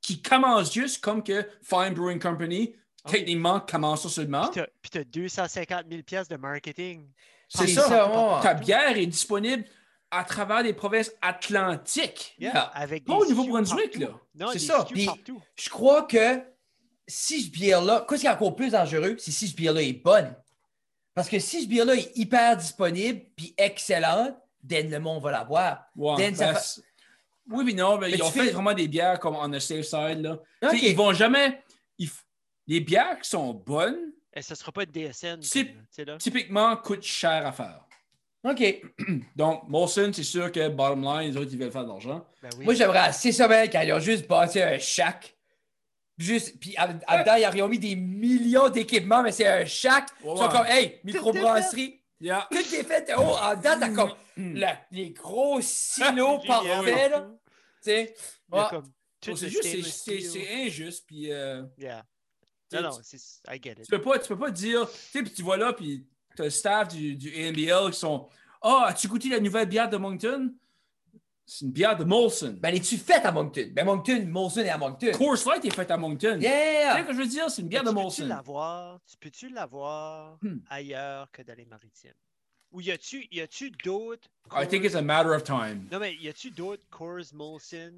[SPEAKER 3] qui commence juste comme que Fine Brewing Company, techniquement, commence ça seulement.
[SPEAKER 1] Puis t'as 250 000 pièces de marketing.
[SPEAKER 3] C'est
[SPEAKER 2] C'est
[SPEAKER 3] ça.
[SPEAKER 2] ça, ouais.
[SPEAKER 3] Ta bière est disponible à travers les provinces atlantiques.
[SPEAKER 1] Yeah,
[SPEAKER 3] Yeah.
[SPEAKER 1] Avec
[SPEAKER 3] Pas
[SPEAKER 1] des
[SPEAKER 3] au Nouveau-Brunswick,
[SPEAKER 1] Nouveau-Brunswick,
[SPEAKER 3] là.
[SPEAKER 1] Non,
[SPEAKER 3] C'est
[SPEAKER 1] des
[SPEAKER 3] ça.
[SPEAKER 1] SKU
[SPEAKER 2] Puis-
[SPEAKER 1] partout.
[SPEAKER 2] Je crois que si ce bière-là, qu'est-ce qui est encore plus dangereux, c'est si ce bière-là est bonne. Parce que si ce bière-là est hyper disponible puis excellente, then le monde va la boire.
[SPEAKER 3] Ouais,
[SPEAKER 2] Then
[SPEAKER 3] ben,
[SPEAKER 2] ça fa-
[SPEAKER 3] c'est- Oui, mais non, mais
[SPEAKER 2] Mais
[SPEAKER 3] ils ont
[SPEAKER 2] tu
[SPEAKER 3] fait
[SPEAKER 2] fais-
[SPEAKER 3] vraiment des bières comme on the safe side. Là.
[SPEAKER 2] Ok.
[SPEAKER 3] Tu sais, Ils vont jamais. ils f- Les bières qui sont bonnes,
[SPEAKER 1] Et ce sera pas de DSN. comme,
[SPEAKER 3] C'est-
[SPEAKER 1] tu sais, là.
[SPEAKER 3] typiquement, coûtent cher à faire.
[SPEAKER 2] OK.
[SPEAKER 3] Donc, Molson, c'est sûr que bottom line, les autres, ils veulent faire de l'argent.
[SPEAKER 1] Ben oui.
[SPEAKER 2] Moi, j'aimerais à six semaines quand ils ont juste bâti un shack. Juste, puis à, à dedans, ils auraient mis des millions d'équipements, mais c'est un shack.
[SPEAKER 3] Ouais,
[SPEAKER 2] Ils sont
[SPEAKER 3] ouais.
[SPEAKER 2] comme, hey, microbrasserie.
[SPEAKER 3] Yeah.
[SPEAKER 2] Tout est fait. Oh, en dedans, t'as comme
[SPEAKER 3] Mm.
[SPEAKER 2] la- les gros silos parfaits, là.
[SPEAKER 1] Partout.
[SPEAKER 2] Tu sais.
[SPEAKER 1] Il y a
[SPEAKER 2] Ouais.
[SPEAKER 1] comme tout
[SPEAKER 3] Bon, c'est
[SPEAKER 1] le
[SPEAKER 3] juste, c'est-
[SPEAKER 1] stainless
[SPEAKER 3] c'est
[SPEAKER 1] steel.
[SPEAKER 3] c'est injuste. Puis, euh,
[SPEAKER 1] Yeah.
[SPEAKER 3] tu
[SPEAKER 1] Non, non,
[SPEAKER 3] sais,
[SPEAKER 1] c'est- I get
[SPEAKER 3] tu
[SPEAKER 1] it.
[SPEAKER 3] peux pas, tu peux pas dire, tu sais, puis tu vois là, puis t'as le staff du, du NBL qui sont, ah, as-tu goûté la nouvelle bière de Moncton? C'est une bière de Molson.
[SPEAKER 2] Ben, es-tu faite à Moncton? Ben, Moncton, Molson est à Moncton.
[SPEAKER 3] Coors Light est faite à Moncton. Tu sais ce
[SPEAKER 2] Yeah!
[SPEAKER 3] que je veux dire? C'est une bière
[SPEAKER 1] Mais
[SPEAKER 3] de
[SPEAKER 1] Tu peux-tu
[SPEAKER 3] Molson.
[SPEAKER 1] l'avoir, tu peux-tu l'avoir
[SPEAKER 3] Hmm.
[SPEAKER 1] ailleurs que dans les maritimes? Ou y a-tu, y a-tu d'autres.
[SPEAKER 3] I think it's
[SPEAKER 1] Coors-
[SPEAKER 3] a matter of time.
[SPEAKER 1] Non, mais y a-tu d'autres Coors Molson,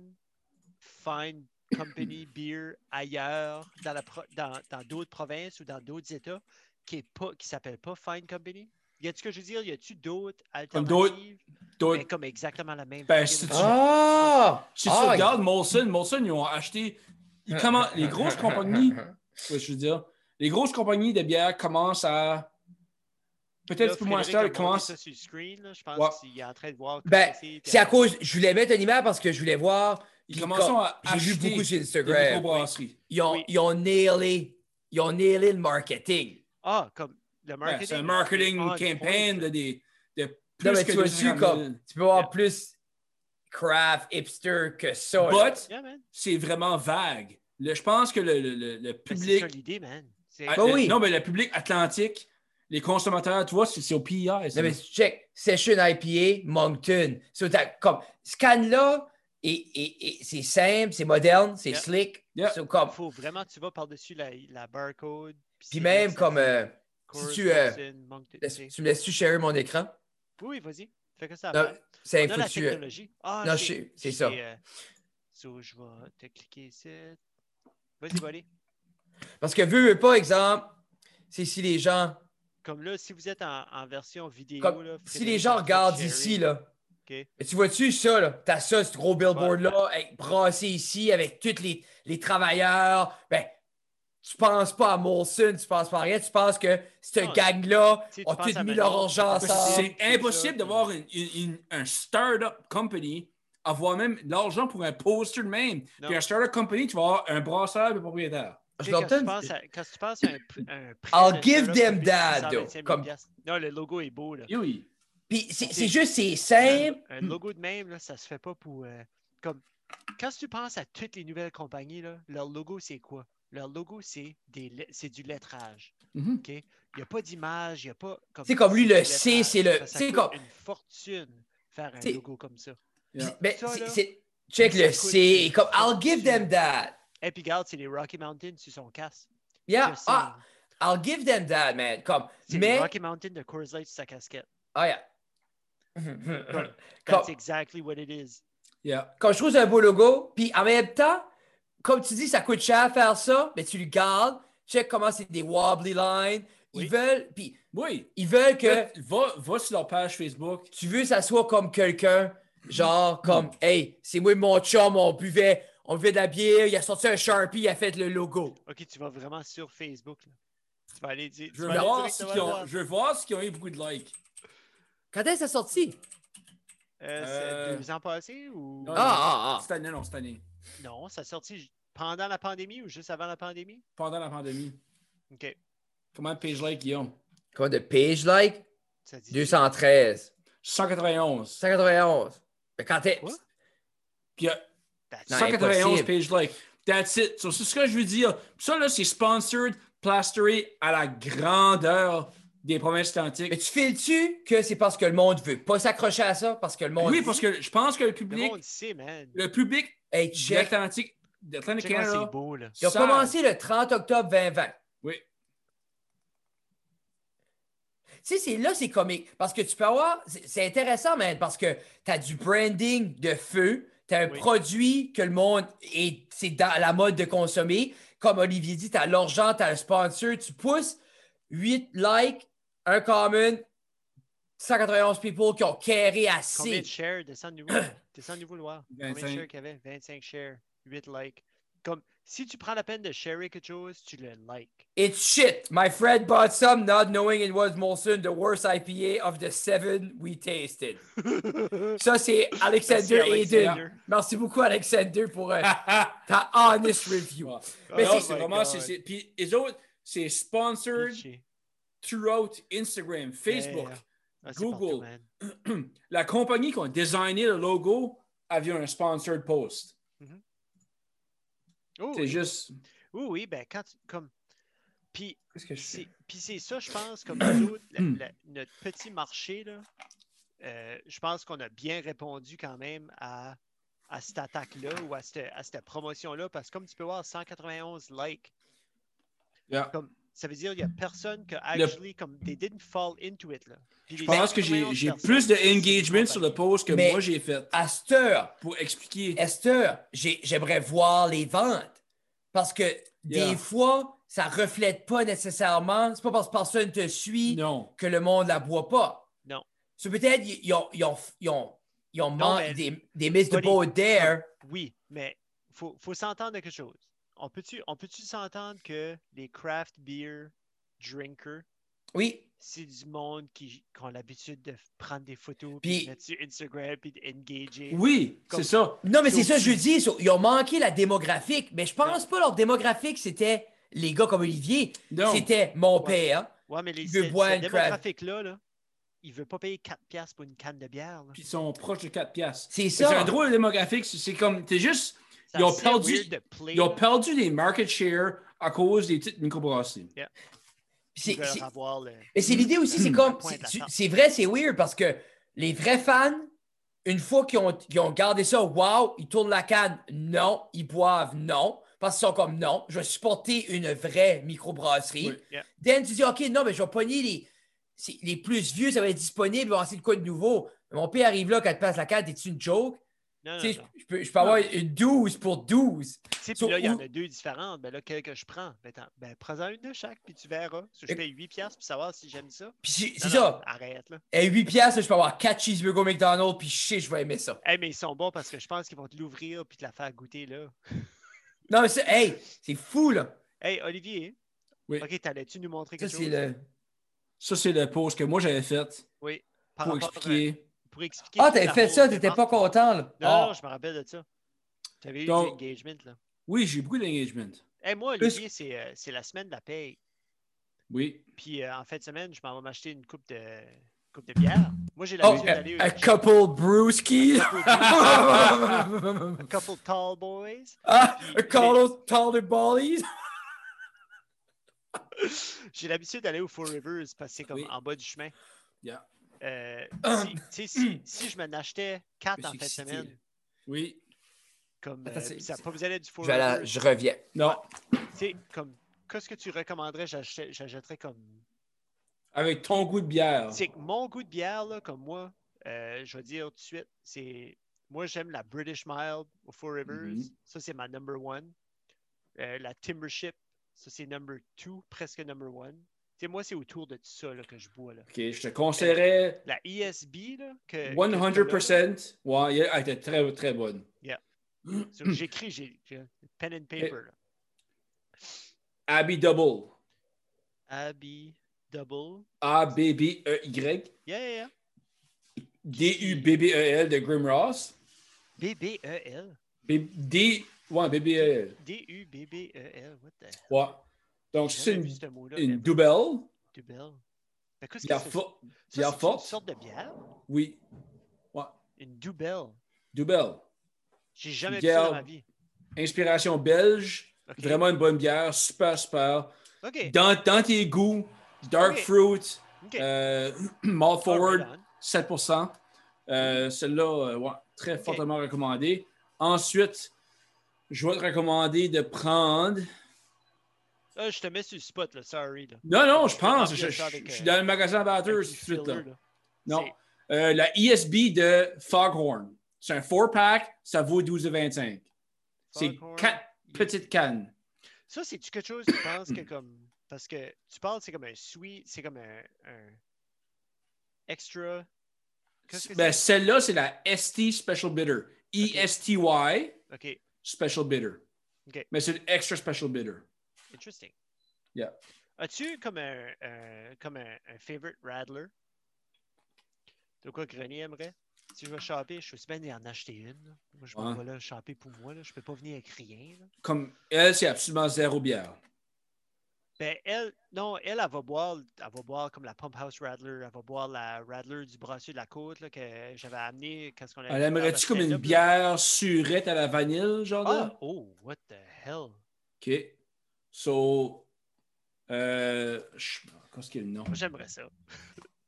[SPEAKER 1] Fine
[SPEAKER 3] Hmm.
[SPEAKER 1] Company Beer ailleurs, dans, la pro- dans, dans d'autres provinces ou dans d'autres États qui est pas, qui s'appelle pas Fine Company? Y a-tu que je veux dire? Y a-tu d'autres
[SPEAKER 3] Comme d'autres-
[SPEAKER 1] alternatives?
[SPEAKER 3] D'autres-
[SPEAKER 1] mais comme exactement la même. friggin'
[SPEAKER 3] Ben, si tu-
[SPEAKER 1] affaire.
[SPEAKER 2] Ah!
[SPEAKER 3] Si
[SPEAKER 2] Ben, Ah,
[SPEAKER 3] tu regardes Molson, Molson, ils ont acheté. ils commen- les grosses compagnies, ouais, je veux dire, les grosses compagnies de bière commencent à. Peut-être
[SPEAKER 1] Là,
[SPEAKER 3] un peu moins
[SPEAKER 1] Frédéric
[SPEAKER 3] cher,
[SPEAKER 1] a
[SPEAKER 3] ils
[SPEAKER 1] montré
[SPEAKER 3] commencent.
[SPEAKER 1] ça sur le screen, là, je pense
[SPEAKER 3] Ouais.
[SPEAKER 1] qu'il est en train de voir. comment
[SPEAKER 2] Ben,
[SPEAKER 1] puis
[SPEAKER 2] c'est à
[SPEAKER 1] après-
[SPEAKER 2] cause, je voulais mettre une image parce que je voulais voir.
[SPEAKER 3] Ils commencent à
[SPEAKER 2] J'ai vu
[SPEAKER 3] acheter
[SPEAKER 2] beaucoup sur
[SPEAKER 3] des
[SPEAKER 2] Instagram.
[SPEAKER 3] microbrasseries.
[SPEAKER 2] Ils ont,
[SPEAKER 1] Oui.
[SPEAKER 2] ils ont nailé, ils ont nailé le marketing.
[SPEAKER 1] Ah, comme le
[SPEAKER 3] Ouais,
[SPEAKER 1] marketing.
[SPEAKER 3] c'est un marketing
[SPEAKER 1] on
[SPEAKER 3] campaign de,
[SPEAKER 1] point.
[SPEAKER 3] des, de plus
[SPEAKER 2] Non, mais
[SPEAKER 3] que
[SPEAKER 2] tu vois-tu
[SPEAKER 3] 250 000.
[SPEAKER 2] comme, tu peux avoir
[SPEAKER 1] Yeah.
[SPEAKER 2] plus craft, hipster que ça. là.
[SPEAKER 3] But,
[SPEAKER 1] Yeah, man.
[SPEAKER 3] c'est vraiment vague. Le- je pense que le, le- le- le
[SPEAKER 1] Ben, C'est
[SPEAKER 3] public.
[SPEAKER 1] ça l'idée, man. C'est-
[SPEAKER 3] Ah,
[SPEAKER 2] Ben
[SPEAKER 3] le-
[SPEAKER 2] oui.
[SPEAKER 3] Non, mais le public atlantique, les consommateurs, tu vois, c'est c'est au PI. ça.
[SPEAKER 2] Non, mais check, Session IPA, Moncton. So, t'as comme, ce can-là, et, et- et c'est simple, c'est moderne, c'est
[SPEAKER 1] Yeah.
[SPEAKER 2] slick.
[SPEAKER 3] Yeah.
[SPEAKER 2] So, comme,
[SPEAKER 1] faut vraiment, tu vas par-dessus la, la barcode.
[SPEAKER 2] puis même comme, euh, si tu, euh, laisse-
[SPEAKER 1] Oui,
[SPEAKER 2] tu me laisses-tu share mon écran?
[SPEAKER 1] oui, vas-y. Fais que ça.
[SPEAKER 2] Non,
[SPEAKER 1] apparaisse.
[SPEAKER 2] c'est
[SPEAKER 1] Ah, ben, On a la
[SPEAKER 2] foutu. euh,
[SPEAKER 1] technologie. Ah,
[SPEAKER 2] Non,
[SPEAKER 1] je sais,
[SPEAKER 2] c'est- c'est
[SPEAKER 1] je
[SPEAKER 2] ça.
[SPEAKER 1] sais, euh, so, je vais te cliquer ici. Vas-y, vas
[SPEAKER 2] Parce que, veux, veux pas, exemple, c'est si les gens,
[SPEAKER 1] Comme là, si vous êtes en, en version vidéo.
[SPEAKER 2] comme,
[SPEAKER 1] là,
[SPEAKER 2] si
[SPEAKER 1] Frédéric
[SPEAKER 2] les
[SPEAKER 1] est en
[SPEAKER 2] gens
[SPEAKER 1] train de
[SPEAKER 2] regardent
[SPEAKER 1] sharer.
[SPEAKER 2] ici, là,
[SPEAKER 1] OK.
[SPEAKER 2] Mais tu vois-tu ça, là? T'as ça, ce gros billboard-là, avec- brassé ici avec tous les, les travailleurs. Ben, tu penses pas à Molson, tu penses pas à rien, tu penses que
[SPEAKER 1] Non,
[SPEAKER 2] ce gang-là
[SPEAKER 1] tu sais, tu
[SPEAKER 2] ont
[SPEAKER 1] penses
[SPEAKER 2] tous
[SPEAKER 1] à
[SPEAKER 2] Ah, mis
[SPEAKER 1] Manon,
[SPEAKER 2] leur argent
[SPEAKER 1] tu
[SPEAKER 3] Parce
[SPEAKER 1] penses à
[SPEAKER 2] ensemble.
[SPEAKER 3] que
[SPEAKER 1] Sort,
[SPEAKER 3] C'est
[SPEAKER 1] c'est
[SPEAKER 3] impossible
[SPEAKER 1] ça.
[SPEAKER 3] d'avoir une- une- une- un startup company, avoir même l'argent pour un poster de même.
[SPEAKER 1] Non.
[SPEAKER 3] Puis un startup company, tu vas avoir un brasseur et un propriétaire.
[SPEAKER 1] Tu
[SPEAKER 2] Je
[SPEAKER 1] sais,
[SPEAKER 2] leur
[SPEAKER 1] Quand tu
[SPEAKER 2] donne-
[SPEAKER 1] penses à, quand tu penses à un, pr- un prix.
[SPEAKER 2] I'll
[SPEAKER 1] de
[SPEAKER 2] give
[SPEAKER 1] startup,
[SPEAKER 2] them
[SPEAKER 1] ça fait
[SPEAKER 2] that,
[SPEAKER 1] 625 000
[SPEAKER 2] comme-
[SPEAKER 1] piastres. Non, le logo est beau, là.
[SPEAKER 3] Eh Oui.
[SPEAKER 2] Puis c'est c'est juste, c'est simple.
[SPEAKER 1] Un logo de même, là, ça se fait pas pour. euh, comme, quand tu penses à toutes les nouvelles compagnies, là, leur logo, c'est quoi? Leur logo, c'est des let- c'est du lettrage.
[SPEAKER 3] Mhm.
[SPEAKER 1] Il n'y a pas d'image, il n'y a pas. Comme,
[SPEAKER 2] C'est comme lui, le
[SPEAKER 1] du
[SPEAKER 2] C,
[SPEAKER 1] lettrage.
[SPEAKER 2] c'est le-
[SPEAKER 1] Ça, ça
[SPEAKER 2] c'est
[SPEAKER 1] coûte
[SPEAKER 2] comme-
[SPEAKER 1] une fortune faire un
[SPEAKER 2] C'est-
[SPEAKER 1] logo comme ça.
[SPEAKER 2] Puis,
[SPEAKER 3] Yeah.
[SPEAKER 2] ben,
[SPEAKER 1] Ça,
[SPEAKER 2] c'est-
[SPEAKER 1] là,
[SPEAKER 2] c'est- check
[SPEAKER 1] ça
[SPEAKER 2] le
[SPEAKER 1] coûte-
[SPEAKER 2] C, et comme,
[SPEAKER 1] ça
[SPEAKER 2] I'll
[SPEAKER 1] coûte
[SPEAKER 2] give them that.
[SPEAKER 1] Et puis, regarde, c'est les Rocky Mountains sur son casque.
[SPEAKER 2] Yeah,
[SPEAKER 1] Le signe.
[SPEAKER 2] ah, I'll give them that, man. Comme,
[SPEAKER 1] c'est les
[SPEAKER 2] mais,
[SPEAKER 1] Rocky Mountains de Coors Light sur sa casquette.
[SPEAKER 2] ah, yeah.
[SPEAKER 1] That's
[SPEAKER 2] Comme-
[SPEAKER 1] exactly what it is.
[SPEAKER 3] Yeah.
[SPEAKER 2] Comme je trouve c'est un beau logo, puis en même temps, comme tu dis, ça coûte cher faire ça, mais tu le gardes. Check comment c'est des wobbly lines. Ils
[SPEAKER 1] Oui.
[SPEAKER 2] veulent, puis
[SPEAKER 3] Oui.
[SPEAKER 2] ils veulent que
[SPEAKER 3] Fait, Va, va sur leur page Facebook.
[SPEAKER 2] tu veux que ça soit comme quelqu'un, genre comme, hey, c'est moi et mon chum, on buvait, on vide la bière, il a sorti un Sharpie, il a fait le logo.
[SPEAKER 1] OK, tu vas vraiment sur Facebook. là. Tu vas aller dire. tu
[SPEAKER 3] Je veux,
[SPEAKER 1] vas aller
[SPEAKER 3] voir
[SPEAKER 1] directement
[SPEAKER 3] ce qu'ils ont,
[SPEAKER 1] voir.
[SPEAKER 3] je veux voir ce qu'ils ont eu beaucoup de likes.
[SPEAKER 2] Quand est-ce que c'est sorti?
[SPEAKER 1] Euh, c'est
[SPEAKER 3] Euh,
[SPEAKER 1] deux ans passés ou.
[SPEAKER 3] non.
[SPEAKER 2] Ah, ah, ah.
[SPEAKER 3] Cette année, non, cette année.
[SPEAKER 1] Non, ça a sorti ju- pendant la pandémie ou juste avant la pandémie?
[SPEAKER 3] Pendant la pandémie.
[SPEAKER 1] OK.
[SPEAKER 3] Combien de page likes ils ont?
[SPEAKER 2] Quoi de page like?
[SPEAKER 1] Ça dit.
[SPEAKER 2] 213.
[SPEAKER 3] 191.
[SPEAKER 2] 191. Mais quand est
[SPEAKER 1] Quoi?
[SPEAKER 3] Puis il y a
[SPEAKER 1] That's
[SPEAKER 2] Non,
[SPEAKER 3] 191
[SPEAKER 2] impossible.
[SPEAKER 3] page likes. That's it. So, c'est ce que je veux dire. Puis ça, là, c'est sponsored, plasteré à la grandeur des provinces
[SPEAKER 2] Mais
[SPEAKER 3] atlantiques.
[SPEAKER 2] tu files-tu que c'est parce que le monde veut pas s'accrocher à ça? Parce que le monde.
[SPEAKER 3] Oui, parce que je pense que le
[SPEAKER 1] Le
[SPEAKER 3] public,
[SPEAKER 1] monde sait, man.
[SPEAKER 3] le public
[SPEAKER 2] Hey,
[SPEAKER 3] de
[SPEAKER 2] check.
[SPEAKER 3] l'Atlantique, d'Atlantic
[SPEAKER 1] Check comment
[SPEAKER 3] Canada,
[SPEAKER 1] c'est beau, là.
[SPEAKER 2] Ils ont
[SPEAKER 3] savent-
[SPEAKER 2] commencé le 30 octobre 2020.
[SPEAKER 3] Oui.
[SPEAKER 2] Tu sais, c'est là, c'est comique. Parce que tu peux avoir. C'est c'est intéressant, man, parce que tu as du branding de feu, tu as un
[SPEAKER 1] Oui.
[SPEAKER 2] produit que le monde est. C'est dans la mode de consommer. Comme Olivier dit, tu as l'argent, tu as le sponsor, tu pousses 8 likes, un comment, 191 people qui ont carré
[SPEAKER 1] Combien
[SPEAKER 2] assez.
[SPEAKER 1] de shares? Descends de nouveau. Descends de nouveau, Loire. Combien de
[SPEAKER 3] 25.
[SPEAKER 1] shares qu'il y avait? 25 shares, 8 likes. Comme si tu prends la peine de sharer quelque chose, tu le likes.
[SPEAKER 2] It's shit. My friend bought some, not knowing it was Molson, the worst IPA of the seven we tasted. Ça, c'est Alexander
[SPEAKER 1] Merci,
[SPEAKER 2] Hayden.
[SPEAKER 1] Alexander.
[SPEAKER 2] Merci beaucoup, Alexander, pour euh,
[SPEAKER 3] Ah,
[SPEAKER 2] ta honest review.
[SPEAKER 3] Ouais.
[SPEAKER 1] Oh
[SPEAKER 2] Mais
[SPEAKER 3] non,
[SPEAKER 2] c'est-
[SPEAKER 3] c'est vraiment. c'est- c'est- Puis les autres, c'est sponsored
[SPEAKER 1] Bitché.
[SPEAKER 3] throughout Instagram, Facebook.
[SPEAKER 1] Yeah. Ah, c'est
[SPEAKER 3] Google.
[SPEAKER 1] partout, man.
[SPEAKER 3] La compagnie qui a designé le logo avait un sponsored post.
[SPEAKER 1] Oh,
[SPEAKER 3] C'est juste.
[SPEAKER 1] Oui, oui, ben quand tu- comme puis
[SPEAKER 3] Qu'est-ce que je
[SPEAKER 1] c'est
[SPEAKER 3] sais?
[SPEAKER 1] puis c'est ça, je pense, comme nous autres, la- la- notre petit marché là, euh, je pense qu'on a bien répondu quand même à, à cette attaque là ou à cette, à cette promotion là, parce que comme tu peux voir, 191 likes,
[SPEAKER 3] Yeah.
[SPEAKER 1] ça veut dire qu'il n'y a personne qui a actually comme they didn't fall into it là. Puis ben,
[SPEAKER 3] Je
[SPEAKER 1] les
[SPEAKER 3] pense que j'ai
[SPEAKER 1] 191
[SPEAKER 3] j'ai
[SPEAKER 1] personnes,
[SPEAKER 3] plus de
[SPEAKER 1] c'est une
[SPEAKER 3] engagement sur le
[SPEAKER 1] campagne.
[SPEAKER 3] post que
[SPEAKER 2] Mais-
[SPEAKER 3] moi j'ai fait
[SPEAKER 2] À cette heure,
[SPEAKER 3] pour expliquer.
[SPEAKER 2] à cette heure, j'ai- j'aimerais voir les ventes. Parce que des
[SPEAKER 3] Yeah.
[SPEAKER 2] fois, ça reflète pas nécessairement. C'est pas parce que personne te suit
[SPEAKER 3] Non.
[SPEAKER 2] que le monde la boit pas.
[SPEAKER 1] Non.
[SPEAKER 2] So, peut-être ils ils ont, ils ont, ils ont, ils ont
[SPEAKER 1] Non,
[SPEAKER 2] man-
[SPEAKER 1] mais-
[SPEAKER 2] des, des mises de
[SPEAKER 1] Buddy,
[SPEAKER 2] beau d'air.
[SPEAKER 1] Oui, mais faut, faut s'entendre de quelque chose. On peut-tu on peut-tu s'entendre que les craft beer drinkers
[SPEAKER 2] Oui.
[SPEAKER 1] c'est
[SPEAKER 2] c'est
[SPEAKER 1] du monde qui, qui ont l'habitude de f- prendre des photos,
[SPEAKER 2] Puis-
[SPEAKER 1] puis, de mettre sur Instagram, puis d'engager.
[SPEAKER 3] Oui,
[SPEAKER 1] Comme-
[SPEAKER 3] c'est ça.
[SPEAKER 2] Non, mais
[SPEAKER 1] Ils
[SPEAKER 2] c'est
[SPEAKER 1] ont
[SPEAKER 2] ça, je dis. so- Ils ont manqué la démographique, mais je pense pas leur démographique, c'était les gars comme Olivier.
[SPEAKER 3] Non.
[SPEAKER 2] C'était mon
[SPEAKER 1] Ouais.
[SPEAKER 2] père. hein.
[SPEAKER 1] Ouais, mais les,
[SPEAKER 2] Ils veulent
[SPEAKER 1] cette,
[SPEAKER 2] boire
[SPEAKER 1] cette
[SPEAKER 2] une craft.
[SPEAKER 1] démographique-là, là, il veut pas payer 4 piastres pour une canne de bière. là.
[SPEAKER 3] Puis ils sont proches de 4 piastres.
[SPEAKER 2] C'est
[SPEAKER 3] C'est
[SPEAKER 2] ça.
[SPEAKER 3] un drôle démographique. C'est- C'est comme. T'es juste.
[SPEAKER 1] C'est
[SPEAKER 3] Ils ont
[SPEAKER 1] assez
[SPEAKER 3] perdu-
[SPEAKER 1] weird de play,
[SPEAKER 3] Ils ont
[SPEAKER 1] là.
[SPEAKER 3] perdu des market share à cause des petites microbrasseries.
[SPEAKER 1] Ils
[SPEAKER 2] C'est-
[SPEAKER 1] veulent
[SPEAKER 2] c'est-
[SPEAKER 1] avoir le-
[SPEAKER 2] Mais c'est l'idée aussi,
[SPEAKER 3] Hmm.
[SPEAKER 2] c'est comme.
[SPEAKER 1] Point de la
[SPEAKER 2] c'est-
[SPEAKER 1] tarte.
[SPEAKER 2] C'est vrai, c'est weird parce que les vrais fans, une fois qu'ils ont, qu'ils ont gardé ça, wow, ils tournent la canne. Non, ils boivent, non. Parce qu'ils sont comme non, je vais supporter une vraie microbrasserie.
[SPEAKER 3] Oui.
[SPEAKER 1] Yeah.
[SPEAKER 2] Dan, tu dis, OK, non, mais je vais pogner les, c'est- les plus vieux, ça va être disponible, on va essayer de quoi de nouveau. Mais mon père arrive là quand il passe la canne, es-tu une joke?
[SPEAKER 1] Non, non,
[SPEAKER 2] Tu sais,
[SPEAKER 1] Ah, non.
[SPEAKER 2] je- je peux, je peux avoir une 12 pour 12.
[SPEAKER 1] Tu sais,
[SPEAKER 2] so-
[SPEAKER 1] puis là, il y en
[SPEAKER 2] ou-
[SPEAKER 1] a deux différentes. Ben là, quelle que je prends? Ben, attends, ben prends-en une de chaque, puis tu verras. Si je
[SPEAKER 2] Et-
[SPEAKER 1] paye 8 piastres pour savoir si j'aime ça.
[SPEAKER 2] Puis c'est- c'est
[SPEAKER 1] Non, non,
[SPEAKER 2] ça.
[SPEAKER 1] Arrête, là.
[SPEAKER 2] Et 8 piastres, je peux avoir 4 cheeseburgers au McDonald's, puis je sais, je vais aimer ça.
[SPEAKER 1] Eh, mais ils sont bons parce que je pense qu'ils vont te l'ouvrir puis te la faire goûter, là.
[SPEAKER 2] Non, mais c'est, hey, c'est fou, là.
[SPEAKER 1] Hey, Olivier.
[SPEAKER 3] Oui.
[SPEAKER 1] OK, t'allais-tu nous montrer
[SPEAKER 2] Ça,
[SPEAKER 1] quelque
[SPEAKER 2] c'est
[SPEAKER 1] chose?
[SPEAKER 2] le.
[SPEAKER 3] Ça, c'est le post que moi j'avais fait
[SPEAKER 1] par
[SPEAKER 3] pour
[SPEAKER 1] rapport à-
[SPEAKER 3] expliquer.
[SPEAKER 1] pour expliquer.
[SPEAKER 2] Ah,
[SPEAKER 1] toute
[SPEAKER 2] t'avais
[SPEAKER 1] la
[SPEAKER 2] fait ça,
[SPEAKER 1] cause des
[SPEAKER 2] t'étais
[SPEAKER 1] ventes.
[SPEAKER 2] pas content, là.
[SPEAKER 1] Non, non,
[SPEAKER 2] Ah.
[SPEAKER 1] je me rappelle de ça. Tu avais eu
[SPEAKER 3] Donc-
[SPEAKER 1] du engagement, là.
[SPEAKER 3] Oui, j'ai beaucoup d'engagement.
[SPEAKER 1] Hey, moi,
[SPEAKER 2] Plus-
[SPEAKER 1] Olivier, c'est euh, c'est la semaine de la paye.
[SPEAKER 3] Oui.
[SPEAKER 1] Puis euh, en fin de semaine, je m'en vais m'acheter une coupe de coupe de bière. Moi, j'ai
[SPEAKER 2] Oh,
[SPEAKER 1] l'habitude
[SPEAKER 2] un,
[SPEAKER 1] d'aller
[SPEAKER 2] un
[SPEAKER 1] chez-
[SPEAKER 2] couple brewski.
[SPEAKER 1] un couple tall boys.
[SPEAKER 2] Ah,
[SPEAKER 1] Puis
[SPEAKER 2] un
[SPEAKER 1] j'ai-
[SPEAKER 2] couple taller ballies.
[SPEAKER 1] J'ai l'habitude d'aller au Four Rivers parce que c'est comme
[SPEAKER 3] Oui.
[SPEAKER 1] en bas du chemin.
[SPEAKER 3] Yeah.
[SPEAKER 1] Euh, si, tu sais, si, si je m'en achetais quatre
[SPEAKER 3] Je
[SPEAKER 1] en
[SPEAKER 3] suis
[SPEAKER 1] fin de
[SPEAKER 3] excité.
[SPEAKER 1] semaine,
[SPEAKER 3] Oui.
[SPEAKER 1] comme
[SPEAKER 2] Attends,
[SPEAKER 1] euh,
[SPEAKER 2] c'est-
[SPEAKER 1] ça
[SPEAKER 2] c'est-
[SPEAKER 1] pas besoin d'être du Four
[SPEAKER 2] Je, vais
[SPEAKER 1] Rivers,
[SPEAKER 2] aller- je reviens.
[SPEAKER 3] Non.
[SPEAKER 1] tu sais, comme qu'est-ce que tu recommanderais, j'achèterais j'achèterais comme
[SPEAKER 3] Avec ton goût de bière.
[SPEAKER 1] C'est que mon goût de bière, là, comme moi, euh, je vais dire tout de suite, c'est. Moi, j'aime la British Mild au Four Rivers.
[SPEAKER 3] Mhm.
[SPEAKER 1] Ça, c'est ma number one. Euh, la Timbership, ça, c'est number two, presque number one. Tu sais, moi, c'est autour de ça là, que je bois. Là.
[SPEAKER 3] Ok, je te conseillerais
[SPEAKER 1] La ESB, E là, Euh, que. que tu as là,
[SPEAKER 3] 100%. Ouais, elle était très, très bonne.
[SPEAKER 1] So, J'écris, j'ai j'ai- pen and paper. là.
[SPEAKER 3] Abby Double.
[SPEAKER 1] Abby Double.
[SPEAKER 3] E A-B-B-E-Y.
[SPEAKER 1] Yeah, yeah, yeah.
[SPEAKER 3] D-U-B-B-E-L E de Grim Ross.
[SPEAKER 1] B-B-E-L.
[SPEAKER 3] B- D. Ouais, E B-B-E-L.
[SPEAKER 1] D-U-B-B-E-L. E What the hell?
[SPEAKER 3] Ouais. Donc, ça, c'est
[SPEAKER 1] J'ai
[SPEAKER 3] une,
[SPEAKER 1] vu ce mot-là.
[SPEAKER 3] une
[SPEAKER 1] ever.
[SPEAKER 3] double.
[SPEAKER 1] Double. Fait que qu'est-ce que
[SPEAKER 3] Bière
[SPEAKER 1] c'est?
[SPEAKER 3] forte.
[SPEAKER 1] Ça, c'est
[SPEAKER 3] Bière
[SPEAKER 1] une
[SPEAKER 3] forte.
[SPEAKER 1] sorte de bière.
[SPEAKER 3] Oui. Ouais.
[SPEAKER 1] Une double.
[SPEAKER 3] Double.
[SPEAKER 1] J'ai jamais vu
[SPEAKER 3] bière.
[SPEAKER 1] ça dans ma vie.
[SPEAKER 3] Inspiration belge.
[SPEAKER 1] Ok.
[SPEAKER 3] Vraiment une bonne bière. Super, super.
[SPEAKER 1] OK.
[SPEAKER 3] Dans, dans tes goûts, dark
[SPEAKER 1] Ok.
[SPEAKER 3] fruit,
[SPEAKER 1] OK. Ah,
[SPEAKER 3] euh, malt forward,
[SPEAKER 1] Alright, on.
[SPEAKER 3] 7 Euh, Celle-là, euh, ouais, très fortement recommandée. Ensuite, je vais te recommander de prendre.
[SPEAKER 1] Ah, je te mets sur le spot, là. Sorry, là.
[SPEAKER 3] Non, non, je
[SPEAKER 1] Je
[SPEAKER 3] pense.
[SPEAKER 1] vais
[SPEAKER 3] Je,
[SPEAKER 1] remplir
[SPEAKER 3] je-
[SPEAKER 1] ça avec,
[SPEAKER 3] je suis
[SPEAKER 1] euh,
[SPEAKER 3] dans le magasin
[SPEAKER 1] Un
[SPEAKER 3] batteur tout
[SPEAKER 1] petit
[SPEAKER 3] de suite. Là.
[SPEAKER 1] filler, là.
[SPEAKER 3] Non.
[SPEAKER 1] C'est-
[SPEAKER 3] Euh, la ESB de Foghorn. C'est un 4-pack, ça vaut 12,25. C'est
[SPEAKER 1] Foghorn.
[SPEAKER 3] quatre petites cannes.
[SPEAKER 1] Ça, c'est-tu quelque chose, tu penses que comme. Parce que tu parles, c'est comme un sweet, c'est comme un. un extra. Qu'est-ce que
[SPEAKER 3] Ben,
[SPEAKER 1] c'est?
[SPEAKER 3] Celle-là, c'est la ST Special E Bitter. ESTY
[SPEAKER 1] OK.
[SPEAKER 3] Special Bitter.
[SPEAKER 1] Ok.
[SPEAKER 3] Mais c'est une extra special bitter.
[SPEAKER 1] Interesting.
[SPEAKER 3] Yeah.
[SPEAKER 1] As-tu comme un, un- comme un, un favorite Rattler? De quoi Grenier aimerait? Si je vais shopper, je suis aussi bien d'y en acheter une. là. Moi, je
[SPEAKER 3] Ouais.
[SPEAKER 1] m'en vais là shopper pour moi. Là. Je peux pas venir avec rien. là.
[SPEAKER 3] Comme elle, c'est absolument zéro bière.
[SPEAKER 1] Ben, elle, non, elle, elle va boire, elle va boire comme la Pump House Rattler, elle va boire la Rattler du brassier de la côte là, que j'avais amené quand on avait
[SPEAKER 3] Elle
[SPEAKER 1] fait
[SPEAKER 3] aimerait-tu
[SPEAKER 1] le
[SPEAKER 3] comme une
[SPEAKER 1] stand-up, là.
[SPEAKER 3] bière surette à la vanille, genre là?
[SPEAKER 1] Ah, oh, what the hell?
[SPEAKER 3] OK. So, euh, je- qu'est-ce qu'il y a le nom?
[SPEAKER 1] Moi, J'aimerais ça.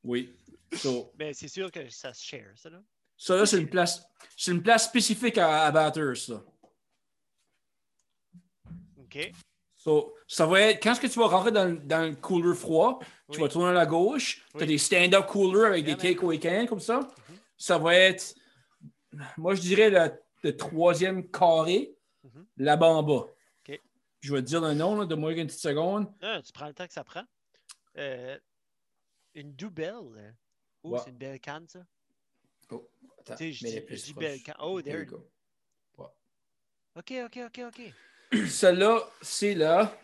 [SPEAKER 3] Oui. So,
[SPEAKER 1] Mais c'est sûr que ça se share, ça. Là.
[SPEAKER 3] ça là, c'est une place, c'est une place spécifique à, à Batters, ça.
[SPEAKER 1] OK.
[SPEAKER 3] So, ça va être, quand est-ce que tu vas rentrer dans, le- dans le cooler froid, tu
[SPEAKER 1] Oui.
[SPEAKER 3] vas tourner à la gauche, tu as
[SPEAKER 1] Oui. Mm-hmm.
[SPEAKER 3] des stand-up coolers avec
[SPEAKER 1] Bien,
[SPEAKER 3] des
[SPEAKER 1] bien.
[SPEAKER 3] takeaway cans comme ça. Ça va être, moi, je dirais le, le troisième carré,
[SPEAKER 1] Mhm.
[SPEAKER 3] là-bas en bas.
[SPEAKER 1] OK.
[SPEAKER 3] Je vais te dire le nom, là, de moi une petite seconde.
[SPEAKER 1] Non, tu prends le temps que ça prend. Euh, une double. euh. Oh,
[SPEAKER 3] Ouais.
[SPEAKER 1] c'est une belle canne, ça.
[SPEAKER 3] Oh, attends,
[SPEAKER 1] Tu sais, je
[SPEAKER 3] mets
[SPEAKER 1] dis-
[SPEAKER 3] les plus
[SPEAKER 1] je dis belle
[SPEAKER 3] proches.
[SPEAKER 1] canne. Oh, there
[SPEAKER 3] There
[SPEAKER 1] it
[SPEAKER 3] you go.
[SPEAKER 1] OK, OK, OK, OK.
[SPEAKER 3] Celle-là, c'est la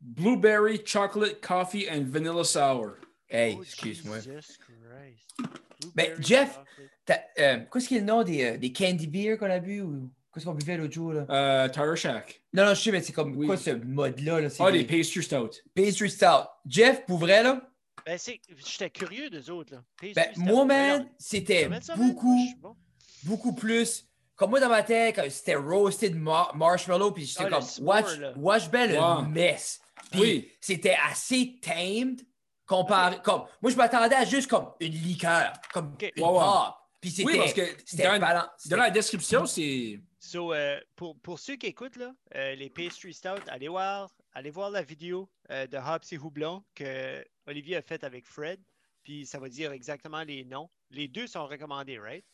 [SPEAKER 3] Blueberry Chocolate Coffee and Vanilla Sour.
[SPEAKER 2] Hey,
[SPEAKER 1] Oh,
[SPEAKER 2] excuse-moi.
[SPEAKER 1] Jesus Christ.
[SPEAKER 2] Ben,
[SPEAKER 1] Blueberry
[SPEAKER 2] Jeff,
[SPEAKER 1] chocolate.
[SPEAKER 2] T'as- euh, Qu'est-ce qu'il y a le nom des, euh, des candy beer qu'on a bu ou qu'est-ce qu'on buvait l'autre jour? Là?
[SPEAKER 3] Euh, Tire Shack.
[SPEAKER 2] Non, non, je sais, mais c'est comme
[SPEAKER 3] Oui.
[SPEAKER 2] quoi ce mode-là? Là, c'est
[SPEAKER 3] Ah, les
[SPEAKER 2] des
[SPEAKER 3] Pastry Stout.
[SPEAKER 2] pastry stout. Jeff, pour vrai, là,
[SPEAKER 1] Ben, c'est... J'étais curieux d'eux autres, là. Pastry
[SPEAKER 2] ben,
[SPEAKER 1] stout.
[SPEAKER 2] moi,
[SPEAKER 1] Mais
[SPEAKER 2] man,
[SPEAKER 1] non,
[SPEAKER 2] c'était
[SPEAKER 1] comment ça, man? Moi,
[SPEAKER 2] beaucoup,
[SPEAKER 1] je suis bon.
[SPEAKER 2] beaucoup plus. Comme moi, dans ma tête, quand c'était roasted mar- marshmallow, puis
[SPEAKER 1] Ah,
[SPEAKER 2] j'étais
[SPEAKER 1] le
[SPEAKER 2] comme,
[SPEAKER 1] s'more,
[SPEAKER 2] watch,
[SPEAKER 1] là.
[SPEAKER 2] watch belle
[SPEAKER 3] Wow.
[SPEAKER 2] mess. Puis
[SPEAKER 3] Oui.
[SPEAKER 2] c'était assez tamed comparé. Comme, moi, je m'attendais à juste comme une liqueur, comme
[SPEAKER 1] Ok.
[SPEAKER 2] une
[SPEAKER 3] Ouais, ouais.
[SPEAKER 2] pop. Puis c'était
[SPEAKER 3] Oui, parce que
[SPEAKER 2] c'était
[SPEAKER 3] dans-
[SPEAKER 2] balan-
[SPEAKER 3] Dans la description, c'est.
[SPEAKER 1] So, euh, pour, pour ceux qui écoutent, là, euh, les Pastry Stout, allez voir, allez voir la vidéo euh, de Hops et Houblon que Olivier a faite avec Fred. Puis ça va dire exactement les noms. Les deux sont recommandés, right?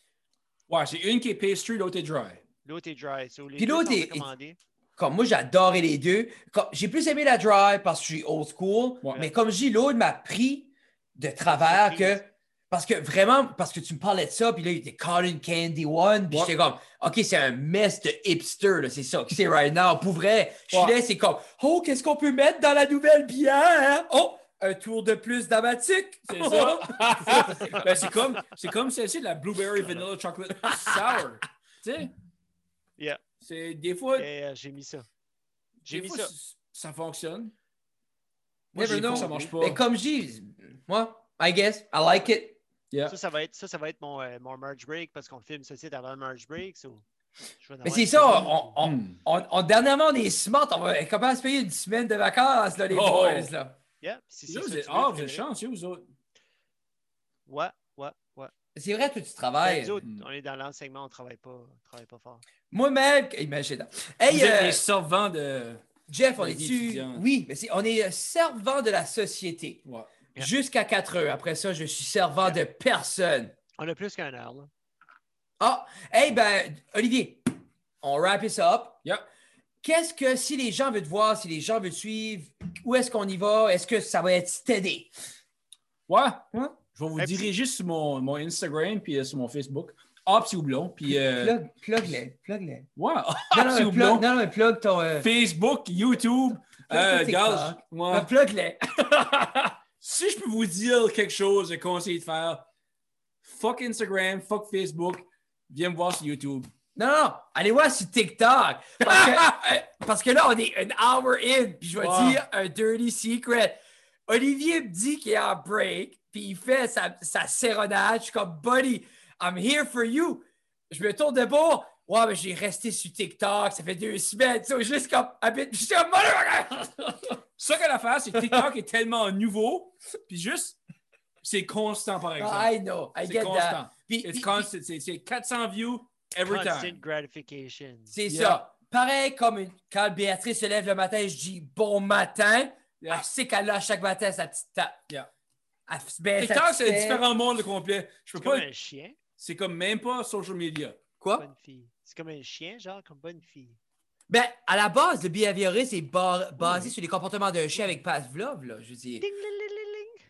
[SPEAKER 3] Ouais, c'est une qui est pastry, l'autre est dry.
[SPEAKER 1] L'autre est dry. So, les
[SPEAKER 2] Puis
[SPEAKER 1] deux
[SPEAKER 2] l'autre
[SPEAKER 1] sont
[SPEAKER 2] est-
[SPEAKER 1] recommandés.
[SPEAKER 2] Comme moi, j'adorais les deux. Comme- J'ai plus aimé la dry parce que je suis old school,
[SPEAKER 3] Ouais.
[SPEAKER 2] mais comme je dis, l'autre m'a pris de travers que. Parce que vraiment, parce que tu me parlais de ça, puis là, il était Cotton Candy One, puis
[SPEAKER 3] Ouais.
[SPEAKER 2] j'étais comme, OK, c'est un mess de hipster, là, c'est ça que c'est right now. Pour vrai, je suis
[SPEAKER 3] Ouais.
[SPEAKER 2] là, c'est comme, oh, qu'est-ce qu'on peut mettre dans la nouvelle bière? Oh, un tour de plus d'amatique.
[SPEAKER 3] C'est ça. Ben, c'est comme, c'est comme celle-ci, la Blueberry Vanilla Chocolate Sour. tu sais?
[SPEAKER 1] Yeah.
[SPEAKER 3] C'est des fois.
[SPEAKER 1] Et, euh, j'ai mis ça. J'ai
[SPEAKER 3] des
[SPEAKER 1] mis
[SPEAKER 3] fois,
[SPEAKER 1] ça.
[SPEAKER 3] c- Ça fonctionne. Moi,
[SPEAKER 2] Never
[SPEAKER 3] j'ai
[SPEAKER 2] know.
[SPEAKER 3] ça marche pas.
[SPEAKER 2] Mais comme je dis, moi, I guess, I like it.
[SPEAKER 3] Yeah.
[SPEAKER 1] Ça, ça va être, ça, ça va être mon, euh, mon merge break parce qu'on filme ceci avant le merge break. so je vais en
[SPEAKER 2] Mais
[SPEAKER 1] avoir
[SPEAKER 2] c'est
[SPEAKER 1] une
[SPEAKER 2] ça,
[SPEAKER 1] semaine.
[SPEAKER 2] on, on-
[SPEAKER 3] Hmm.
[SPEAKER 2] on- on- dernièrement, on est smart, on va comment se payer une semaine de vacances, là, les
[SPEAKER 3] Oh.
[SPEAKER 2] boys, là.
[SPEAKER 1] Yeah, si
[SPEAKER 3] Vous
[SPEAKER 1] c'est ça
[SPEAKER 3] autres, vous
[SPEAKER 1] que
[SPEAKER 3] êtes
[SPEAKER 1] tu veux,
[SPEAKER 3] ah, vous êtes
[SPEAKER 1] Frédéric.
[SPEAKER 3] chanceux, vous autres.
[SPEAKER 1] Ouais, ouais, ouais.
[SPEAKER 2] C'est vrai, toi, tu
[SPEAKER 1] Ben,
[SPEAKER 2] travailles.
[SPEAKER 1] nous autres,
[SPEAKER 3] Hmm.
[SPEAKER 1] on est dans l'enseignement, on travaille pas, on travaille pas fort.
[SPEAKER 2] Moi-même, imagine. Hey,
[SPEAKER 3] vous êtes
[SPEAKER 2] euh,
[SPEAKER 3] les servants de.
[SPEAKER 2] Jeff, on
[SPEAKER 3] la
[SPEAKER 2] est
[SPEAKER 3] vie
[SPEAKER 2] tu
[SPEAKER 3] étudiante.
[SPEAKER 2] Oui, mais c'est- on est euh, servant de la société.
[SPEAKER 3] Ouais.
[SPEAKER 1] Yeah.
[SPEAKER 2] Jusqu'à 4 heures. Après ça, je suis servant de personne.
[SPEAKER 1] On a plus qu'un heure, là.
[SPEAKER 2] Ah, hey, ben, Olivier, on wrap this up.
[SPEAKER 3] Yeah.
[SPEAKER 2] Qu'est-ce que si les gens veulent te voir, si les gens veulent te suivre, où est-ce qu'on y va? Est-ce que ça va être steady?
[SPEAKER 3] Ouais. Je vais vous
[SPEAKER 1] Et puis-
[SPEAKER 3] diriger sur mon, mon Instagram puis euh, sur mon Facebook. Ops et Houblon. Puis, euh, Ah,
[SPEAKER 2] Plug, plug-les, plug-les.
[SPEAKER 3] ouais,
[SPEAKER 2] Non,
[SPEAKER 3] Ops
[SPEAKER 2] non,
[SPEAKER 3] et
[SPEAKER 2] mais
[SPEAKER 3] Houblon.
[SPEAKER 2] plug, non, non, mais plug ton... euh,
[SPEAKER 3] Facebook, YouTube.
[SPEAKER 2] Plug
[SPEAKER 3] euh,
[SPEAKER 2] ton
[SPEAKER 3] gars,
[SPEAKER 2] TikTok.
[SPEAKER 3] moi,
[SPEAKER 2] ben, Plug-les.
[SPEAKER 3] si je peux vous dire quelque chose, je conseille de faire fuck Instagram, fuck Facebook, viens me voir sur YouTube.
[SPEAKER 2] Non, non, allez voir sur TikTok. Parce que, euh, parce que là, on est une hour in, puis je vais
[SPEAKER 3] Wow.
[SPEAKER 2] dire un dirty secret. Olivier me dit qu'il est en break, puis il fait sa, sa sérenade. Je suis comme, buddy, I'm here for you. Je me tourne de bord. Ouais, mais j'ai resté sur TikTok, ça fait deux semaines. Tu sais, juste comme, un bit- je suis comme, motherfucker!
[SPEAKER 3] Ça qu'elle a fait, c'est que TikTok est tellement nouveau, puis juste, c'est constant par exemple.
[SPEAKER 2] Ah, I know, I
[SPEAKER 3] C'est
[SPEAKER 2] get that.
[SPEAKER 3] constant.
[SPEAKER 2] Puis-
[SPEAKER 3] It's
[SPEAKER 2] puis-
[SPEAKER 3] constant. C'est c'est 400 views every
[SPEAKER 1] Constant
[SPEAKER 3] time.
[SPEAKER 1] gratification.
[SPEAKER 2] C'est
[SPEAKER 3] Yeah.
[SPEAKER 2] ça. Pareil comme une- quand Béatrice se lève le matin, je dis bon matin.
[SPEAKER 3] Yeah.
[SPEAKER 2] Elle sait Ah, qu'elle a chaque matin sa petite tape.
[SPEAKER 3] Yeah.
[SPEAKER 2] Elle se met
[SPEAKER 3] TikTok,
[SPEAKER 2] satisfaite.
[SPEAKER 3] c'est un différent monde le complet. Je peux
[SPEAKER 1] C'est
[SPEAKER 3] pas. Ah.
[SPEAKER 1] comme un chien,
[SPEAKER 3] C'est comme même pas social media.
[SPEAKER 2] Quoi?
[SPEAKER 1] bonne fille. C'est comme un chien, genre, comme bonne fille.
[SPEAKER 2] Ben, à la base, le behaviorisme est bar-
[SPEAKER 3] Mm-hmm.
[SPEAKER 2] basé sur les comportements d'un chien avec Pavlov, là, je veux dire.
[SPEAKER 1] Ding, ling, ling, ling, ling.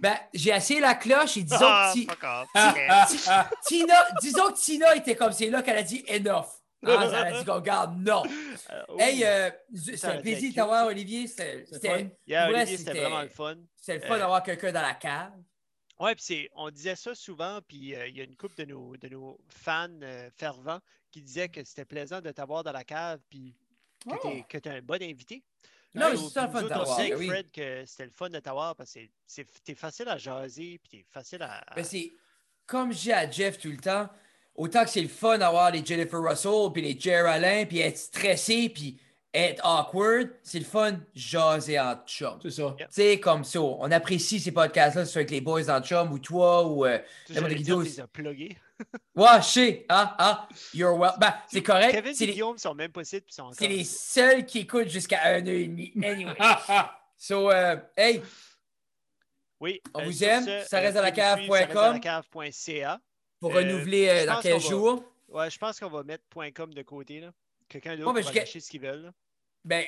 [SPEAKER 2] Ben, j'ai essayé la cloche et disons
[SPEAKER 1] Ah,
[SPEAKER 2] que Ti-
[SPEAKER 1] fuck off.
[SPEAKER 3] Ah, ah,
[SPEAKER 2] Tina, disons que Tina était comme c'est là qu'elle a dit enough. Ah, elle a dit qu'on garde non.
[SPEAKER 1] Euh, oh.
[SPEAKER 2] Hey, euh, c'est
[SPEAKER 1] Ça
[SPEAKER 2] un
[SPEAKER 1] aurait
[SPEAKER 2] plaisir
[SPEAKER 1] été
[SPEAKER 2] de t'avoir, Olivier. C'était
[SPEAKER 3] C'est
[SPEAKER 2] c'était-
[SPEAKER 3] fun.
[SPEAKER 1] Yeah,
[SPEAKER 2] ouais,
[SPEAKER 1] Olivier, c'était
[SPEAKER 2] c'était-
[SPEAKER 1] vraiment le fun.
[SPEAKER 2] c'était le fun
[SPEAKER 1] Euh,
[SPEAKER 2] d'avoir quelqu'un dans la cave.
[SPEAKER 1] Ouais, puis c'est, on disait ça souvent, puis euh, il y a une couple de nos, de nos fans euh, fervents qui disaient que c'était plaisant de t'avoir dans la cave, puis que
[SPEAKER 2] Oh.
[SPEAKER 1] t'es, que t'es un bon invité.
[SPEAKER 2] Non, mais
[SPEAKER 1] Puis
[SPEAKER 2] c'est
[SPEAKER 1] nous-
[SPEAKER 2] ça le
[SPEAKER 1] nous
[SPEAKER 2] fun
[SPEAKER 1] autres,
[SPEAKER 2] d'avoir, Ben
[SPEAKER 1] On sait,
[SPEAKER 2] oui.
[SPEAKER 1] Fred, que c'était le fun de t'avoir parce que c'est, c'est- t'es facile à jaser, puis t'es facile à. à-
[SPEAKER 2] Ben, c'est comme je dis à Jeff tout le temps, autant que c'est le fun d'avoir les Jennifer Russell, puis les Jer Allen, puis être stressé, puis être awkward, c'est le fun jaser en chum. Tu
[SPEAKER 3] C'est ça.
[SPEAKER 2] sais, comme ça, on apprécie ces podcasts-là, que ce soit avec les boys en chum ou toi, ou... euh,
[SPEAKER 1] Tu
[SPEAKER 2] J'aimerais
[SPEAKER 1] sais,
[SPEAKER 2] dire
[SPEAKER 1] tu
[SPEAKER 2] aussi-
[SPEAKER 1] les as plugués.
[SPEAKER 2] Ouais, je sais, ah, ah, you're well. Ben, c'est correct,
[SPEAKER 1] Kevin
[SPEAKER 2] c'est
[SPEAKER 1] et
[SPEAKER 2] les,
[SPEAKER 1] Guillaume sont même pas sites, puis sont encore.
[SPEAKER 2] c'est les seuls qui écoutent jusqu'à un heure et demie. Anyway.
[SPEAKER 3] Ah, ah.
[SPEAKER 2] So, euh, hey,
[SPEAKER 1] Oui, euh,
[SPEAKER 2] On vous
[SPEAKER 1] sur
[SPEAKER 2] aime, ça reste à la
[SPEAKER 1] venez nous suivre, ça reste à la
[SPEAKER 2] cave.com.
[SPEAKER 1] cave.ca.
[SPEAKER 2] pour
[SPEAKER 1] Euh,
[SPEAKER 2] renouveler euh,
[SPEAKER 1] je
[SPEAKER 2] dans
[SPEAKER 1] pense
[SPEAKER 2] 15
[SPEAKER 1] qu'on va-
[SPEAKER 2] jours...
[SPEAKER 1] Ouais, je pense qu'on va mettre .com de côté, là. Quelqu'un d'autre
[SPEAKER 2] Ouais, mais
[SPEAKER 1] va
[SPEAKER 2] je-
[SPEAKER 1] lâcher ce qu'ils veulent, là.
[SPEAKER 2] Ben,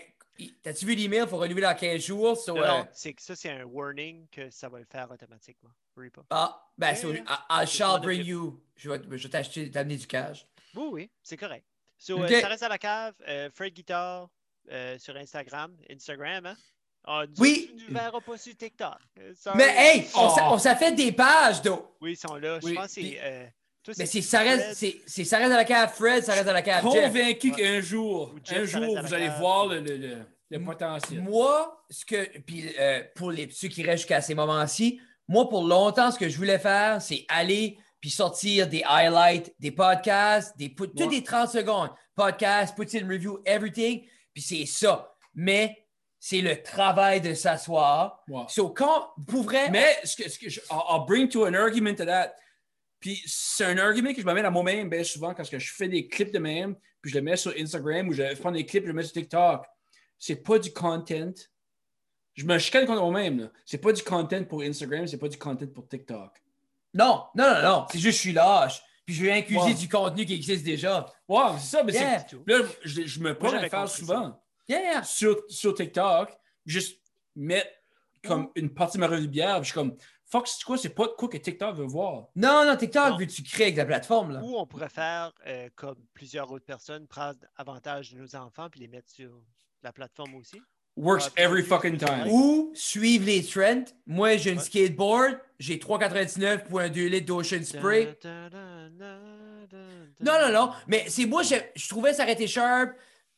[SPEAKER 2] t'as-tu vu l'email? Faut relever dans 15 jours. so,
[SPEAKER 1] Non,
[SPEAKER 2] euh,
[SPEAKER 1] non, c'est que ça, c'est un warning que ça va le faire automatiquement. Worry pas.
[SPEAKER 2] Ah, ben, so,
[SPEAKER 1] Yeah.
[SPEAKER 2] I, I
[SPEAKER 1] C'est
[SPEAKER 2] shall
[SPEAKER 1] mon
[SPEAKER 2] bring
[SPEAKER 1] équipe.
[SPEAKER 2] you. Je vais, je vais t'acheter, t'amener du cash.
[SPEAKER 1] Oui, oui, c'est correct. So, euh,
[SPEAKER 2] Ok.
[SPEAKER 1] ça reste à la cave. euh, Fred Guitar euh, sur Instagram. Instagram, hein? Ah, nous
[SPEAKER 2] Oui.
[SPEAKER 1] autres, Tu ne verras pas sur TikTok. Euh, sorry.
[SPEAKER 2] Mais hey, on
[SPEAKER 3] Oh.
[SPEAKER 2] s'en- on s'en fait des pages, d'eau.
[SPEAKER 1] Oui, ils sont là.
[SPEAKER 3] Oui,
[SPEAKER 1] Je pense que
[SPEAKER 2] puis-
[SPEAKER 1] c'est. euh, toi,
[SPEAKER 2] Mais c'est
[SPEAKER 1] c'est
[SPEAKER 2] ça reste,
[SPEAKER 1] Fred.
[SPEAKER 2] c'est c'est ça reste à la cave, Fred, ça reste à la cave. Jeff.
[SPEAKER 3] Convaincu
[SPEAKER 1] Ouais.
[SPEAKER 3] qu'un jour,
[SPEAKER 1] Ou Jeff,
[SPEAKER 3] un
[SPEAKER 1] ça reste
[SPEAKER 3] jour,
[SPEAKER 1] à la
[SPEAKER 3] vous allez
[SPEAKER 1] cave.
[SPEAKER 3] voir le, le, le, le
[SPEAKER 2] M-
[SPEAKER 3] potentiel.
[SPEAKER 2] Moi, ce que, puis euh, pour les, ceux qui restent jusqu'à ces moments-ci, moi, pour longtemps, ce que je voulais faire, c'est aller puis sortir des highlights, des podcasts, des put-
[SPEAKER 3] Ouais.
[SPEAKER 2] toutes les 30 secondes. Podcast, poutine review, everything. Puis c'est ça. Mais c'est le travail de s'asseoir.
[SPEAKER 3] Ouais.
[SPEAKER 2] So, quand, pour vrai,
[SPEAKER 3] Mais ce que, ce que je- I'll I'll bring to an argument to that. Puis c'est un argument que je m'amène à moi-même bien souvent quand ce que je fais des clips de même, puis je les mets sur Instagram ou je prends des clips, je les mets sur TikTok. C'est pas du content. Je me chicane contre moi-même. là. C'est pas du content pour Instagram, c'est pas du content pour TikTok.
[SPEAKER 2] Non, non, non, non. C'est juste que je suis lâche. Puis je vais incuser
[SPEAKER 3] Ouais.
[SPEAKER 2] du contenu qui existe déjà.
[SPEAKER 3] Wow, c'est ça. Mais c'est-
[SPEAKER 2] Yeah.
[SPEAKER 3] Là, je, je me prends à
[SPEAKER 1] j'avais
[SPEAKER 3] le faire
[SPEAKER 1] compris
[SPEAKER 3] souvent
[SPEAKER 2] Yeah, yeah.
[SPEAKER 3] sur, sur TikTok, juste mettre
[SPEAKER 2] Mm.
[SPEAKER 3] comme une partie de ma revue de bière. puis Je suis comme, fuck, c'est quoi, c'est pas de quoi que TikTok veut voir.
[SPEAKER 2] Non, non, TikTok,
[SPEAKER 1] Non.
[SPEAKER 2] vu que tu crées avec la plateforme, là.
[SPEAKER 1] Ou on pourrait faire, euh, comme plusieurs autres personnes, prendre avantage de nos enfants puis les mettre sur la plateforme aussi.
[SPEAKER 3] Works
[SPEAKER 1] Ouais,
[SPEAKER 3] every
[SPEAKER 1] puis-
[SPEAKER 3] fucking time.
[SPEAKER 2] Ou suivre les trends. Moi, j'ai une
[SPEAKER 1] Ouais.
[SPEAKER 2] skateboard. J'ai 3,99 pour un 2 litres d'Ocean Spray. Non, non, non. Mais c'est moi, je, je trouvais ça arrêté sharp.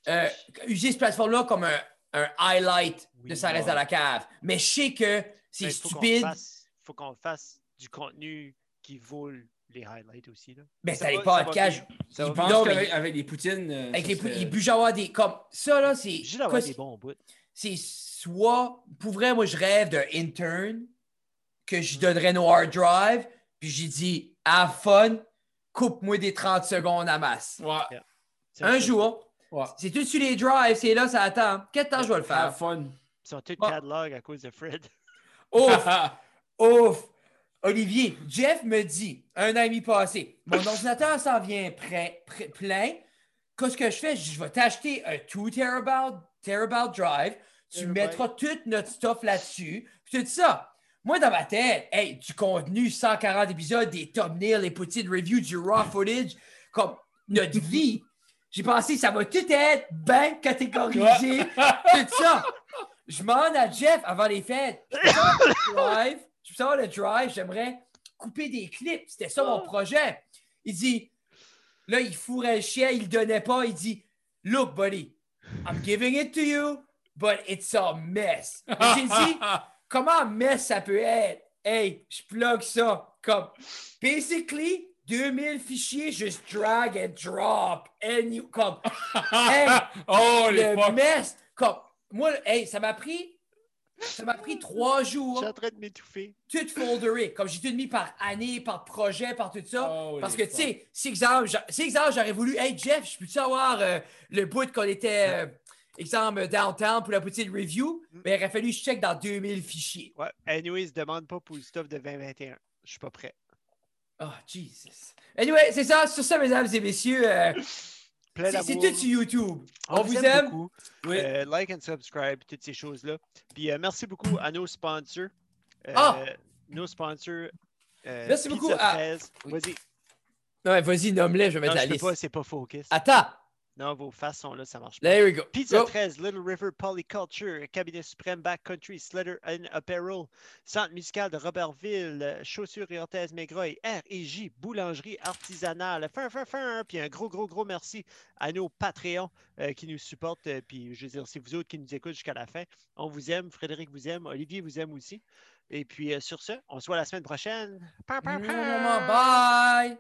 [SPEAKER 1] Ben,
[SPEAKER 2] euh, user cette plateforme-là comme un, un highlight de
[SPEAKER 1] Oui,
[SPEAKER 2] ça reste
[SPEAKER 1] ouais.
[SPEAKER 2] à la cave. Mais je sais que c'est
[SPEAKER 1] Il
[SPEAKER 2] stupide.
[SPEAKER 1] Il faut qu'on fasse du contenu qui vaut les highlights aussi. Là.
[SPEAKER 2] Mais
[SPEAKER 1] Ça
[SPEAKER 2] ça n'est
[SPEAKER 1] va-
[SPEAKER 2] pas
[SPEAKER 1] ça va
[SPEAKER 2] podcast.
[SPEAKER 3] Je
[SPEAKER 2] Non,
[SPEAKER 3] pense
[SPEAKER 2] mais-
[SPEAKER 3] qu'avec avec les poutines. euh,
[SPEAKER 2] Avec
[SPEAKER 3] ça
[SPEAKER 2] les,
[SPEAKER 3] serait-
[SPEAKER 2] les bujawa des. Comme ça, là, c'est.
[SPEAKER 1] J'ai d'avoir
[SPEAKER 2] qu'est-ce-
[SPEAKER 1] des bons bouts.
[SPEAKER 2] c'est soit, pour vrai, moi, je rêve d'un intern que
[SPEAKER 1] Mm-hmm.
[SPEAKER 2] je donnerais nos hard drive, puis j'ai dit, have fun, coupe-moi des 30 secondes à masse.
[SPEAKER 3] Ouais,
[SPEAKER 1] C'est
[SPEAKER 2] Un
[SPEAKER 1] ça.
[SPEAKER 2] jour,
[SPEAKER 3] ouais.
[SPEAKER 2] c'est tout sur les drives, c'est là, ça attend. Quel temps je vais le
[SPEAKER 3] Have
[SPEAKER 2] faire?
[SPEAKER 3] fun.
[SPEAKER 1] Ils sont tous
[SPEAKER 2] Ah.
[SPEAKER 1] catalogues à cause de Fred.
[SPEAKER 2] Ouf, ouf. Olivier, Jeff me dit, un an et demi passé, mon ordinateur s'en vient prêt- prêt- plein. Qu'est-ce que je fais? Je dis, je vais t'acheter un 2 terabyte, terabyte drive. Tu
[SPEAKER 1] Terabyte.
[SPEAKER 2] mettras tout notre stuff là-dessus. Puis tout ça. Moi, dans ma tête, hey, du contenu, 140 épisodes, des thumbnails, les petites reviews, du raw footage, comme notre vie. J'ai pensé, ça va tout être bien catégorisé, tout ça. Je m'en à Jeff avant les fêtes. Je peux savoir le drive. Je peux savoir le drive. J'aimerais couper des clips. C'était ça mon projet. Il dit, là, il fourrait le chien, il le donnait pas. Il dit, look, buddy, I'm giving it to you, but it's a mess. J'ai dit, comment mess ça peut être? Hey, je plug ça comme basically 2000 fichiers, juste drag and drop. And you, comme, hey,
[SPEAKER 3] oh, les
[SPEAKER 2] le
[SPEAKER 3] fuck.
[SPEAKER 2] mess, comme, moi, hey, ça m'a pris, ça m'a pris trois
[SPEAKER 1] Je
[SPEAKER 2] jours,
[SPEAKER 1] suis en train de m'étouffer.
[SPEAKER 2] tout folderé. Comme j'ai tout mis par année, par projet, par tout ça.
[SPEAKER 3] Oh,
[SPEAKER 2] Parce que,
[SPEAKER 3] les
[SPEAKER 2] tu sais, si exemple, j'a- si exemple, j'aurais voulu, hey Jeff, je peux-tu avoir euh, le bout qu'on était, euh, exemple, downtown pour la petite review?
[SPEAKER 1] Mm.
[SPEAKER 2] Mais il aurait fallu que je check dans 2000 fichiers.
[SPEAKER 1] Ouais. Anyway, se demande pas pour le stuff de 2021. Je suis pas prêt.
[SPEAKER 2] Oh, Jesus. Anyway, c'est ça. Sur ça, mesdames et messieurs, euh,
[SPEAKER 1] Plein
[SPEAKER 2] c'est c'est
[SPEAKER 1] d'amour.
[SPEAKER 2] tout sur YouTube.
[SPEAKER 1] On, vous aime. beaucoup.
[SPEAKER 3] Oui.
[SPEAKER 1] Euh, like and subscribe, toutes ces choses-là. Puis euh, merci beaucoup à nos sponsors. Euh,
[SPEAKER 2] Ah!
[SPEAKER 1] Nos sponsors. euh,
[SPEAKER 2] Merci beaucoup
[SPEAKER 1] Pizza
[SPEAKER 2] à-
[SPEAKER 1] 13.
[SPEAKER 2] Oui.
[SPEAKER 1] Vas-y.
[SPEAKER 2] Non, mais Ah. vas-y, nomme-les, je vais
[SPEAKER 1] Non,
[SPEAKER 2] mettre la
[SPEAKER 1] je peux
[SPEAKER 2] liste.
[SPEAKER 1] pas, c'est pas focus.
[SPEAKER 2] Attends.
[SPEAKER 1] Non, vos faces sont là, ça marche pas.
[SPEAKER 2] There we go. Oh.
[SPEAKER 1] Pizza
[SPEAKER 2] Go.
[SPEAKER 1] 13, Little River Polyculture, Cabinet Suprême Backcountry, Slater and Apparel, Centre musical de Robertville, euh, Chaussures et orthèses Maigreuil, R&J, Boulangerie Artisanale. Fin, fin, fin. hein. Puis un gros, gros, gros merci à nos Patreons euh, qui nous supportent. euh, puis je veux dire, c'est vous autres qui nous écoutent jusqu'à la fin. On vous aime, Frédéric vous aime, Olivier vous aime aussi. Et puis euh, sur ce, on se voit la semaine prochaine. Pa, pa, pa.
[SPEAKER 2] Bye.